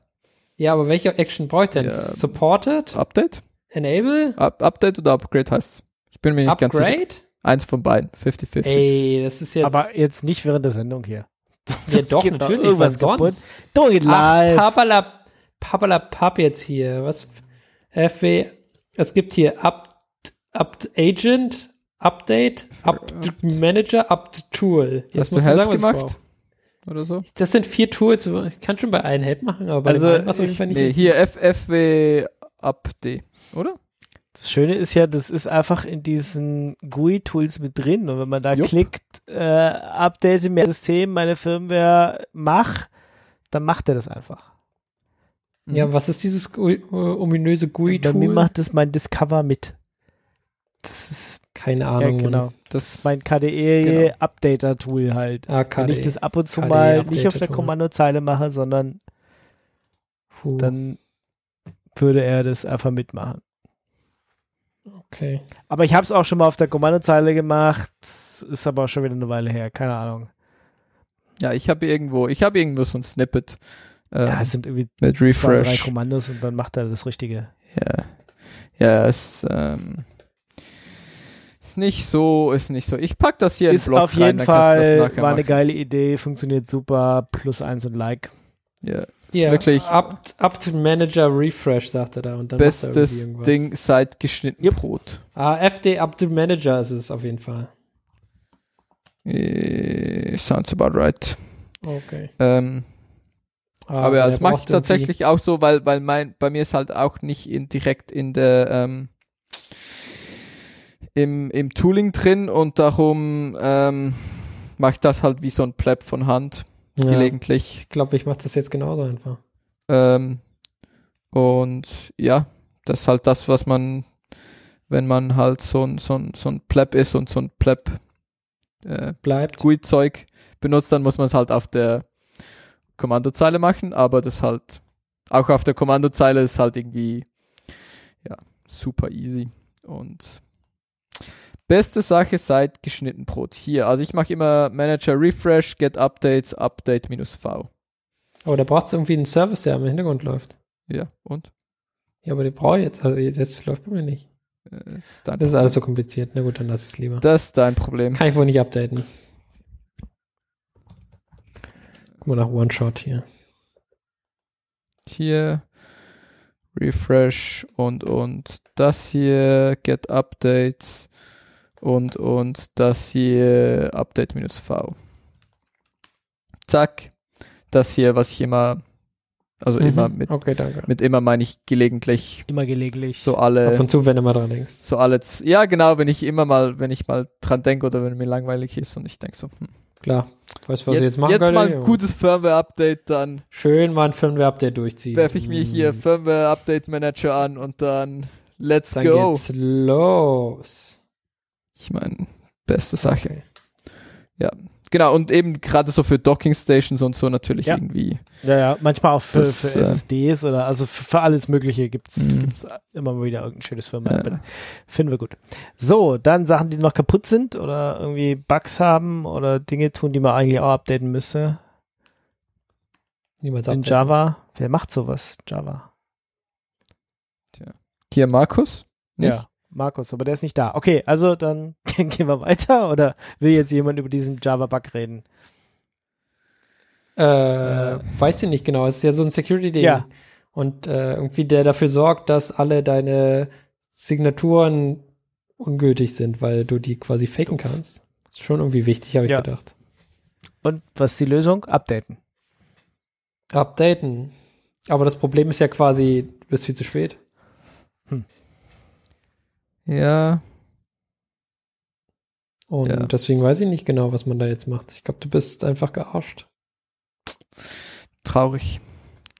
Ja, aber welche Action brauche ich denn? Ja. Supported? Update? Enable? Up Update oder Upgrade heißt Ich bin mir nicht ganz sicher. Upgrade? Eins von beiden, 50-50. Ey, das ist jetzt aber jetzt nicht während der Sendung hier. ja, Sonst doch geht da natürlich, irgendwas was sonst? kaputt. Do it Ach, live. Papala, Papala Papp jetzt hier. Was? FW. Es gibt hier Up, Up Agent, Update, Up Manager, Up Tool. Jetzt Hast du muss man Help sagen, was ich gemacht? brauche. Oder so? Das sind vier Tools. Ich kann schon bei einem Help machen, aber bei Also, dem einen was auf jeden ich- Fall nicht. Nee, hier FFW ab D, oder? Das Schöne ist ja, das ist einfach in diesen GUI-Tools mit drin. Und wenn man da Jupp. klickt, äh, update mir System, meine Firmware, mach, dann macht er das einfach. Mhm. ja, was ist dieses GUI, äh, ominöse Bei mir GUI-Tool? macht das mein Discover mit. Das ist, Keine ja, Ahnung. Mann. genau. das ist mein Mein KDE-Updater-Tool halt. AKD. Wenn ich das ab und zu KDE mal nicht auf der E Updater-Tool. Kommandozeile mache, sondern Puh, dann würde er das einfach mitmachen. okay. Aber ich habe es auch schon mal auf der Kommandozeile gemacht. Ist aber auch schon wieder eine Weile her. Keine Ahnung. ja, ich habe irgendwo, ich habe irgendwo so ein Snippet ähm, Ja, es sind irgendwie mit zwei, drei Refresh. Kommandos und dann macht er das Richtige. Ja, ja, es ähm, ist nicht so, ist nicht so. Ich pack das hier Ist in den Blog auf jeden rein, Fall war dann kannst du das nachher eine machen. geile Idee, funktioniert super. Plus eins und Like. Ja, ist Ja, wirklich Up, Up Manager Refresh, sagt er da. Und dann macht er irgendwie bestes irgendwas. Ding seit geschnitten Jupp. Brot. Ah, FD Up to Manager ist es auf jeden Fall. Äh, sounds about right. Okay. Ähm, Ah, Aber ja, der das mache ich braucht irgendwie- tatsächlich auch so, weil, weil mein, bei mir ist halt auch nicht in, direkt in der ähm, im, im Tooling drin und darum ähm, mache ich das halt wie so ein Pleb von Hand Ja, ich gelegentlich. glaube, ich mache das jetzt genauso einfach. Ähm, und ja, das ist halt das, was man, wenn man halt so ein, so ein, so ein Pleb ist und so ein Pleb äh, Bleibt. GUI-Zeug benutzt, dann muss man es halt auf der Kommandozeile machen, aber das halt auch auf der Kommandozeile ist halt irgendwie ja, super easy und beste Sache seit geschnitten Brot hier. Also ich mache immer Manager Refresh, Get Updates, Update minus V. Aber da braucht es irgendwie einen Service, der im Hintergrund läuft. Ja, und Ja, aber den brauche ich jetzt. Also jetzt- jetzt läuft bei mir nicht. äh, ist dein Das ist alles so kompliziert. Na gut, dann lasse ich es lieber. das ist dein Problem. Kann ich wohl nicht updaten. Guck mal nach One-Shot hier. Hier Refresh und und das hier Get Updates Und, und das hier Update minus V. Zack. Das hier, was ich immer, also Mhm. immer mit, Okay, danke. mit äh, immer meine ich gelegentlich Immer gelegentlich. so Ab alle, und zu, wenn du mal dran denkst. so alle, z- ja genau, wenn ich immer mal, wenn ich mal dran denke oder wenn mir langweilig ist und ich denke so, hm, Klar. Weißt du, was ich jetzt jetzt, machen könnte? mal ein gutes Firmware-Update, dann Schön mal ein Firmware-Update durchziehen. werfe ich mir hier Mm. Firmware-Update-Manager an und dann let's Dann go. geht's los. Ich meine, beste Sache. Genau, und eben gerade so für Docking Stations und so natürlich Ja. irgendwie. ja, ja. Manchmal auch für, Das, für äh, SSDs oder also für, für alles Mögliche gibt's, Mhm. gibt's immer mal wieder irgendein schönes Firma. Äh, Finden wir gut. So, dann Sachen, die noch kaputt sind oder irgendwie Bugs haben oder Dinge tun, die man eigentlich auch updaten müsste. Niemals In updaten. Java. Wer macht sowas? Java. hier Markus? Nicht? Ja. Markus, aber der ist nicht da. Okay, also dann gehen wir weiter oder will jetzt jemand über diesen Java-Bug reden? Äh, weiß ich nicht genau. Es ist ja so ein Security-Ding. Ja. Und äh, irgendwie der dafür sorgt, dass alle deine Signaturen ungültig sind, weil du die quasi faken kannst. Ist schon irgendwie wichtig, habe ich Ja. gedacht. Und was ist die Lösung? Updaten. Updaten. Aber das Problem ist ja quasi, du bist viel zu spät. Ja. Und Ja. deswegen weiß ich nicht genau, was man da jetzt macht. Ich glaube, du bist einfach gearscht. Traurig.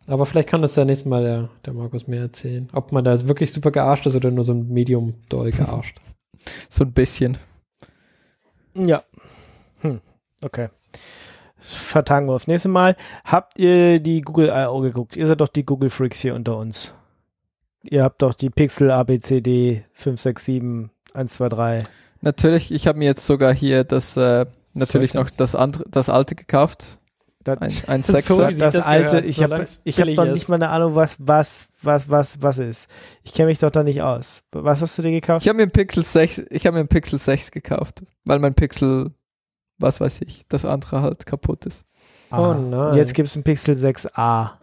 Aber vielleicht kann das ja nächstes Mal der, der Markus mehr erzählen. Ob man da jetzt wirklich super gearscht ist oder nur so ein Medium doll gearscht. So ein bisschen. Ja. Hm. Okay. Vertagen wir aufs nächste Mal. Habt ihr die Google I.O. geguckt? Ihr seid doch die Google Freaks hier unter uns. Ihr habt doch die Pixel ABCD 567 123. Natürlich, ich habe mir jetzt sogar hier das, äh, natürlich Sollte. noch das andere, das alte gekauft. Das- Ein, ein So Sechser. wie sie- das das alte, gehört, ich habe solang's ich hab billig doch ist. nicht mal eine Ahnung, was, was, was, was, was ist. Ich kenne mich doch da nicht aus. Was hast du dir gekauft? ich habe mir ein Pixel 6, ich habe mir ein Pixel 6 gekauft, weil mein Pixel, was weiß ich, das andere halt kaputt ist. Aha. Oh nein. Und Ah. jetzt gibt es ein Pixel 6a.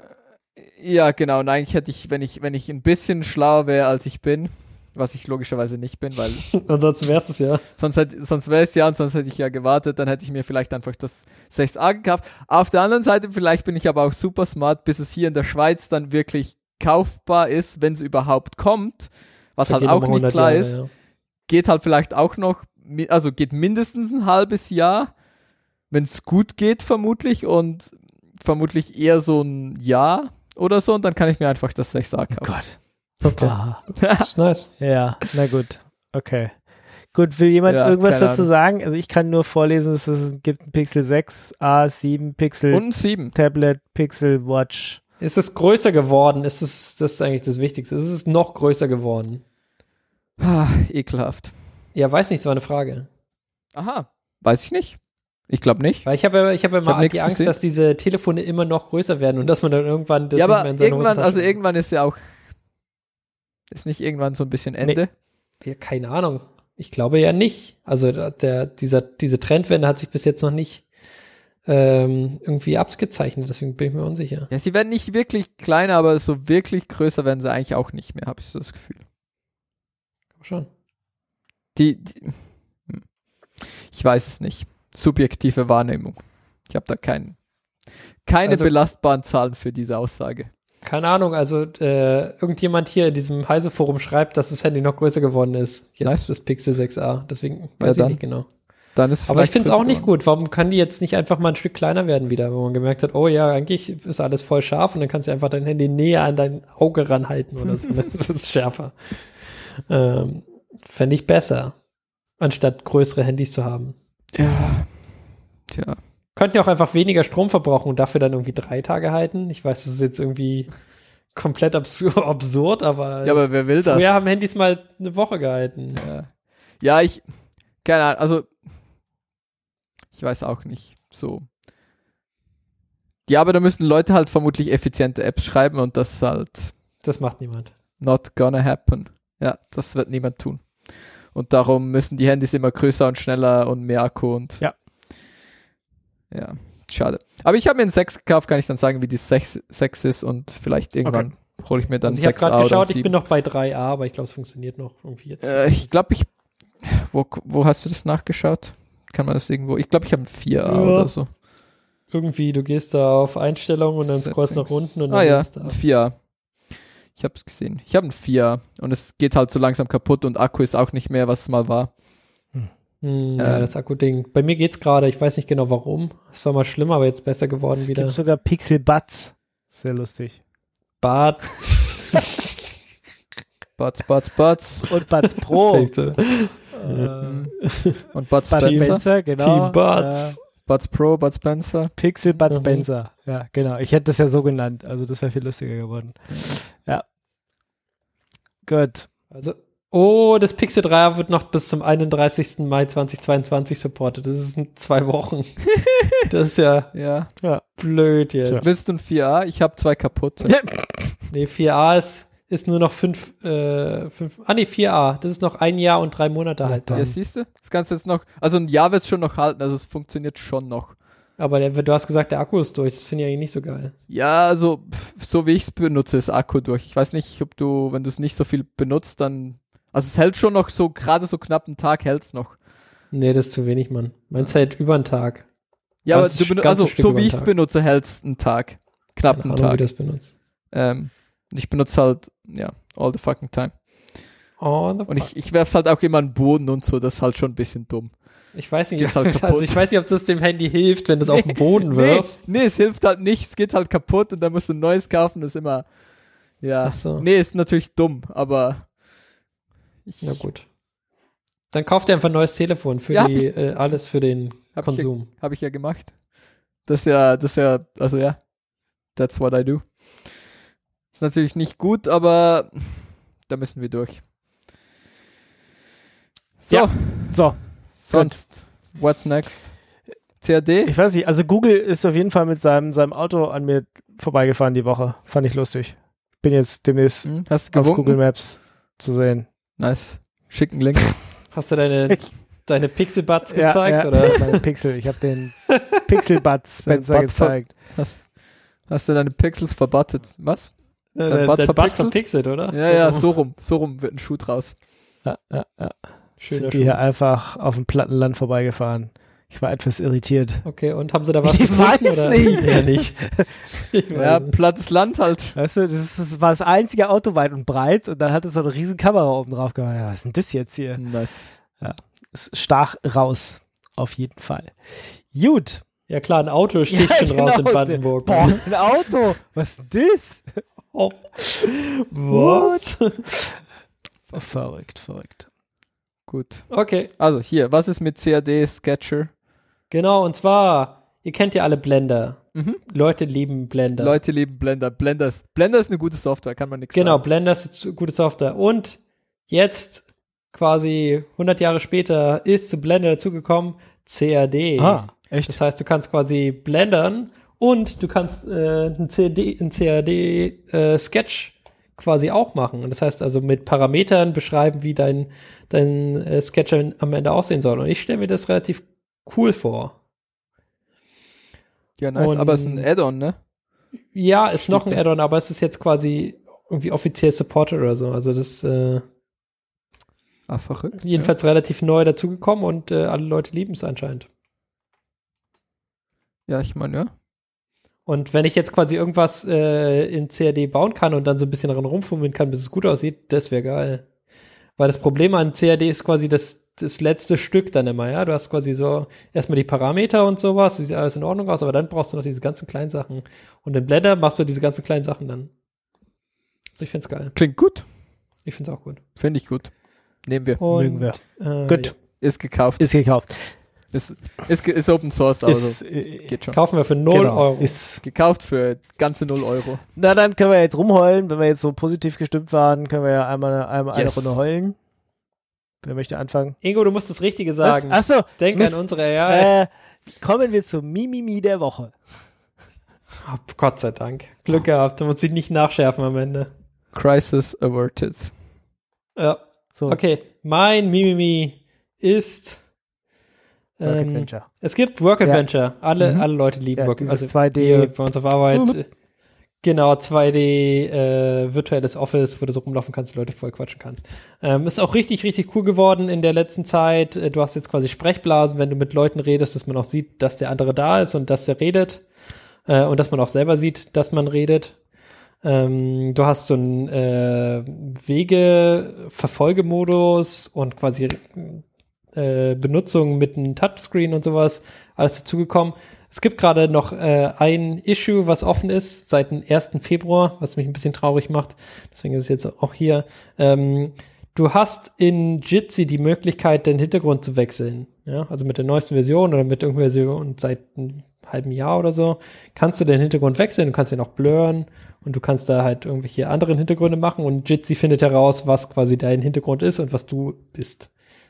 Ja, genau. Und eigentlich hätte ich, wenn ich, wenn ich ein bisschen schlauer wäre, als ich bin, was ich logischerweise nicht bin, weil Ansonsten wär's es ja. Sonst, hätte, sonst wäre es ja und sonst hätte ich ja gewartet, dann hätte ich mir vielleicht einfach das 6a gekauft. Auf der anderen Seite, vielleicht bin ich aber auch super smart, bis es hier in der Schweiz dann wirklich kaufbar ist, wenn es überhaupt kommt, was Vergehen halt auch nochmal nicht 100 klar Jahre, ist. ja. Geht halt vielleicht auch noch, mi- also geht mindestens ein halbes Jahr, wenn es gut geht vermutlich und vermutlich eher so ein Jahr oder so und dann kann ich mir einfach das 6a Oh kaufen. Gott. Okay, Aha. Ah. das ist nice. Ja, na gut. Okay. Gut, will jemand Ja, irgendwas keine dazu sagen? Also ich kann nur vorlesen, es ist- gibt ein Pixel 6, A7, Pixel Und ein 7. Tablet, Pixel Watch. Ist es größer geworden? Ist es, das ist eigentlich das Wichtigste. Ist es noch größer geworden? Ah, ekelhaft. Ja, weiß nicht, so eine Frage. Aha, weiß ich nicht. Ich glaube nicht. Weil ich habe ja, ich habe ja immer nichts die Angst, gesehen. dass diese Telefone immer noch größer werden und dass man dann irgendwann das ja, nicht aber mehr in seine irgendwann, Hosentasche- also irgendwann ist ja auch, ist nicht irgendwann so ein bisschen Ende. ja, keine Ahnung. Ich glaube ja nicht. Also da- der, dieser, diese Trendwende hat sich bis jetzt noch nicht ähm, irgendwie abgezeichnet, deswegen bin ich mir unsicher. Ja, sie werden nicht wirklich kleiner, aber so wirklich größer werden sie eigentlich auch nicht mehr, habe ich so das Gefühl. Schon. Die, die hm. ich weiß es nicht. Subjektive Wahrnehmung. Ich habe da keinen, keine Also- belastbaren Zahlen für diese Aussage. Keine Ahnung, also äh, irgendjemand hier in diesem Heise-Forum schreibt, dass das Handy noch größer geworden ist. Jetzt Nice. das Pixel 6a. Deswegen weiß ich dann. nicht genau. Dann ist Aber ich vielleicht finde es größer auch nicht geworden. gut. Warum kann die jetzt nicht einfach mal ein Stück kleiner werden wieder, wo man gemerkt hat, oh ja, eigentlich ist alles voll scharf und dann kannst du einfach dein Handy näher an dein Auge ranhalten oder so. dann ist es schärfer. Ähm, Fände ich besser, anstatt größere Handys zu haben. Ja. Tja. Könnten ja auch einfach weniger Strom verbrauchen und dafür dann irgendwie drei Tage halten. Ich weiß, das ist jetzt irgendwie komplett absur absurd, aber, Ja, aber wer will das? früher haben Handys mal eine Woche gehalten. Ja. ja, ich, keine Ahnung, also, ich weiß auch nicht, so. Ja, aber da müssen Leute halt vermutlich effiziente Apps schreiben und das ist halt Das macht niemand. not gonna happen. Ja, das wird niemand tun. Und darum müssen die Handys immer größer und schneller und mehr Akku und. Ja. Ja, schade. Aber ich habe mir einen 6 gekauft, kann ich dann sagen, wie die 6, 6 ist und vielleicht irgendwann hole ich mir dann Also ich habe 6 gerade geschaut, ich bin noch noch bei 3a, aber ich glaube, es funktioniert noch irgendwie jetzt. äh, ich glaube, ich Wo, wo hast du das nachgeschaut? Kann man das irgendwo? Ich glaube, ich habe ein 4a Ja. oder so. Irgendwie, du gehst da auf Einstellungen und dann scrollst nach Settings. unten und dann Ah ja, ein ist da. 4a. Ich habe es gesehen. Ich habe ein 4a und es geht halt so langsam kaputt und Akku ist auch nicht mehr, was es mal war. Hm, ja, Ähm. das Akku-Ding. Bei mir geht's gerade, ich weiß nicht genau warum. Es war mal schlimm, aber jetzt besser geworden Es wieder. gibt sogar Pixel Buds. Sehr lustig. Bad. Buds, Buds, Buds Und Buds Pro. Team äh, Mhm. und Bud Bud Spencer. Spencer, genau. Buds. Buds Pro, Bud Spencer. Äh, Pixel Bud Mhm. Spencer. Ja, genau. Ich hätte das ja so genannt. Also das wäre viel lustiger geworden. Ja. Gut. Also, oh, das Pixel 3 wird noch bis zum 31. Mai 2022 supported. Das ist in zwei Wochen. das ist ja Ja. blöd jetzt. Tja. Willst du ein 4a? Ich habe zwei kaputt. Nee, 4a ist, ist nur noch 5, äh, 5, ah nee, 4a. Das ist noch ein Jahr und drei Monate halt Ja, dann. siehst du? Das Ganze jetzt noch. Also ein Jahr wird es schon noch halten, also es funktioniert schon noch. Aber der, du hast gesagt, der Akku ist durch. Das finde ich eigentlich nicht so geil. Ja, also pff, so wie ich es benutze, ist Akku durch. Ich weiß nicht, ob du, wenn du es nicht so viel benutzt, dann. Also es hält schon noch so, gerade so knapp einen Tag hält es noch. Nee, das ist zu wenig, Mann. Meins hält über einen Tag. Ja, aber Ganzes du Stück- benu- ganzes also Stück so über wie den ich es Tag. benutze, hält es einen Tag. Knapp Keine einen Ahnung, wie du Tag. das benutzt. Ähm, und ich benutze halt, ja, all the fucking time. Oh, Und ich, ich werf's halt auch immer an den Boden und so, das ist halt schon ein bisschen dumm. ich weiß nicht, Geht's halt also kaputt. ich weiß nicht, ob das dem Handy hilft, wenn du es auf den Boden wirfst. Nee, nee, es hilft halt nicht, es geht halt kaputt und dann musst du ein neues kaufen, das ist immer. Ja. Ach so. Nee, ist natürlich dumm, aber. Ich Na gut. Dann kauf dir einfach ein neues Telefon für Ja, hab die, äh, alles für den hab ich, ja, Konsum. hab ich ja gemacht. Das ist ja, das ist ja, also ja. That's what I do. Ist natürlich nicht gut, aber da müssen wir durch. So, Ja. So. sonst, what's next? CAD? Ich weiß nicht, also Google ist auf jeden Fall mit seinem, seinem Auto an mir vorbeigefahren die Woche. Fand ich lustig. Bin jetzt demnächst Hm, hast du auf Google gewunken? Maps zu sehen. Nice. Schicken Link. Hast du deine, Ich- deine Pixelbuds Ja, gezeigt? ja, Oder? Meine Pixel. Ich habe den Pixel Buds Spencer Bud ver- gezeigt. Hast, hast du deine Pixels verbattet? Was? Äh, Dein, Bud Bud verpixelt? verpixelt, oder? Ja, ja, so rum. So rum wird ein Schuh draus. Ja, ja, ja. Schöner sind die Schuh. hier einfach auf dem Plattenland vorbeigefahren. Ich war etwas irritiert. Okay, und haben sie da was Ich gefunden? weiß oder? nicht. Ja, nicht. Ich weiß Ja, nicht. plattes Land halt. Weißt du, das, ist, das war das einzige Auto weit und breit und dann hat es so eine riesen Kamera oben drauf gemacht. Ja, was ist denn das jetzt hier? Nice. Es stach raus. Auf jeden Fall. Gut. Ja klar, ein Auto sticht schon raus in genau. Brandenburg. Boah, ein Auto. Was ist das? Oh. Was? Verrückt, verrückt. Gut. Okay, Also hier, was ist mit CAD Sketcher? genau, und zwar, ihr kennt ja alle Blender. Mhm. Leute lieben Blender. Leute lieben Blender. Blender ist, Blender ist eine gute Software, kann man nichts genau, sagen. Blender ist eine gute Software. Und jetzt, quasi 100 Jahre später, ist zu Blender dazugekommen CAD. Ah, Ah. echt? Das heißt, du kannst quasi blendern und du kannst äh, einen CAD, einen CAD äh, Sketch quasi auch machen. Und das heißt also mit Parametern beschreiben, wie dein, dein äh, Sketch am Ende aussehen soll. Und ich stelle mir das relativ cool vor. Ja, nice. Und- Aber es ist ein Add-on, ne? Ja, ist noch ein Stimmt. Add-on, aber es ist jetzt quasi irgendwie offiziell supported oder so. Also das äh, Ah, verrückt. jedenfalls relativ neu dazugekommen und äh, alle Leute lieben es anscheinend. Ja, ja ich meine, ja. Und wenn ich jetzt quasi irgendwas äh, in CAD bauen kann und dann so ein bisschen daran rumfummeln kann, bis es gut aussieht, das wäre geil. Weil das Problem an CAD ist quasi das, das letzte Stück dann immer, ja. Du hast quasi so erstmal die Parameter und sowas, das sieht alles in Ordnung aus, aber dann brauchst du noch diese ganzen kleinen Sachen. Und in Blender machst du diese ganzen kleinen Sachen dann. Also ich find's geil. Klingt gut. Ich find's auch gut. Finde ich gut. Nehmen wir. Und, Mögen wir. Äh, Gut. Ja. Ist gekauft. Ist gekauft. Ist, ist, ge- ist Open Source, also ist, äh, geht schon. Kaufen wir für 0 genau, Euro. Ist, Gekauft für ganze 0 Euro. na, dann können wir jetzt rumheulen. Wenn wir jetzt so positiv gestimmt waren, können wir ja einmal, einmal Yes. eine Runde heulen. Wer möchte anfangen? Ingo, du musst das Richtige sagen. Was? Achso, Denk Mist. an unsere, ja. äh, kommen wir zum Mimimi der Woche. Oh, Gott sei Dank. Glück gehabt. Du musst sie nicht nachschärfen am Ende. Crisis averted. Ja. So, Okay, mein Mimimi ist. Work Ähm, Adventure. es gibt Work Ja. Adventure. Alle, Mhm. alle Leute lieben Ja, Work dieses Adventure. Also 2D bei uns auf Arbeit. äh, Genau, 2D äh, virtuelles Office, wo du so rumlaufen kannst, Leute voll quatschen kannst. Ähm, ist auch richtig, richtig cool geworden in der letzten Zeit. Äh, Du hast jetzt quasi Sprechblasen, wenn du mit Leuten redest, dass man auch sieht, dass der andere da ist und dass der redet. Äh, und dass man auch selber sieht, dass man redet. Ähm, du hast so einen äh, Wege-Verfolgemodus und quasi äh, Benutzung mit einem Touchscreen und sowas. Alles dazugekommen. Es gibt gerade noch äh, ein Issue, was offen ist, seit dem 1. Februar, was mich ein bisschen traurig macht. Deswegen ist es jetzt auch hier. Ähm, du hast in Jitsi die Möglichkeit, den Hintergrund zu wechseln. Ja? Also mit der neuesten Version oder mit irgendeiner Version seit einem halben Jahr oder so, kannst du den Hintergrund wechseln, du kannst ihn auch blurren und du kannst da halt irgendwelche anderen Hintergründe machen und Jitsi findet heraus, was quasi dein Hintergrund ist und was du bist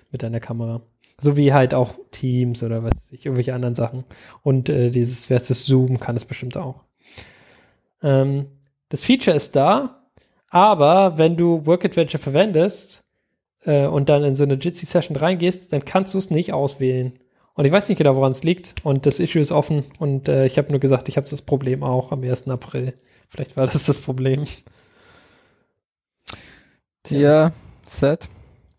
mit deiner Kamera. So wie halt auch Teams oder was weiß ich, irgendwelche anderen Sachen. Und äh, dieses versus Zoom kann es bestimmt auch. Ähm, das Feature ist da, aber wenn du Work Adventure verwendest äh, und dann in so eine Jitsi-Session reingehst, dann kannst du es nicht auswählen. Und ich weiß nicht genau, woran es liegt. Und das Issue ist offen. Und äh, ich habe nur gesagt, ich habe das Problem auch am 1. April. Vielleicht war das das Problem. Tja, sad.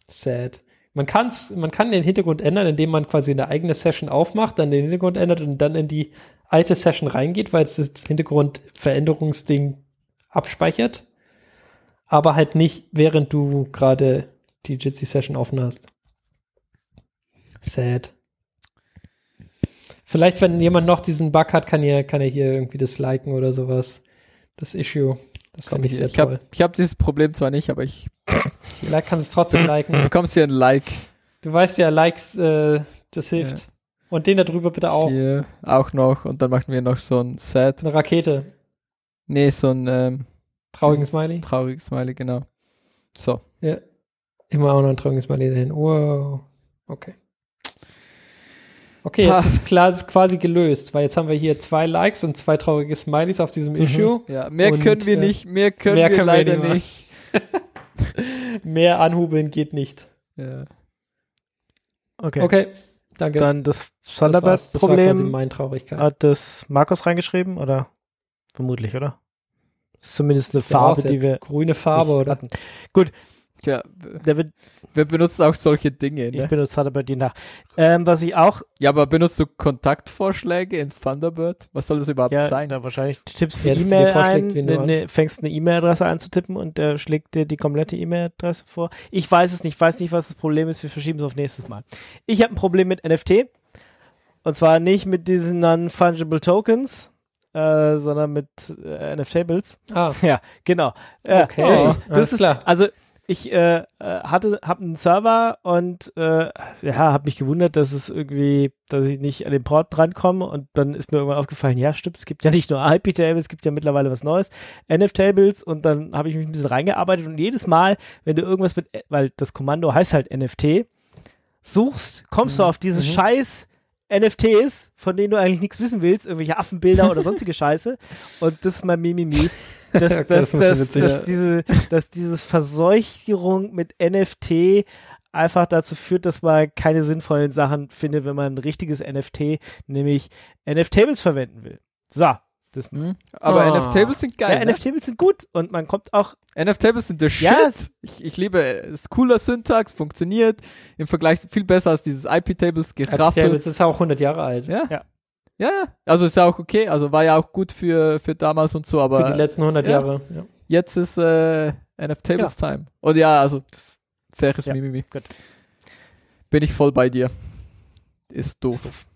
Sad. Man, kann's, man kann den Hintergrund ändern, indem man quasi eine eigene Session aufmacht, dann den Hintergrund ändert und dann in die alte Session reingeht, weil es das Hintergrundveränderungsding abspeichert. Aber halt nicht, während du gerade die Jitsi-Session offen hast. Sad. Vielleicht, wenn jemand noch diesen Bug hat, kann er, kann er hier irgendwie das liken oder sowas. Das Issue. Das fände ich sehr ich toll. habe ich hab dieses Problem zwar nicht, aber ich Vielleicht kannst du es trotzdem liken. bekommst hier ein Like. Du weißt ja, Likes, äh, das hilft. Und den da drüber bitte auch. Hier auch noch. Und dann machen wir noch so ein Sad. Eine Rakete. Nee, so ein ähm, Traurigen Smiley. trauriges Smiley, genau. So. Immer auch noch ein traurigen Smiley dahin. Wow. Okay. Okay, jetzt Ha. ist klar, es ist quasi gelöst, weil jetzt haben wir hier zwei Likes und zwei traurige Smileys auf diesem Issue. Ja, mehr Und, können wir äh, nicht, mehr können mehr wir können wir leider nicht machen. nicht. Mehr anhubeln geht nicht. Ja. Okay. Okay, danke. Dann das Also das, war's. das war quasi Thunderbird-Problem. meine Traurigkeit. Hat das Markus reingeschrieben oder? Vermutlich, oder? Ist zumindest eine Der war auch Farbe, sehr die wir grüne Farbe nicht oder hatten. Tja, wir- Der wird, wir benutzen auch solche Dinge. ich Ne? benutze Thunderbird jeden Tag. Ähm, was ich auch, Ja, aber benutzt du Kontaktvorschläge in Thunderbird? Was soll das überhaupt ja, sein? da wahrscheinlich, du tippst Ja, eine dass sie dir E-Mail ein, vorschlägt, wen du ne, ne, fängst eine E-Mail-Adresse anzutippen und der schlägt dir die komplette E-Mail-Adresse vor. Ich weiß es nicht, ich weiß nicht, was das Problem ist, wir verschieben es auf nächstes Mal. Ich habe ein Problem mit NFT. Und zwar nicht mit diesen Non-Fungible Tokens, äh, sondern mit äh, NFT-Bills. Ah, Ja, genau. Ja, Okay. das ist, Oh, das alles ist klar. Also ich äh, äh, hatte, habe einen Server und äh, ja, habe mich gewundert, dass es irgendwie, dass ich nicht an den Port drankomme und dann ist mir irgendwann aufgefallen, ja stimmt, es gibt ja nicht nur IP-Tables, es gibt ja mittlerweile was Neues, NF-Tables und dann habe ich mich ein bisschen reingearbeitet und jedes Mal, wenn du irgendwas mit, weil das Kommando heißt halt NFT, suchst, kommst Mhm. du auf diese scheiß NFTs, von denen du eigentlich nichts wissen willst, irgendwelche Affenbilder oder sonstige Scheiße und das ist mein Mimimi. Dass, Okay, das dass, muss ja dass, witzig dass, sein. diese, dass dieses Verseuchung mit NFT einfach dazu führt, dass man keine sinnvollen Sachen findet, wenn man ein richtiges NFT, nämlich NFT-Tables verwenden will. So. Das, Hm? Aber Ah. NF-Tables sind geil. ja, NFT-Tables sind gut und man kommt auch ne? NF-Tables sind der Ja, Shit. Ich, ich liebe es. Ist Cooler Syntax, funktioniert. Im Vergleich viel besser als dieses IP-Tables, Raffel. geraffelt. Das ist auch 100 Jahre alt. Ja. Ja. ja. Ja, also ist ja auch okay. Also war ja auch gut für, für damals und so, Für die aber letzten 100 Ja. Jahre. Ja. jetzt ist äh, NF-Tables Time. Und ja, also faires Ja, Mimimi. gut. Bin ich voll bei dir. Ist doof.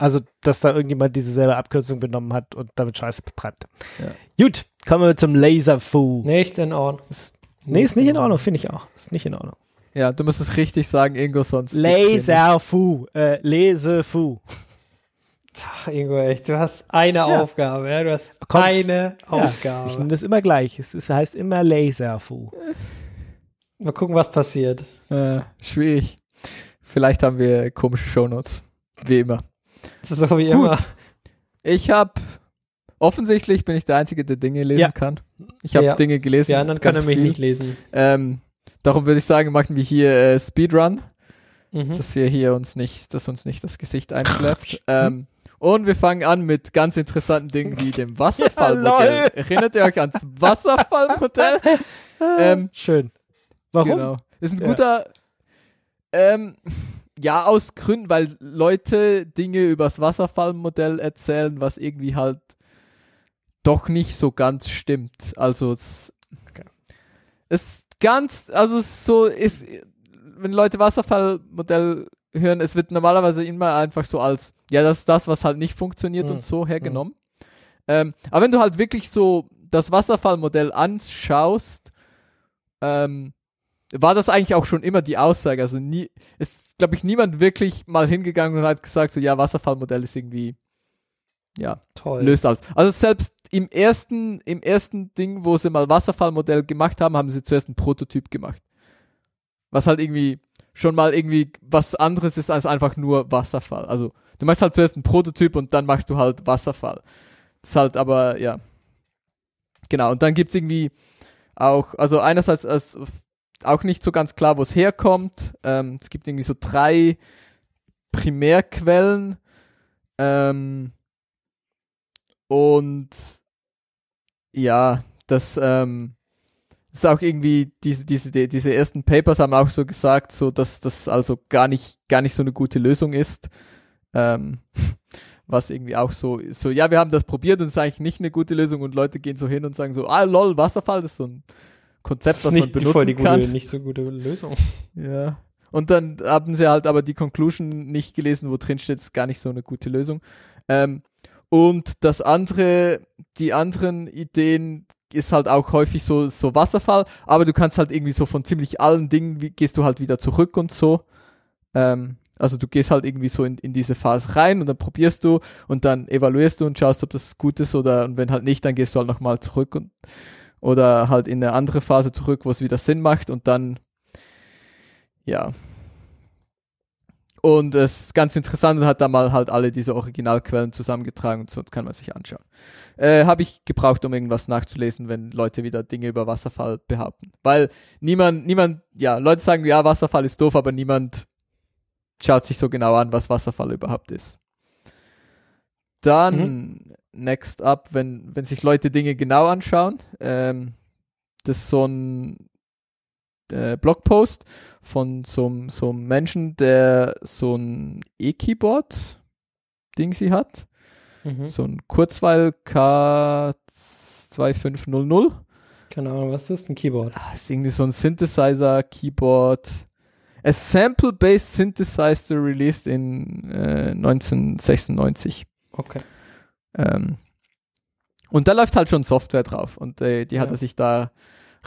Also, dass da irgendjemand diese selbe Abkürzung genommen hat und damit Scheiße betreibt. Ja. Gut, kommen wir zum Laserfu. Nee, Nicht in Ordnung. nee, ist nicht in Ordnung, finde ich auch. Ist nicht in Ordnung. Ja, du musst es richtig sagen, Ingo, sonst. geht's hier nicht. Laserfu. Äh, Lesefu. Ach, Ingo, echt, du hast eine Ja. Aufgabe, ja, du hast Komm. eine Ich nenne Aufgabe. das immer gleich. Es, es heißt immer Laserfu. Mal gucken, was passiert. Äh, schwierig. Vielleicht haben wir komische Shownotes. Wie immer. Das ist so wie Gut. immer. Ich habe offensichtlich bin ich der Einzige, der Dinge lesen Ja. kann. Ich habe Ja. Dinge gelesen. Die anderen können ganz nämlich viel. nicht lesen. Ähm, darum würde ich sagen, machen wir hier äh, Speedrun, Mhm. Hm? dass wir hier uns nicht, dass uns nicht das Gesicht einschläft. ähm, Und wir fangen an mit ganz interessanten Dingen wie dem Wasserfallmodell. lol. Erinnert ihr euch ans Wasserfallmodell? ähm, Schön. Warum? Genau. Ist ein Ja. guter. Ähm, ja, aus Gründen, weil Leute Dinge übers Wasserfallmodell erzählen, was irgendwie halt doch nicht so ganz stimmt. Also es Okay. ist ganz, also es ist so ist, wenn Leute Wasserfallmodell hören, es wird normalerweise immer einfach so als, ja, das ist das, was halt nicht funktioniert Mhm. und so hergenommen. Ähm, aber wenn du halt wirklich so das Wasserfallmodell anschaust, ähm, war das eigentlich auch schon immer die Aussage. Also nie, ist, glaube ich, niemand wirklich mal hingegangen und hat gesagt, so ja, Wasserfallmodell ist irgendwie, ja, Toll. löst alles. Also selbst im ersten, im ersten Ding, wo sie mal Wasserfallmodell gemacht haben, haben sie zuerst einen Prototyp gemacht. Was halt irgendwie schon mal irgendwie was anderes ist als einfach nur Wasserfall. Also du machst halt zuerst einen Prototyp und dann machst du halt Wasserfall. Das ist halt aber, ja. Genau, und dann gibt's irgendwie auch, also einerseits ist auch nicht so ganz klar, wo es herkommt. Ähm, es gibt irgendwie so drei Primärquellen. Ähm, und ja, das ähm, ist auch irgendwie, diese, diese, die- diese ersten Papers haben auch so gesagt, so dass das also gar nicht, gar nicht so eine gute Lösung ist. Ähm, was irgendwie auch so, so, ja, wir haben das probiert und es ist eigentlich nicht eine gute Lösung und Leute gehen so hin und sagen so, ah lol, Wasserfall, das ist so ein Konzept, Das ist was man nicht die, benutzen voll die kann. gute, nicht so gute Lösung. Ja. Und dann haben sie halt aber die Conclusion nicht gelesen, wo drin steht, ist gar nicht so eine gute Lösung. Ähm, und das andere, die anderen Ideen ist halt auch häufig so, so Wasserfall, aber du kannst halt irgendwie so von ziemlich allen Dingen wie, gehst du halt wieder zurück und so. Ähm, also du gehst halt irgendwie so in, in diese Phase rein und dann probierst du und dann evaluierst du und schaust, ob das gut ist oder und wenn halt nicht, dann gehst du halt nochmal zurück und oder halt in eine andere Phase zurück, wo es wieder Sinn macht und dann ja. Und es ist ganz interessant, hat da mal halt alle diese Originalquellen zusammengetragen und so kann man sich anschauen. Äh, Habe ich gebraucht, um irgendwas nachzulesen, wenn Leute wieder Dinge über Wasserfall behaupten. Weil niemand, niemand, ja, Leute sagen, ja, Wasserfall ist doof, aber niemand schaut sich so genau an, was Wasserfall überhaupt ist. Dann, next up, wenn, wenn sich Leute Dinge genau anschauen, ähm, das ist so ein äh, Blogpost von so, einem- so einem Menschen, der so ein E-Keyboard-Ding sie hat. Mhm. So ein Kurzweil K2500. Keine Ahnung, was ist ein Keyboard? Ah, ist irgendwie so ein Synthesizer-Keyboard. A sample-based synthesizer released in äh, 1996. Okay. Ähm, und da läuft halt schon Software drauf und äh, die hat Ja. er sich da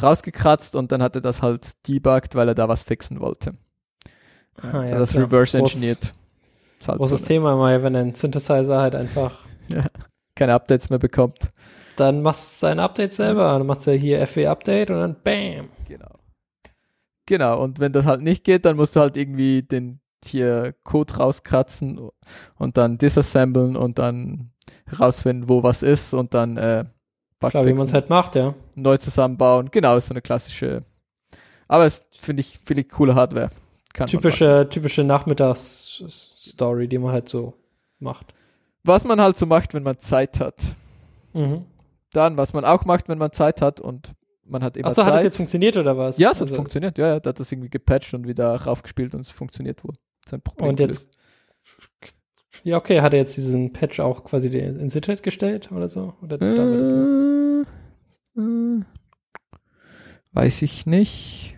rausgekratzt und dann hat er das halt debugged, weil er da was fixen wollte. Ah, Ja, ja, das klar. reverse Großes- engineert. Ist halt Großes so, ne? Thema mal, wenn ein Synthesizer halt einfach, Keine Updates mehr bekommt. dann machst du sein Update selber, dann machst du hier FW Update und dann BAM. Genau. Genau, und wenn das halt nicht geht, dann musst du halt irgendwie den hier Code rauskratzen und dann disassemblen und dann herausfinden, wo was ist und dann äh, Bug Klar, wie man es fixen. halt macht, ja. neu zusammenbauen. Genau, ist so eine klassische. Aber es finde ich finde ich coole Hardware. Kann man machen. Typische, typische Nachmittagsstory, die man halt so macht. Was man halt so macht, wenn man Zeit hat. Mhm. Dann, was man auch macht, wenn man Zeit hat und man hat immer Achso, Zeit. hat das jetzt funktioniert oder was? ja, es hat Also, funktioniert. Ja, ja, da hat das irgendwie gepatcht und wieder raufgespielt und es funktioniert wohl. Sein Problem Und gelöst. jetzt. Ja, okay, hat er jetzt diesen Patch auch quasi den- ins Internet gestellt oder so? Oder Äh, darf er das nicht? äh, weiß ich nicht.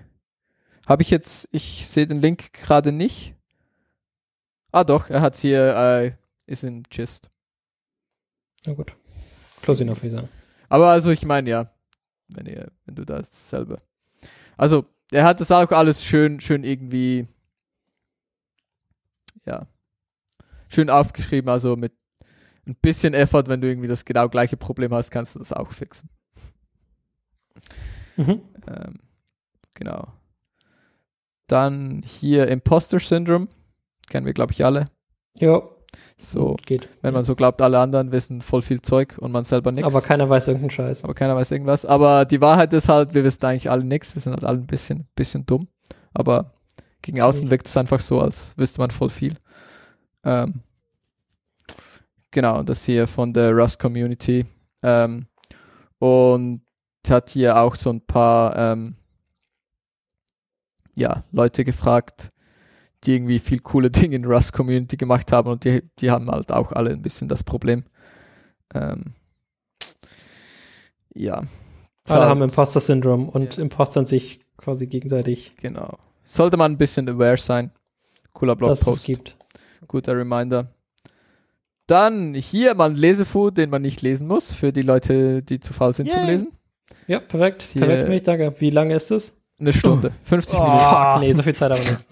Habe ich jetzt, ich sehe den Link gerade nicht. Ah doch, er hat hier, äh, ist in Gist. Na gut. Close enough, wie sagen. Aber also ich meine ja, wenn ihr, wenn du das selber. Also er hat das auch alles schön, schön irgendwie, ja, schön aufgeschrieben. Also mit ein bisschen Effort, wenn du irgendwie das genau gleiche Problem hast, kannst du das auch fixen. Mhm. Ähm, genau. Dann hier Imposter Syndrome kennen wir glaube ich alle. Ja, So, geht. wenn man so glaubt, alle anderen wissen voll viel Zeug und man selber nichts. Aber keiner weiß irgendeinen Scheiß. Aber keiner weiß irgendwas. Aber die Wahrheit ist halt, wir wissen eigentlich alle nichts. Wir sind halt alle ein bisschen, bisschen dumm. Aber gegen Ziemlich. außen wirkt es einfach so, als wüsste man voll viel. Ähm, Genau, das hier von der Rust Community. Ähm, und hat hier auch so ein paar ähm, ja, Leute gefragt, die irgendwie viel coole Dinge in Rust Community gemacht haben und die, die haben halt auch alle ein bisschen das Problem. Ähm, ja. Alle haben Imposter-Syndrom und Impostern sich quasi gegenseitig, Genau. Sollte man ein bisschen aware sein. Cooler dass es Blogpost. gibt. Guter Reminder. Dann hier mal ein Lesefood, den man nicht lesen muss, für die Leute, die zu faul sind zum Yay. Lesen. Ja, perfekt. Sie, äh, perfekt, mich, danke. Wie lange ist es? Eine Stunde, 50 Oh. Minuten. Ah. Fuck, nee, so viel Zeit aber nicht.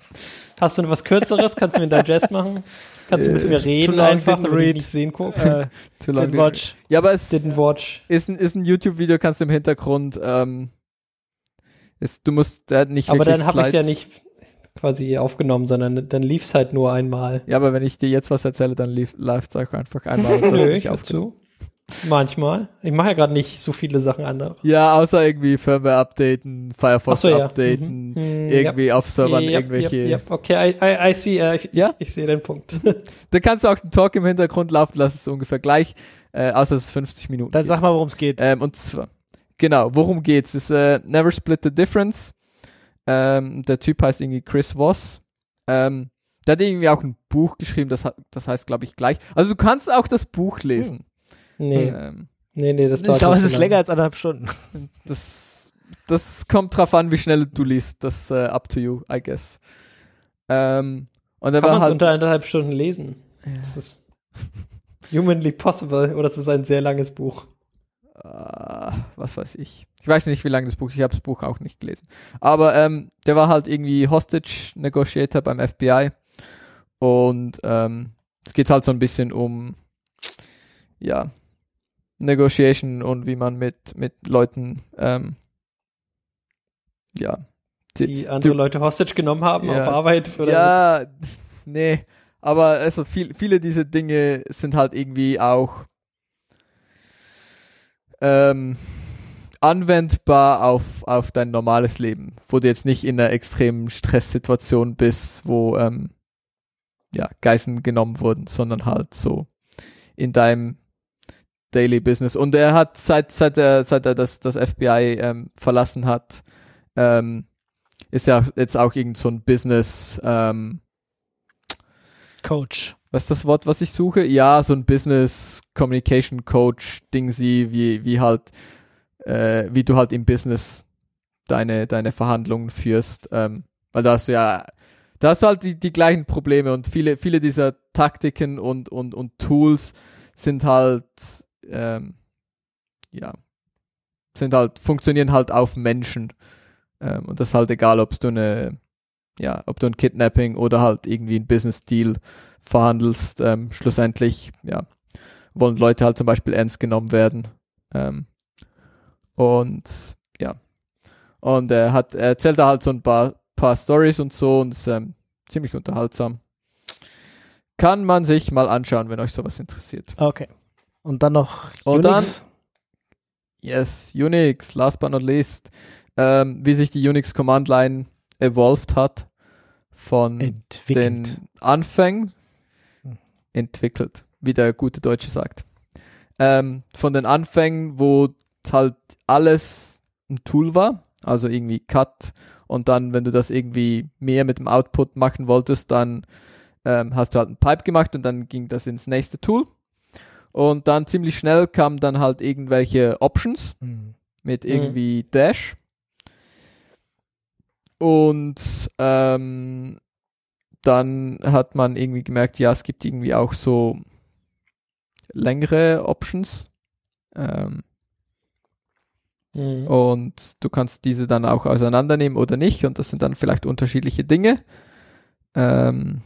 Hast du noch was Kürzeres? Kannst du mir einen Digest machen? Kannst du mit Äh, mir reden too long, einfach, didn't damit read. ich nicht sehen gucke? Äh, Too long Dead Watch. Ja, aber es Didn't watch. ist ein, ist ein YouTube-Video, kannst du im Hintergrund, ähm, ist, du musst äh, nicht Aber wirklich dann habe ich ja Slides- nicht quasi aufgenommen, sondern dann lief's halt nur einmal. Ja, aber wenn ich dir jetzt was erzähle, dann lief- läuft es auch einfach einmal. und das Nö, nicht ich hör aufgenommen. zu. Manchmal. Ich mache ja gerade nicht so viele Sachen andere. Ja, außer irgendwie Firmware updaten, Firefox Ach so, ja. updaten, Mhm. irgendwie auf Servern Yep, irgendwelche. yep, yep. Okay, I, I, I see, äh, ich, Ja? ich, ich sehe den Punkt. Da kannst du auch den Talk im Hintergrund laufen lassen, ist ungefähr gleich, äh, außer es ist 50 Minuten. Dann geht. sag mal, worum es geht. Ähm, und zwar, genau, worum geht's? Es Ist äh, Never Split the Difference. Ähm, der Typ heißt irgendwie Chris Voss. Ähm, der hat irgendwie auch ein Buch geschrieben, das, hat- das heißt, glaube ich, gleich. Also du kannst auch das Buch lesen. Hm, Nee, Ähm, nee, nee, das ich dauert glaube, mir es zu ist lange. länger als anderthalb Stunden. das, das kommt drauf an, wie schnell du liest. Das äh, up to you, I guess. Ähm, und er Kann war man es halt. unter anderthalb Stunden lesen? Das ist humanly possible oder es ist ein sehr langes Buch. äh, was weiß ich. Ich weiß nicht, wie lange das Buch ist. Ich habe das Buch auch nicht gelesen. Aber ähm, der war halt irgendwie Hostage-Negotiator beim FBI. Und ähm, es geht halt so ein bisschen um, ja, Negotiation und wie man mit, mit Leuten, ähm, ja, Die- Die andere Leute Hostage genommen haben Ja. auf Arbeit oder ja, nee. Aber also viel, viele diese Dinge sind halt irgendwie auch ähm, anwendbar auf, auf dein normales Leben, wo du jetzt nicht in einer extremen Stresssituation bist, wo ähm, ja, Geißeln genommen wurden, sondern halt so in deinem Daily Business. Und er hat seit, seit er, seit er das, das FBI ähm, verlassen hat, ähm, ist ja jetzt auch irgend so ein Business, ähm, Coach. was ist das Wort, was ich suche? Ja, so ein Business Communication Coach Ding sie, wie, wie halt, äh, wie du halt im Business deine, deine Verhandlungen führst. Ähm, weil da hast du ja, da hast du halt die, die gleichen Probleme und viele, viele dieser Taktiken und, und, und Tools sind halt, ähm, ja, sind halt, funktionieren halt auf Menschen. Ähm, und das ist halt egal, ob du eine, ja, ob du ein Kidnapping oder halt irgendwie ein Business Deal verhandelst, ähm, schlussendlich, ja, wollen Leute halt zum Beispiel ernst genommen werden. Ähm, und ja. Und er hat, er erzählt da halt so ein paar, paar Stories und so und ist ähm, ziemlich unterhaltsam. Kann man sich mal anschauen, wenn euch sowas interessiert. Okay. Und dann noch Und Unix. Yes, Unix, last but not least, ähm, wie sich die Unix Command Line evolved hat von entwickelt. den Anfängen Hm. entwickelt, wie der gute Deutsche sagt. Ähm, von den Anfängen, wo halt alles ein Tool war, also irgendwie Cut und dann, wenn du das irgendwie mehr mit dem Output machen wolltest, dann ähm, hast du halt einen Pipe gemacht und dann ging das ins nächste Tool. Und dann ziemlich schnell kamen dann halt irgendwelche Options Hm. mit Mhm. irgendwie Dash. Und ähm, dann hat man irgendwie gemerkt, ja, es gibt irgendwie auch so längere Options. Ähm, Mhm. Oh. und du kannst diese dann auch auseinandernehmen oder nicht. Und das sind dann vielleicht unterschiedliche Dinge. Ähm,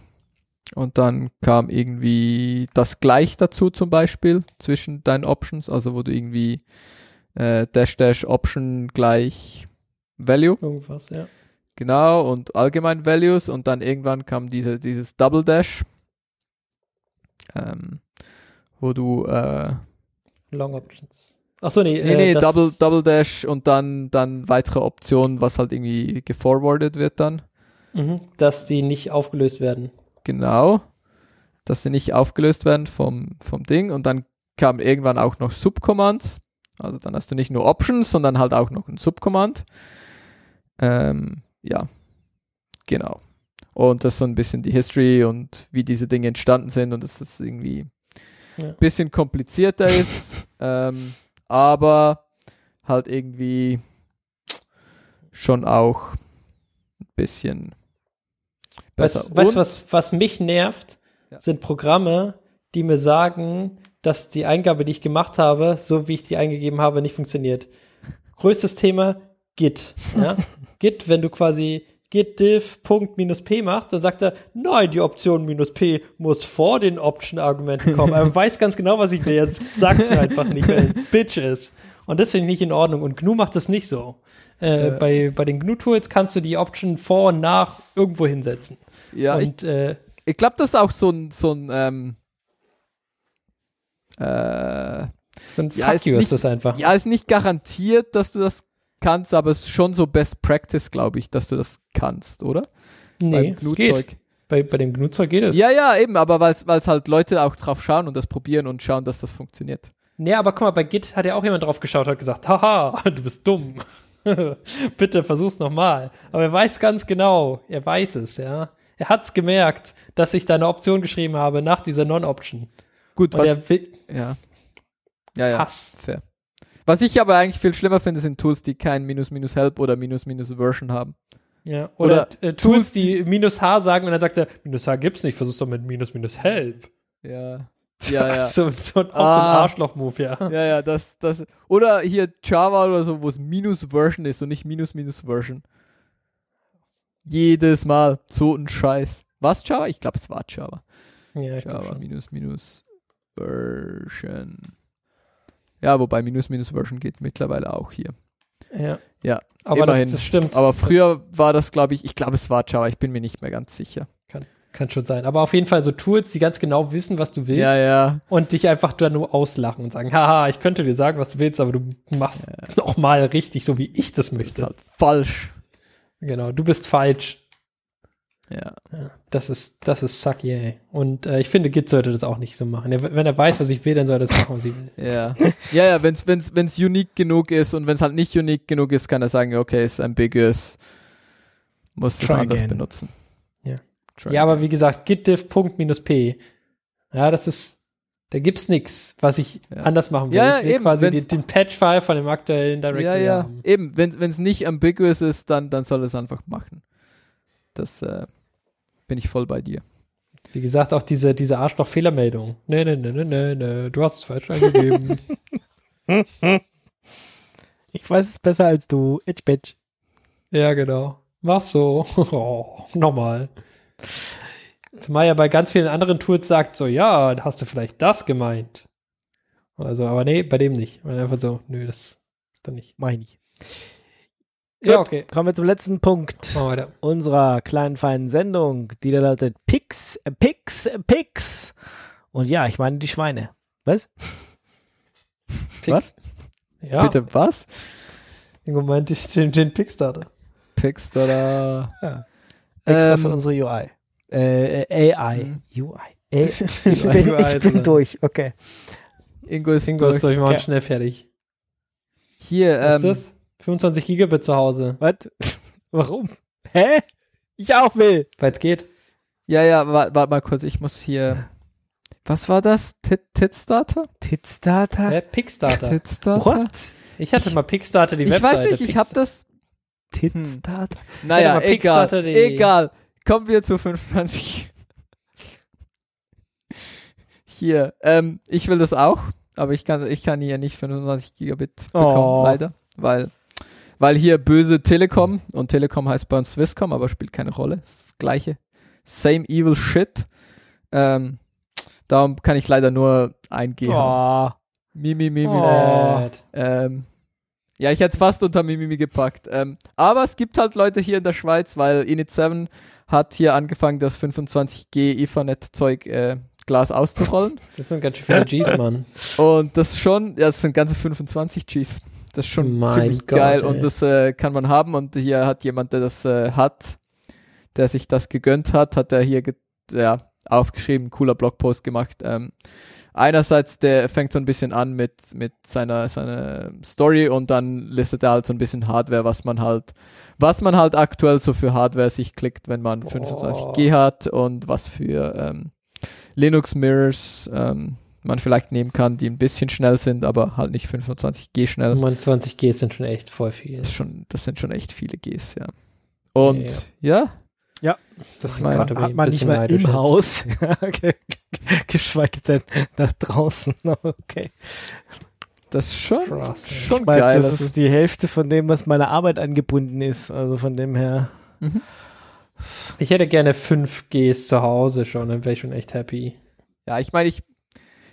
und dann kam irgendwie das Gleich dazu zum Beispiel zwischen deinen Options, also wo du irgendwie äh, Dash Dash Option gleich Value, irgendwas, ja. genau, und allgemein Values. Und dann irgendwann kam diese, dieses Double Dash, ähm, wo du äh, Long Options. Achso, nee, Nee, äh, nee, das- Double, Double Dash und dann, dann weitere Optionen, was halt irgendwie geforwardet wird dann. Mhm, dass die nicht aufgelöst werden. Genau. dass sie nicht aufgelöst werden vom, vom Ding. Und dann kamen irgendwann auch noch Subcommands. Also dann hast du nicht nur Options, sondern halt auch noch ein Subcommand. Ähm, ja, genau. Und das ist so ein bisschen die History und wie diese Dinge entstanden sind und dass das irgendwie Ja. ein bisschen komplizierter ist, ähm, aber halt irgendwie schon auch ein bisschen besser. Weißt, weißt Und- du, was, was mich nervt, Ja. sind Programme, die mir sagen, dass die Eingabe, die ich gemacht habe, so wie ich die eingegeben habe, nicht funktioniert. Größtes Thema, Git. Ja? Git, wenn du quasi git div Punkt minus p machst, dann sagt er, nein, die Option minus p muss vor den Option-Argumenten kommen. er weiß ganz genau, was ich will. Jetzt sagt's mir einfach nicht, weil er ein Bitch ist. Und das finde ich nicht in Ordnung. Und GNU macht das nicht so. Äh, Bei, bei den GNU-Tools kannst du die Option vor und nach irgendwo hinsetzen. ja, ich, und äh, ich glaube, das ist auch so ein, so ein ähm, äh, so ein Ja, Fuck ist you nicht- ist das einfach. ja, ist nicht garantiert, dass du das kannst, aber es ist schon so Best Practice, glaube ich, dass du das kannst, oder? nee, Beim es geht. Knutzeug. Bei, bei dem GNU-Zeug geht es. Ja, ja, eben, aber weil es halt Leute auch drauf schauen und das probieren und schauen, dass das funktioniert. Nee, aber guck mal, bei Git hat ja auch jemand drauf geschaut, hat gesagt, haha, du bist dumm. Bitte versuch's nochmal. Aber er weiß ganz genau, er weiß es, ja. Er hat's gemerkt, dass ich da eine Option geschrieben habe nach dieser Non-Option. Gut, Und was, er will ja. ja, ja, Hass. fair. Was ich aber eigentlich viel schlimmer finde, sind Tools, die kein minus minus help oder minus minus version haben. Ja. Oder Oder, äh, Tools, die minus H sagen und dann sagt er, minus H gibt's nicht, versuch's doch mit minus minus help. Ja. Ja, ja. so, so, auch so ein Ah. Arschloch-Move, ja. Ja, ja, das, das. Oder hier Java oder so, wo es minus Version ist und nicht minus minus Version. Jedes Mal so ein Scheiß. Was Java? Ich glaube, es war Java. Ja, ich glaub Java schon. minus minus Version. Ja, wobei minus minus Version geht mittlerweile auch hier. Ja. Ja, aber das, immerhin. das stimmt. Aber früher war das, glaube ich, ich glaube, es war Java, ich bin mir nicht mehr ganz sicher. Kann schon sein. Aber auf jeden Fall so Tools, die ganz genau wissen, was du willst Ja, ja. und dich einfach dann nur auslachen und sagen, haha, ich könnte dir sagen, was du willst, aber du machst noch mal richtig, so wie ich das Das ist möchte. halt falsch. Genau, du bist falsch. Ja. Ja, Das ist, das ist sucky, ey. Und äh, ich finde, Git sollte das auch nicht so machen. Er, wenn er weiß, was ich will, dann soll er das machen, was ich will. Ja. Ja, ja, wenn's, wenn's, wenn's unique genug ist und wenn's halt nicht unique genug ist, kann er sagen, okay, ist ambiguous. Muss das Try anders again. benutzen. Ja. Try Ja, aber wie gesagt, gitdiff.-p. Ja, das ist, da gibt's nix, was ich Ja. anders machen will. Ja, ich will eben, quasi die, wenn's- den Patch-File von dem aktuellen ja, Directory ja. haben. Eben, wenn es nicht ambiguous ist, dann, dann soll es einfach machen. Das äh, bin ich voll bei dir. Wie gesagt, auch diese, diese Arschloch-Fehlermeldung. Nee, nee, nee, nee, nee, nee, du hast es falsch eingegeben. Ich weiß es besser als du. Itch, bitch. ja, genau. Mach so. oh, nochmal. Zumal ja bei ganz vielen anderen Tools sagt so, ja, hast du vielleicht das gemeint. Oder so, aber nee, bei dem nicht. Und einfach so, nö, das dann nicht. Mach ich nicht. Ja, okay. Kommen wir zum letzten Punkt Machen wir weiter. unserer kleinen feinen Sendung, die da lautet Pix, äh, Pix, äh, Pix. Und ja, ich meine die Schweine. Was? Was? Ja, Bitte was? Ingo meinte ich den, den Pickstarter. Pickstarter. Ja. Extra Ähm, für unsere UI. Äh, äh, Mhm. AI. UI. Äh, ich UI bin, ich sogar. bin durch, okay. Ingo ist, Ingo durch. ist durch, wir machen Ja. schnell fertig. Hier, Was ähm, ist das? 25 Gigabit zu Hause, Was? Warum? Hä? Ich auch will. weil es geht. ja, ja, warte wart mal kurz, ich muss hier. Was war das? Tit- Titstarter? Titstarter? Äh, Pickstarter. Titstarter? What? Ich hatte mal Pickstarter die Ich Webseite. weiß nicht, ich habe Pickstarter. das Titstarter? Naja, mal egal. Kickstarter.de. Egal. Kommen wir zu 25. Hier. Ähm, ich will das auch, aber ich kann, ich kann hier nicht 25 Gigabit bekommen, Oh. leider. Weil, weil hier böse Telekom und Telekom heißt bei uns Swisscom, aber spielt keine Rolle. Ist das gleiche. Same evil shit. Ähm, darum kann ich leider nur Hm. eingehen. Oh. Mimi, Mimi. Oh. Sad. Ähm, ja, ich hätte es fast unter Mimimi gepackt. Ähm, aber es gibt halt Leute hier in der Schweiz, weil Init7 hat hier angefangen, das 25G Ethernet-Zeug äh, Glas auszurollen. Das sind ganz schön viele Gs, Mann. Und das schon, ja, das sind ganze 25 Gs. Das ist schon Mein ziemlich Gott, geil ey. und das äh, kann man haben. Und hier hat jemand, der das äh, hat, der sich das gegönnt hat, hat er hier, ge- ja, aufgeschrieben, cooler Blogpost gemacht. Ähm, einerseits, der fängt so ein bisschen an mit, mit seiner, seiner Story und dann listet er halt so ein bisschen Hardware, was man halt, was man halt aktuell so für Hardware sich klickt, wenn man 25G hat und was für ähm, Linux Mirrors ähm, man vielleicht nehmen kann, die ein bisschen schnell sind, aber halt nicht 25G Also, schnell. 20G sind schon echt voll viel. Das, ist schon, das sind schon echt viele Gs, ja. Und ja, Ja, Das Ich meine, gerade hat ein man nicht bisschen mehr neidisch im jetzt. Haus. okay. Geschweige denn nach draußen. Okay. das ist schon, Krass, ey. schon Ich meine, geil. das also- ist die Hälfte von dem, was meiner Arbeit angebunden ist. Also von dem her. Mhm. Ich hätte gerne 5Gs zu Hause schon, dann wäre ich schon echt happy. Ja, ich meine, ich,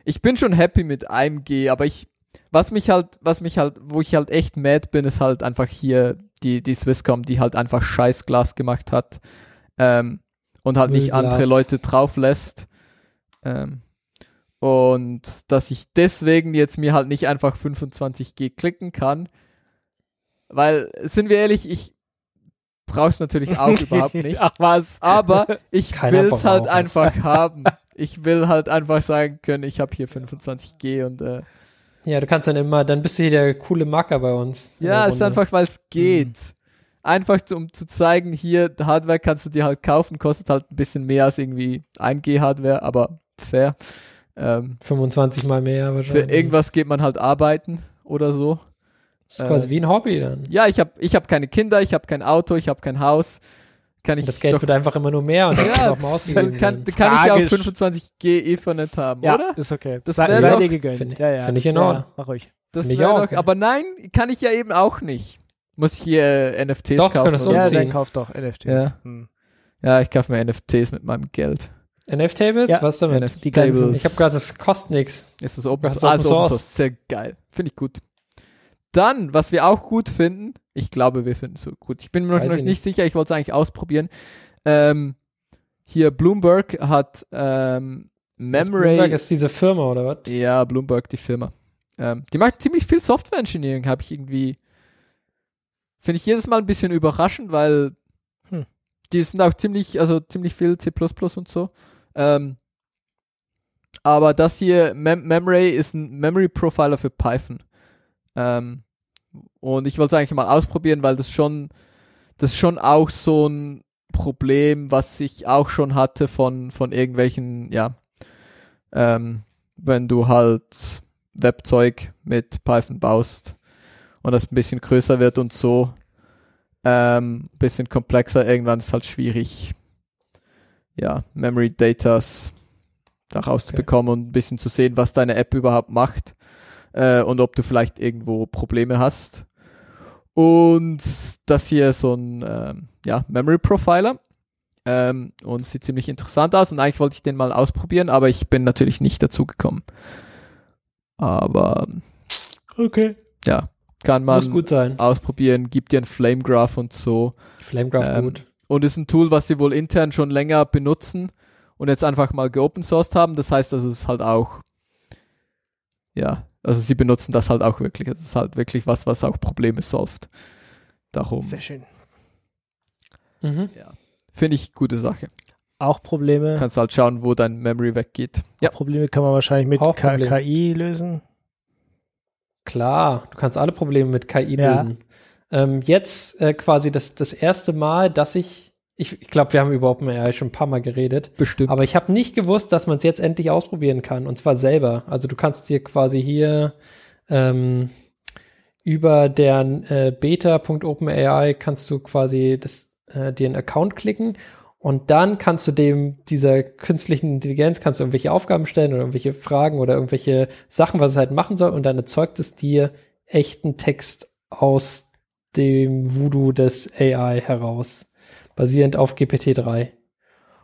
ich bin schon happy mit einem G, aber ich, was mich halt, was mich halt, wo ich halt echt mad bin, ist halt einfach hier die, die Swisscom, die halt einfach Scheißglas gemacht hat ähm, und halt nicht Müllglas. andere Leute drauf lässt. Ähm, und dass ich deswegen jetzt mir halt nicht einfach 25G klicken kann. Weil, sind wir ehrlich, ich brauch's natürlich auch überhaupt nicht. Ah, Ach was. Aber ich Keiner will's halt braucht's. einfach haben. Ich will halt einfach sagen können, ich habe hier 25G und äh, Ja, du kannst dann immer, dann bist du hier der coole Macker bei uns. in ja, der es ist Runde. Mhm. einfach, weil es geht. Einfach zu, um zu zeigen, hier Hardware kannst du dir halt kaufen, kostet halt ein bisschen mehr als irgendwie 1G Hardware, aber fair. Ähm, 25 mal mehr für wahrscheinlich. irgendwas geht man halt arbeiten oder so. Das ist quasi äh, wie ein Hobby dann. Ja, ich habe ich hab keine Kinder, ich habe kein Auto, ich habe kein Haus. Kann ich Und das Geld doch, wird einfach immer nur mehr und das kann ja, auch mal kann, ausgegeben kann, kann werden. ich ja auch Tragisch. 25G Ethernet haben, Ja, oder? ist okay. Das sei wär sei doch- dir gegönnt. Find- ja, ja. find ich in ja, Ordnung. Mach ruhig. Das Finde ich wär auch, doch, ja. aber nein, kann ich ja eben auch nicht. Muss ich hier äh, NFTs Doch, du kaufen? könntest oder Ja, so? umziehen. dann kauf doch NFTs. Ja. Hm. ja, ich kaufe mir NFTs mit meinem Geld. NF-Tables? Ja. Was damit? NFT Die ganzen, Tables. ich habe gerade, das kostet nichts. Ist das Open Das Source? ist Open Also Open Source. Source. Sehr geil. Finde ich gut. Dann, was wir auch gut finden, ich glaube, wir finden es so gut. Ich bin mir noch Weiß ich nicht, sicher, ich wollte es eigentlich ausprobieren. Ähm, hier Bloomberg hat ähm, Memory. Bloomberg ist diese Firma oder was? Ja, Bloomberg, die Firma. Ähm, die macht ziemlich viel Software Engineering, habe ich irgendwie. Finde ich jedes Mal ein bisschen überraschend, weil Hm. die sind auch ziemlich, also ziemlich viel C und so. Ähm, aber das hier, Mem Memory, ist ein Memory Profiler für Python. Ähm, und ich wollte es eigentlich mal ausprobieren, weil das schon, das ist schon auch so ein Problem, was ich auch schon hatte von, von irgendwelchen, ja, ähm, wenn du halt Webzeug mit Python baust und das ein bisschen größer wird und so, ähm, bisschen komplexer, irgendwann ist halt schwierig, ja, Memory Datas da rauszubekommen und ein bisschen zu sehen, was deine App überhaupt macht äh, und ob du vielleicht irgendwo Probleme hast. Und das hier ist so ein ähm, ja, Memory Profiler. Ähm, und sieht ziemlich interessant aus und eigentlich wollte ich den mal ausprobieren, aber ich bin natürlich nicht dazu gekommen. Aber Okay. kann Muss man gut sein. ausprobieren, gibt dir einen Flame Graph und so. Flamegraph Ähm, gut. Und ist ein Tool, was sie wohl intern schon länger benutzen und jetzt einfach mal geopen sourced haben. Das heißt, das ist halt auch, ja, also sie benutzen das halt auch wirklich. Das ist halt wirklich was, was auch Probleme solved. Darum Sehr schön. Mhm. finde ich gute Sache. Auch Probleme. Kannst halt schauen, wo dein Memory weggeht. Ja, Probleme kann man wahrscheinlich mit Auch K Probleme. KI lösen. Klar, du kannst alle Probleme mit KI Ja. lösen. Ähm, jetzt äh, quasi das, das erste Mal, dass ich, ich, ich glaube, wir haben über OpenAI schon ein paar Mal geredet, bestimmt. aber ich habe nicht gewusst, dass man es jetzt endlich ausprobieren kann und zwar selber. Also du kannst dir quasi hier ähm, über deren äh, beta.openai kannst du quasi das, äh, dir einen Account klicken und dann kannst du dem dieser künstlichen Intelligenz kannst du irgendwelche Aufgaben stellen oder irgendwelche Fragen oder irgendwelche Sachen, was es halt machen soll und dann erzeugt es dir echten Text aus dem Voodoo des AI heraus, basierend auf GPT-3.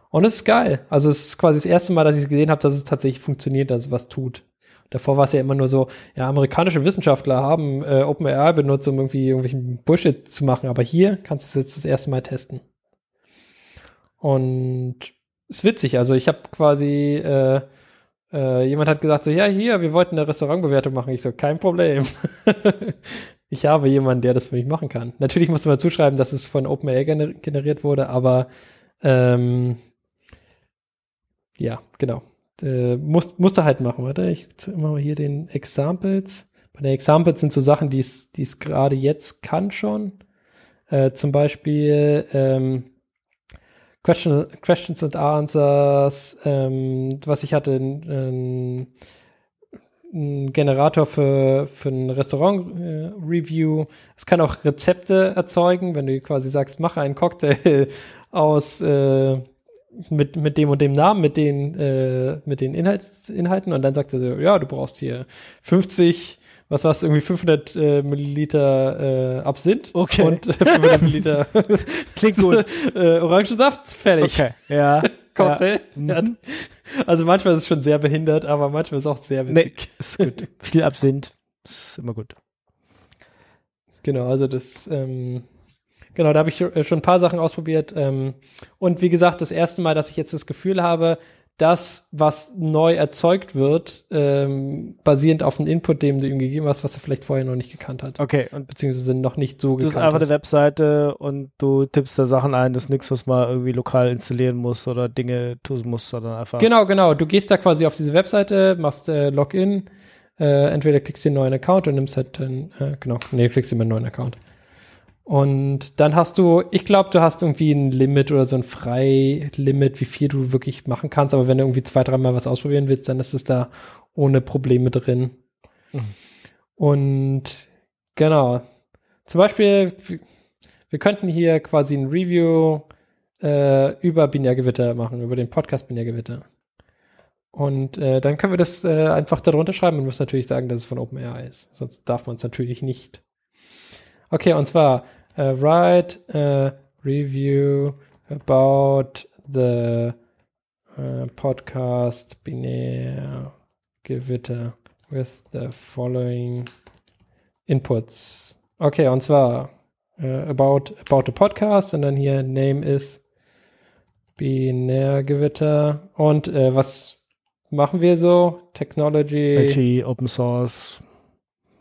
Und es ist geil. Also es ist quasi das erste Mal, dass ich es gesehen habe, dass es tatsächlich funktioniert, dass es was tut. Davor war es ja immer nur so, ja, amerikanische Wissenschaftler haben äh, OpenAI benutzt, um irgendwie irgendwelchen Bullshit zu machen, aber hier kannst du es jetzt das erste Mal testen. Und ist witzig, also ich habe quasi, äh, äh, jemand hat gesagt so, ja, hier, wir wollten eine Restaurantbewertung machen. Ich so, kein Problem. ich habe jemanden, der das für mich machen kann. Natürlich musste man zuschreiben, dass es von OpenAI gener generiert wurde, aber ähm, Ja, genau. Äh, musst, musst du halt machen, warte. Ich mache mal hier den Examples. Bei den Examples sind so Sachen, die es die es gerade jetzt kann schon. Äh, zum Beispiel ähm, Question, Questions and Answers, ähm, was ich hatte, ähm, ein Generator für, für ein Restaurant-Review. es kann auch Rezepte erzeugen, wenn du quasi sagst, mache einen Cocktail aus äh, mit, mit dem und dem Namen, mit den, äh, mit den Inhalts, Inhalten und dann sagt er so, ja, du brauchst hier 50, was war's, irgendwie 500 äh, Milliliter äh, Absinth Okay. und 500 Milliliter Klingt gut. äh, Orangensaft, fertig. Okay. Ja. Cocktail. Ja. Mhm. Also manchmal ist es schon sehr behindert, aber manchmal ist es auch sehr Nee, witzig. ist gut. Viel Absinth. Ist immer gut. Genau, also das, ähm, genau, da habe ich äh, schon ein paar Sachen ausprobiert. Ähm, und wie gesagt, das erste Mal, dass ich jetzt das Gefühl habe, das, was neu erzeugt wird, ähm, basierend auf dem Input, dem du ihm gegeben hast, was er vielleicht vorher noch nicht gekannt hat. Okay. Und Beziehungsweise noch nicht so das ist gekannt einfach eine hat. Webseite und du tippst da Sachen ein. Das ist nichts, was man irgendwie lokal installieren muss oder Dinge tun muss, sondern einfach. Genau, genau. Du gehst da quasi auf diese Webseite, machst äh, Login, äh, entweder klickst dir einen neuen Account und nimmst halt dann, äh, genau, nee, klickst dir mal einen neuen Account. Und dann hast du, ich glaube, du hast irgendwie ein Limit oder so ein Freilimit, wie viel du wirklich machen kannst. Aber wenn du irgendwie zwei, dreimal was ausprobieren willst, dann ist es da ohne Probleme drin. Und genau. Zum Beispiel, w- wir könnten hier quasi ein Review äh, über Binärgewitter machen, über den Podcast Binärgewitter. Und äh, dann können wir das äh, einfach darunter schreiben und müssen natürlich sagen, dass es von OpenAI ist. Sonst darf man es natürlich nicht. Okay, und zwar äh, write a review about the äh, podcast Binärgewitter with the following inputs. Okay, und zwar äh, about, about the podcast und dann hier Name is Binärgewitter. Und äh, was machen wir so? Technology. IT, Open Source.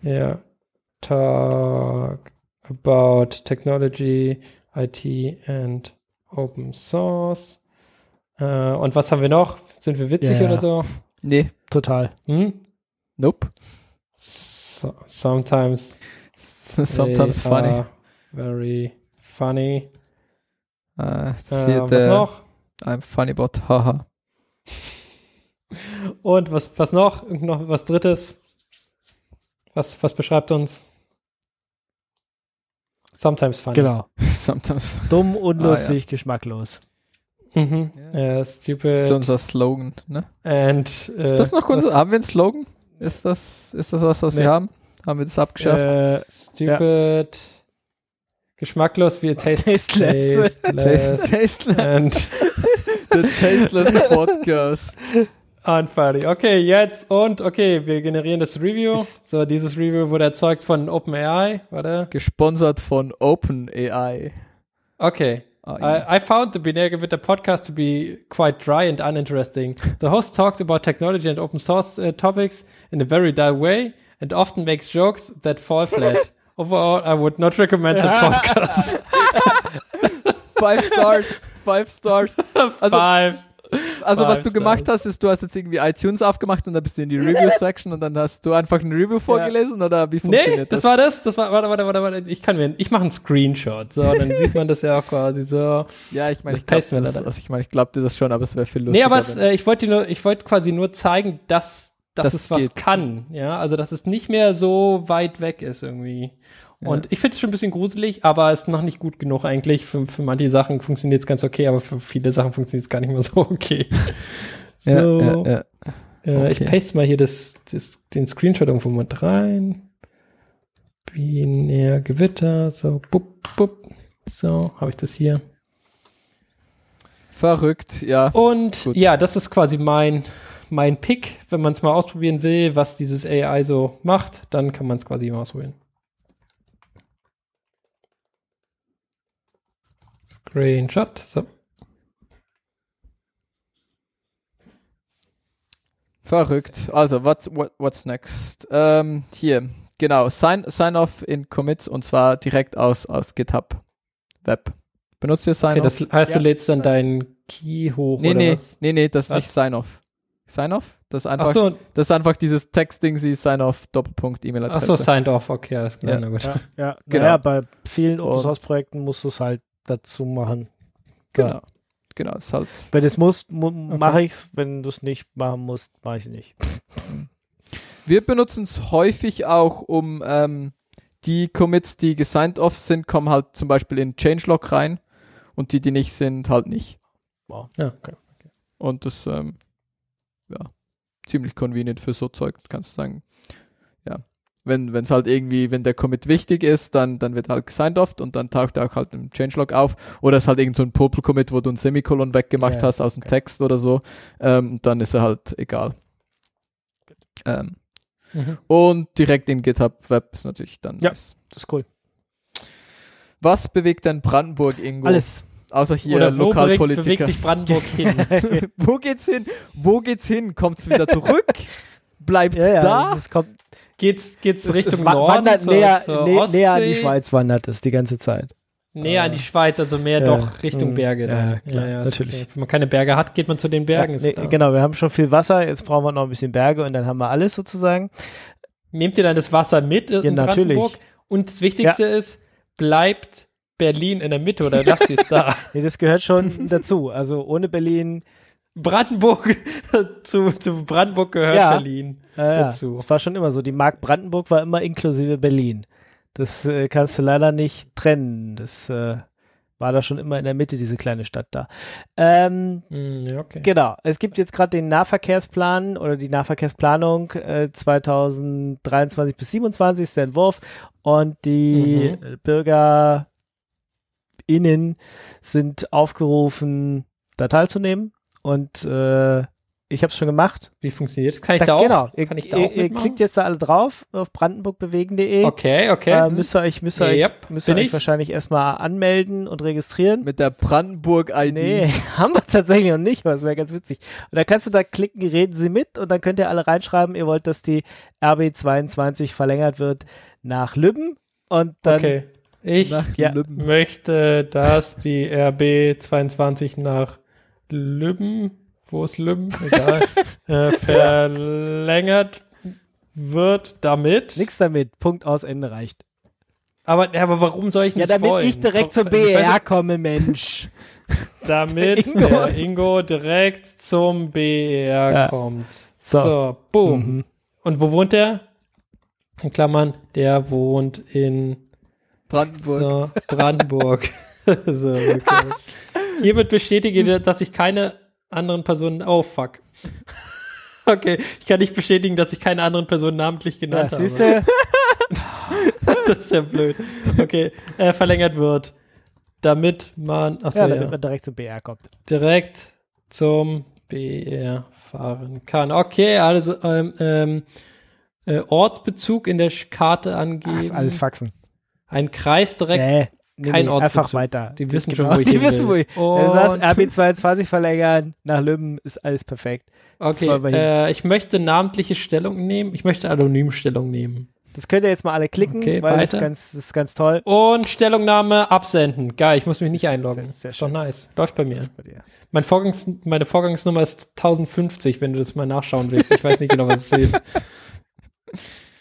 Ja. Talk about technology, IT and open source. Äh, und was haben wir noch? Sind wir witzig Ja. oder so? Nee, Total. Hm? nope. So, sometimes Sometimes they funny. are very funny. Äh, Äh, das hier was der- noch? I'm funny bot, haha. Und was, was noch? Irgend noch was drittes? Was, was beschreibt uns? Sometimes funny. Genau. Sometimes funny. Dumm, Ah, unlustig, geschmacklos. Mhm. Ja. Äh, Das ist stupid. unser Slogan, ne? And, äh, Ist das noch gut? was- Haben wir einen Slogan? Ist das, ist das was, was Nee. wir haben? Haben wir das abgeschafft? Äh, Stupid. Geschmacklos wie taste tasteless. Äh, tasteless. Tasteless. and The Tasteless Podcast. unfunny. Okay, jetzt und okay, wir generieren das Review. Ist- So, dieses Review wurde erzeugt von OpenAI, warte. Gesponsert von OpenAI. Okay. Ah, ja. I, I found the Binär Gewitter podcast to be quite dry and uninteresting. The host talks about technology and open source uh, topics in a very dull way and often makes jokes that fall flat. Overall, I would not recommend the podcast. Five Stars. Five Stars. Also, Five. also was Five du gemacht hast, ist, du hast jetzt irgendwie iTunes aufgemacht und dann bist du in die Review-Section und dann hast du einfach ein Review vorgelesen oder wie Nee, funktioniert das war das. Das war, warte, warte, warte, warte. Ich kann mir, ich mache einen Screenshot. So, dann sieht man das ja auch quasi so. Ja, ich meine, Das ich glaube pasten wir dir das, dann. also ich mein, ich glaub dir das schon, aber es wäre viel Nee, lustiger. aber es, wenn- äh, ich wollte dir nur, ich wollte quasi nur zeigen, dass, dass Das es was geht. kann. Ja, also dass es nicht mehr so weit weg ist irgendwie. Und ich finde es schon ein bisschen gruselig, aber ist noch nicht gut genug eigentlich. Für, für manche Sachen funktioniert es ganz okay, aber für viele Sachen funktioniert es gar nicht mehr so okay. so, ja, ja, ja. Äh, ich okay. paste mal hier das, das, den Screenshot irgendwo mit rein. Binär Gewitter, so, bup, bup. So, habe ich das hier. Verrückt, ja. Und Gut. ja, das ist quasi mein, mein Pick. Wenn man es mal ausprobieren will, was dieses AI so macht, dann kann man es quasi mal ausprobieren. Screenshot. So. Verrückt. Also, what's, what, what's next? Ähm, hier, genau. Sign, sign off in Commits und zwar direkt aus, aus GitHub Web. Benutzt ihr Sign Okay, off? das heißt, du lädst dann dein Key hoch Nee, oder nee, was? nee, nee, das ist Was? nicht Sign-Off. Sign-Off? Das ist einfach, Ach so, das ist einfach dieses Textding, sie Sign-Off, Doppelpunkt, ach so, E-Mail-Adresse. signed off, okay, alles klar, Ja. na gut. Ja, ja. Genau. Naja, bei vielen Open Und- Source Projekten musst du es halt dazu machen. Genau. Genau, ist halt. Wenn du es musst, mu Okay. mache ich's. Wenn du es nicht machen musst, mache ich es nicht. Wir benutzen es häufig auch, um ähm, die Commits, die gesigned off sind, kommen halt zum Beispiel in Changelog rein und die, die nicht sind, halt nicht. Ja, okay. Und das, ähm, ja, ziemlich convenient für so Zeug, kannst du sagen. Ja. Wenn es halt irgendwie, wenn der Commit wichtig ist, dann, dann wird halt gesigned off und dann taucht er auch halt im Changelog auf. Oder es ist halt irgend so ein Popel-Commit, wo du ein Semikolon weggemacht Ja, hast aus dem okay. Text oder so. Ähm, dann ist er halt egal. Ähm, Mhm. und direkt in GitHub Web ist natürlich dann Ja. nice. Das ist cool. Was bewegt denn Brandenburg, Ingo? Alles. Außer hier Oder wo bewegt, bewegt Lokalpolitiker. sich Brandenburg hin? wo geht's hin? Wo geht's hin? Kommt's wieder zurück? Bleibt's Ja, also ja, da? Es, es kommt Geht's, geht's es, Richtung es wa- Norden, wandert zur, näher, zur nä- Ostsee? näher an die Schweiz wandert es die ganze Zeit. Näher an die Schweiz, also mehr Ja. doch Richtung Mhm. Berge. dann. Ja, klar, ist natürlich. Okay. Wenn man keine Berge hat, geht man zu den Bergen. ja, ist nee, klar. genau, wir haben schon viel Wasser, jetzt brauchen wir noch ein bisschen Berge und dann haben wir alles sozusagen. Nehmt ihr dann das Wasser mit in Ja, natürlich. Brandenburg? Und das Wichtigste ist, bleibt Berlin in der Mitte oder lasst ihr es da? Nee, das gehört schon dazu. Also ohne Berlin. Brandenburg, zu, zu Brandenburg gehört Ja. Berlin. Äh, dazu. Dazu. Das war schon immer so. Die Mark Brandenburg war immer inklusive Berlin. Das äh, kannst du leider nicht trennen. Das äh, war da schon immer in der Mitte, diese kleine Stadt da. Ähm, Hm, ja, okay. Genau. Es gibt jetzt gerade den Nahverkehrsplan oder die Nahverkehrsplanung äh, 2023 bis 27 ist der Entwurf und die Mhm. BürgerInnen sind aufgerufen, da teilzunehmen und äh, ich habe es schon gemacht. Wie funktioniert das? Kann ich da, auch? genau. Ihr, Kann ich da ihr, auch ihr mitmachen? klickt jetzt da alle drauf auf brandenburgbewegen.de. Okay, okay. Äh, müsst ihr euch, müsst ihr Yep, euch, müsst ihr bin euch ich. wahrscheinlich erstmal anmelden und registrieren. Mit der Brandenburg-ID. Nee, haben wir tatsächlich noch nicht, aber es wäre ganz witzig. Und dann kannst du da klicken, reden Sie mit und dann könnt ihr alle reinschreiben, ihr wollt, dass die RB22 verlängert wird nach Lübben und dann okay. Ich Nach Ja. Lübben. möchte, dass die RB 22 nach Lübben, wo ist Lübben? Egal. äh, verlängert wird damit. nichts damit. Punkt aus Ende reicht. Aber, ja, aber warum soll ich Ja, nicht damit wollen? ich direkt Ver- zum also ich weiß BER komme, Mensch. damit Der Ingo. Ingo, der Ingo direkt zum BER Ja. kommt. So. So, boom. Mhm. Und wo wohnt der? In Klammern, der wohnt in Brandenburg. so, Brandenburg. so, okay. Hiermit bestätige ich, dass ich keine anderen Personen. Oh, fuck. Okay, ich kann nicht bestätigen, dass ich keine anderen Personen namentlich Ja, genannt habe. siehst du? Das ist ja blöd. Okay, äh, verlängert wird. Damit man. Achso, Ja, ja, damit man direkt zum BER kommt. direkt zum BR fahren kann. Okay, also ähm, ähm, äh, Ortsbezug in der Sch- Karte Ach, Ah, ist angeben. alles Faxen. Ein Kreis direkt. Nee, nee, kein nee, Ortsbezug. einfach weiter. Die wissen Genau, schon, wo ich Die hin wissen, wo will. ich. Also, Du sagst Und- RB22 verlängern nach Lübben, ist alles perfekt. Okay, war bei ihm. äh, ich möchte namentliche Stellung nehmen. Ich möchte anonym Stellung nehmen. Das könnt ihr jetzt mal alle klicken, Okay, weil das ist weiter. ganz, das ist ganz toll. Und Stellungnahme absenden. Geil, ich muss mich nicht einloggen. sehr- sehr ist doch nice. Läuft bei mir. Bei dir. Mein Vorgangs meine Vorgangsnummer ist 1050, wenn du das mal nachschauen willst. Ich weiß nicht genau, was es ist.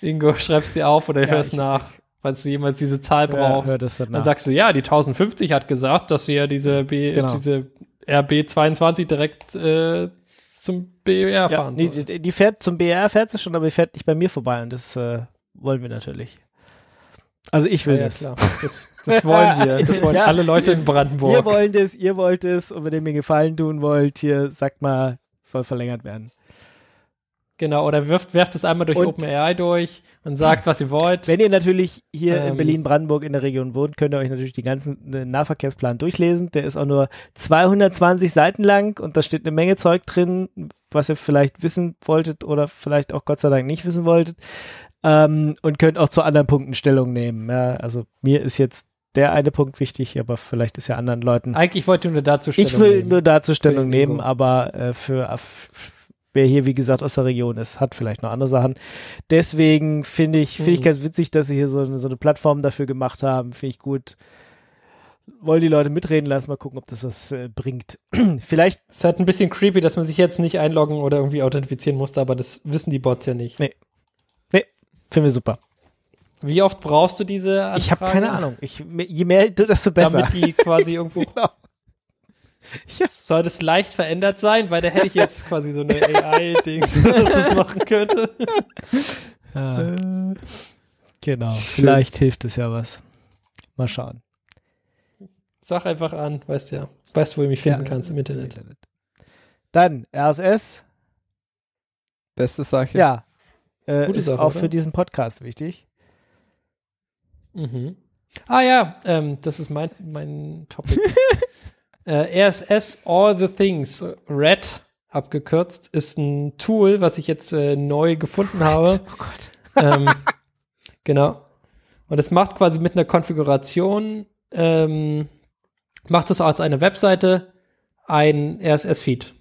Ingo, schreib's dir auf oder hör's nach, falls du jemals diese Zahl brauchst. hör das dann dann nach. sagst du, ja, die 1050 hat gesagt, dass wir diese, B Genau. diese RB 22 direkt äh, zum BER Ja, fahren nee, soll. die, die fährt zum BR, fährt sie schon, aber die fährt nicht bei mir vorbei und das äh, wollen wir natürlich. Also ich will ja, das. klar. Das, das wollen wir. Das wollen Ja. alle Leute in Brandenburg. Wir wollen das, ihr wollt es und wenn ihr mir Gefallen tun wollt, hier sagt mal, soll verlängert werden. genau, oder wirft, werft es einmal durch Und- OpenAI durch und sagt, was ihr wollt. Wenn ihr natürlich hier in Ähm. Berlin-Brandenburg in der Region wohnt, könnt ihr euch natürlich den ganzen äh, Nahverkehrsplan durchlesen. Der ist auch nur 220 Seiten lang und da steht eine Menge Zeug drin, was ihr vielleicht wissen wolltet oder vielleicht auch Gott sei Dank nicht wissen wolltet. Ähm, und könnt auch zu anderen Punkten Stellung nehmen. Ja, also mir ist jetzt der eine Punkt wichtig, aber vielleicht ist ja anderen Leuten. Eigentlich wollte ich nur dazu Stellung Ich will nehmen. nur dazu Stellung Ingo. nehmen, aber äh, für f- f- wer hier, wie gesagt, aus der Region ist, hat vielleicht noch andere Sachen. Deswegen finde ich, finde ich Mhm. ganz witzig, dass sie hier so, eine- so eine Plattform dafür gemacht haben. Finde ich gut. wollen die Leute mitreden lassen, mal gucken, ob das was äh, bringt. Vielleicht, Ist halt ein bisschen creepy, dass man sich jetzt nicht einloggen oder irgendwie authentifizieren musste, aber das wissen die Bots ja nicht. finden wir super. Wie oft brauchst du diese Anfrage? Ich habe keine Ahnung. Ich, je mehr, desto besser. Damit die quasi irgendwo. Genau. Yes. Soll das leicht verändert sein? Weil da hätte ich jetzt quasi so eine AI-Dings, dass es machen könnte. Ah. Genau. Vielleicht hilft es ja was. Mal schauen. Sag einfach an, weißt ja. Weißt, wo du mich finden Ja. kannst im Internet. Dann RSS. Beste Sache. Ja. Äh, Gute ist Sache, auch oder? für diesen Podcast wichtig. Mhm. Ah ja, ähm, das ist mein, mein Topic. äh, RSS All the Things, Red abgekürzt, ist ein Tool, was ich jetzt äh, neu gefunden habe. Oh Gott. ähm, genau. Und es macht quasi mit einer Konfiguration, ähm, macht es als eine Webseite ein RSS-Feed.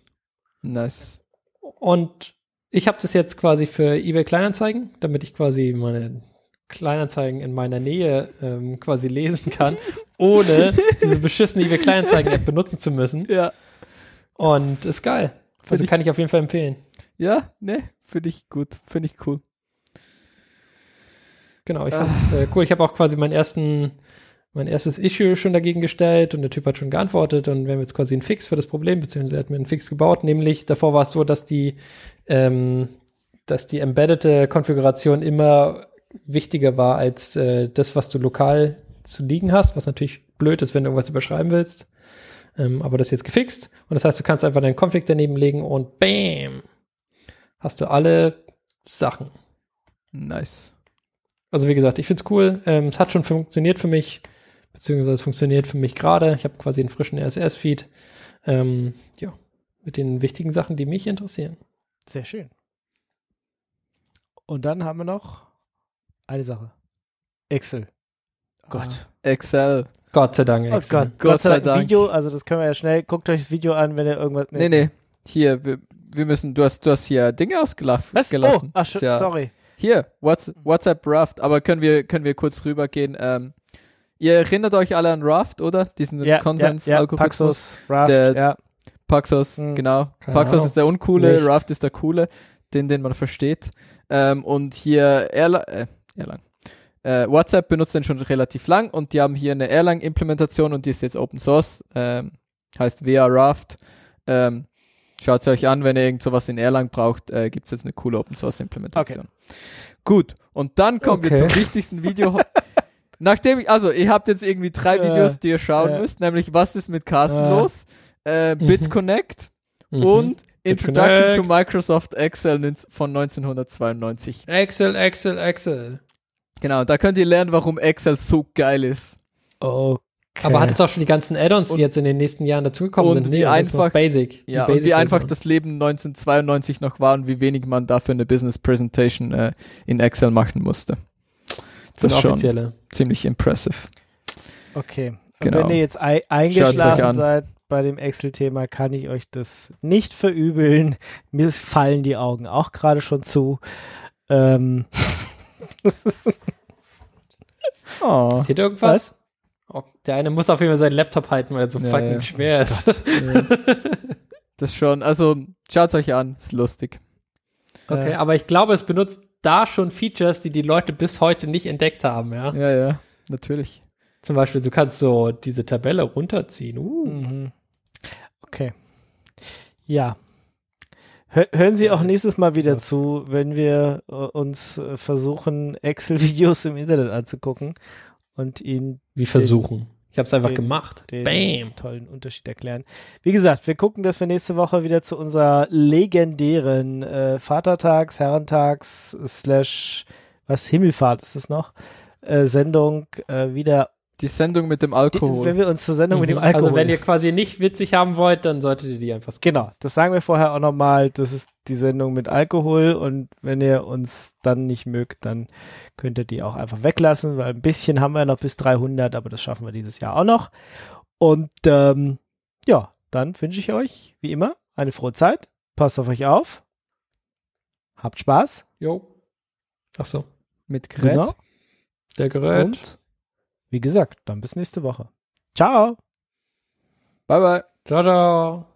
Nice. Und ich habe das jetzt quasi für eBay Kleinanzeigen, damit ich quasi meine Kleinanzeigen in meiner Nähe ähm, quasi lesen kann, ohne diese beschissene eBay Kleinanzeigen-App benutzen zu müssen. Ja. Und ist geil. Also ich- kann ich auf jeden Fall empfehlen. Ja, ne, finde ich gut. Finde ich cool. Genau, ich fand's äh, cool. Ich habe auch quasi meinen ersten, mein erstes Issue schon dagegen gestellt und der Typ hat schon geantwortet und wir haben jetzt quasi einen Fix für das Problem, beziehungsweise er hat mir einen Fix gebaut, nämlich davor war es so, dass die, ähm, dass die embeddete Konfiguration immer wichtiger war als äh, das, was du lokal zu liegen hast, was natürlich blöd ist, wenn du irgendwas überschreiben willst. Ähm, aber das ist jetzt gefixt und das heißt, du kannst einfach deinen Config daneben legen und bam, hast du alle Sachen. Nice. Also wie gesagt, ich find's cool. Ähm, es hat schon funktioniert für mich, beziehungsweise es funktioniert für mich gerade. Ich habe quasi einen frischen RSS-Feed. Ähm, ja, mit den wichtigen Sachen, die mich interessieren. Sehr schön. Und dann haben wir noch eine Sache. Excel. Gott. Excel. Gott sei Dank, Oh Excel. Gott, Gott sei sei Dank. Dank. Video, also das können wir ja schnell. Guckt euch das Video an, wenn ihr irgendwas. Nee, nee. Hier, wir, wir müssen, du hast, du hast hier Dinge ausgelassen. Was? Oh, Gelassen. ach, sch- Ja. sorry. Hier, What's, WhatsApp Raft. Aber können wir, können wir kurz rübergehen? Ähm, ihr erinnert euch alle an Raft, oder? Diesen Ja, Konsens, ja, ja, Algorithmus. Paxos, Raft, der- ja. Paxos, Hm. genau. Keine Paxos Ahnung. ist der uncoole, Nicht. Raft ist der coole, den, den man versteht. Ähm, und hier Erlang, äh, Erlang. Äh, WhatsApp benutzt den schon relativ lang und die haben hier eine Erlang-Implementation und die ist jetzt Open Source, ähm, heißt VR Raft. Ähm, Schaut sie euch an, wenn ihr irgend sowas in Erlang braucht, äh, gibt's jetzt eine coole Open Source Implementation. Gut, und dann kommen wir Okay. zum wichtigsten Video. Nachdem ich, also ihr habt jetzt irgendwie drei Ja. Videos, die ihr schauen Ja. müsst, nämlich was ist mit Carsten Ja. los? äh, Mhm. BitConnect Mhm. und Introduction BitConnect. to Microsoft Excel nin- von 1992. Excel, Excel, Excel. Genau, da könnt ihr lernen, warum Excel so geil ist. Okay. Aber hat es auch schon die ganzen Add-ons, Und- die jetzt in den nächsten Jahren dazugekommen und sind? wie das ist noch einfach- Basic. die Ja, und wie Basic-Version. einfach das Leben 1992 noch war und wie wenig man dafür eine Business Presentation äh, in Excel machen musste. sind Das ist schon offizielle. ziemlich impressive. Okay. Und Genau. wenn ihr jetzt ei Schaut's euch eingeschlafen an. seid bei dem Excel-Thema, kann ich euch das nicht verübeln. Mir fallen die Augen auch gerade schon zu. Ähm, das ist, äh, Oh, Passiert irgendwas? Oh, der eine muss auf jeden Fall seinen Laptop halten, weil er so Ja, fucking ja. schwer ist. das ist schon, also schaut euch an, ist lustig. Okay, Äh, aber ich glaube, es benutzt da schon Features, die die Leute bis heute nicht entdeckt haben, ja. Ja, ja, natürlich. Zum Beispiel, du kannst so diese Tabelle runterziehen. Uh. mhm. Okay. Ja. Hör, hören Sie auch nächstes Mal wieder zu, wenn wir äh, uns äh, versuchen, Excel-Videos im Internet anzugucken und Ihnen Wie versuchen. Ich habe es einfach Den- gemacht. den Bam. tollen Unterschied erklären. Wie gesagt, wir gucken, dass wir nächste Woche wieder zu unserer legendären äh, Vatertags, Herrentags, slash, was, Himmelfahrt ist es noch, äh, Sendung äh, wieder, Die Sendung mit dem die, Alkohol. wenn wir uns zur Sendung mit dem Mhm. Alkohol. Also wenn ihr quasi nicht witzig haben wollt, dann solltet ihr die einfach skippen. Genau, das sagen wir vorher auch nochmal. Das ist die Sendung mit Alkohol und wenn ihr uns dann nicht mögt, dann könnt ihr die auch einfach weglassen, weil ein bisschen haben wir noch bis 300, aber das schaffen wir dieses Jahr auch noch. Und ähm, ja, dann wünsche ich euch wie immer eine frohe Zeit. Passt auf euch auf. Habt Spaß. Jo. Ach so, mit Gerät. Genau. der Gerät. Und wie gesagt, dann bis nächste Woche. Ciao. Bye, bye. Ciao, ciao.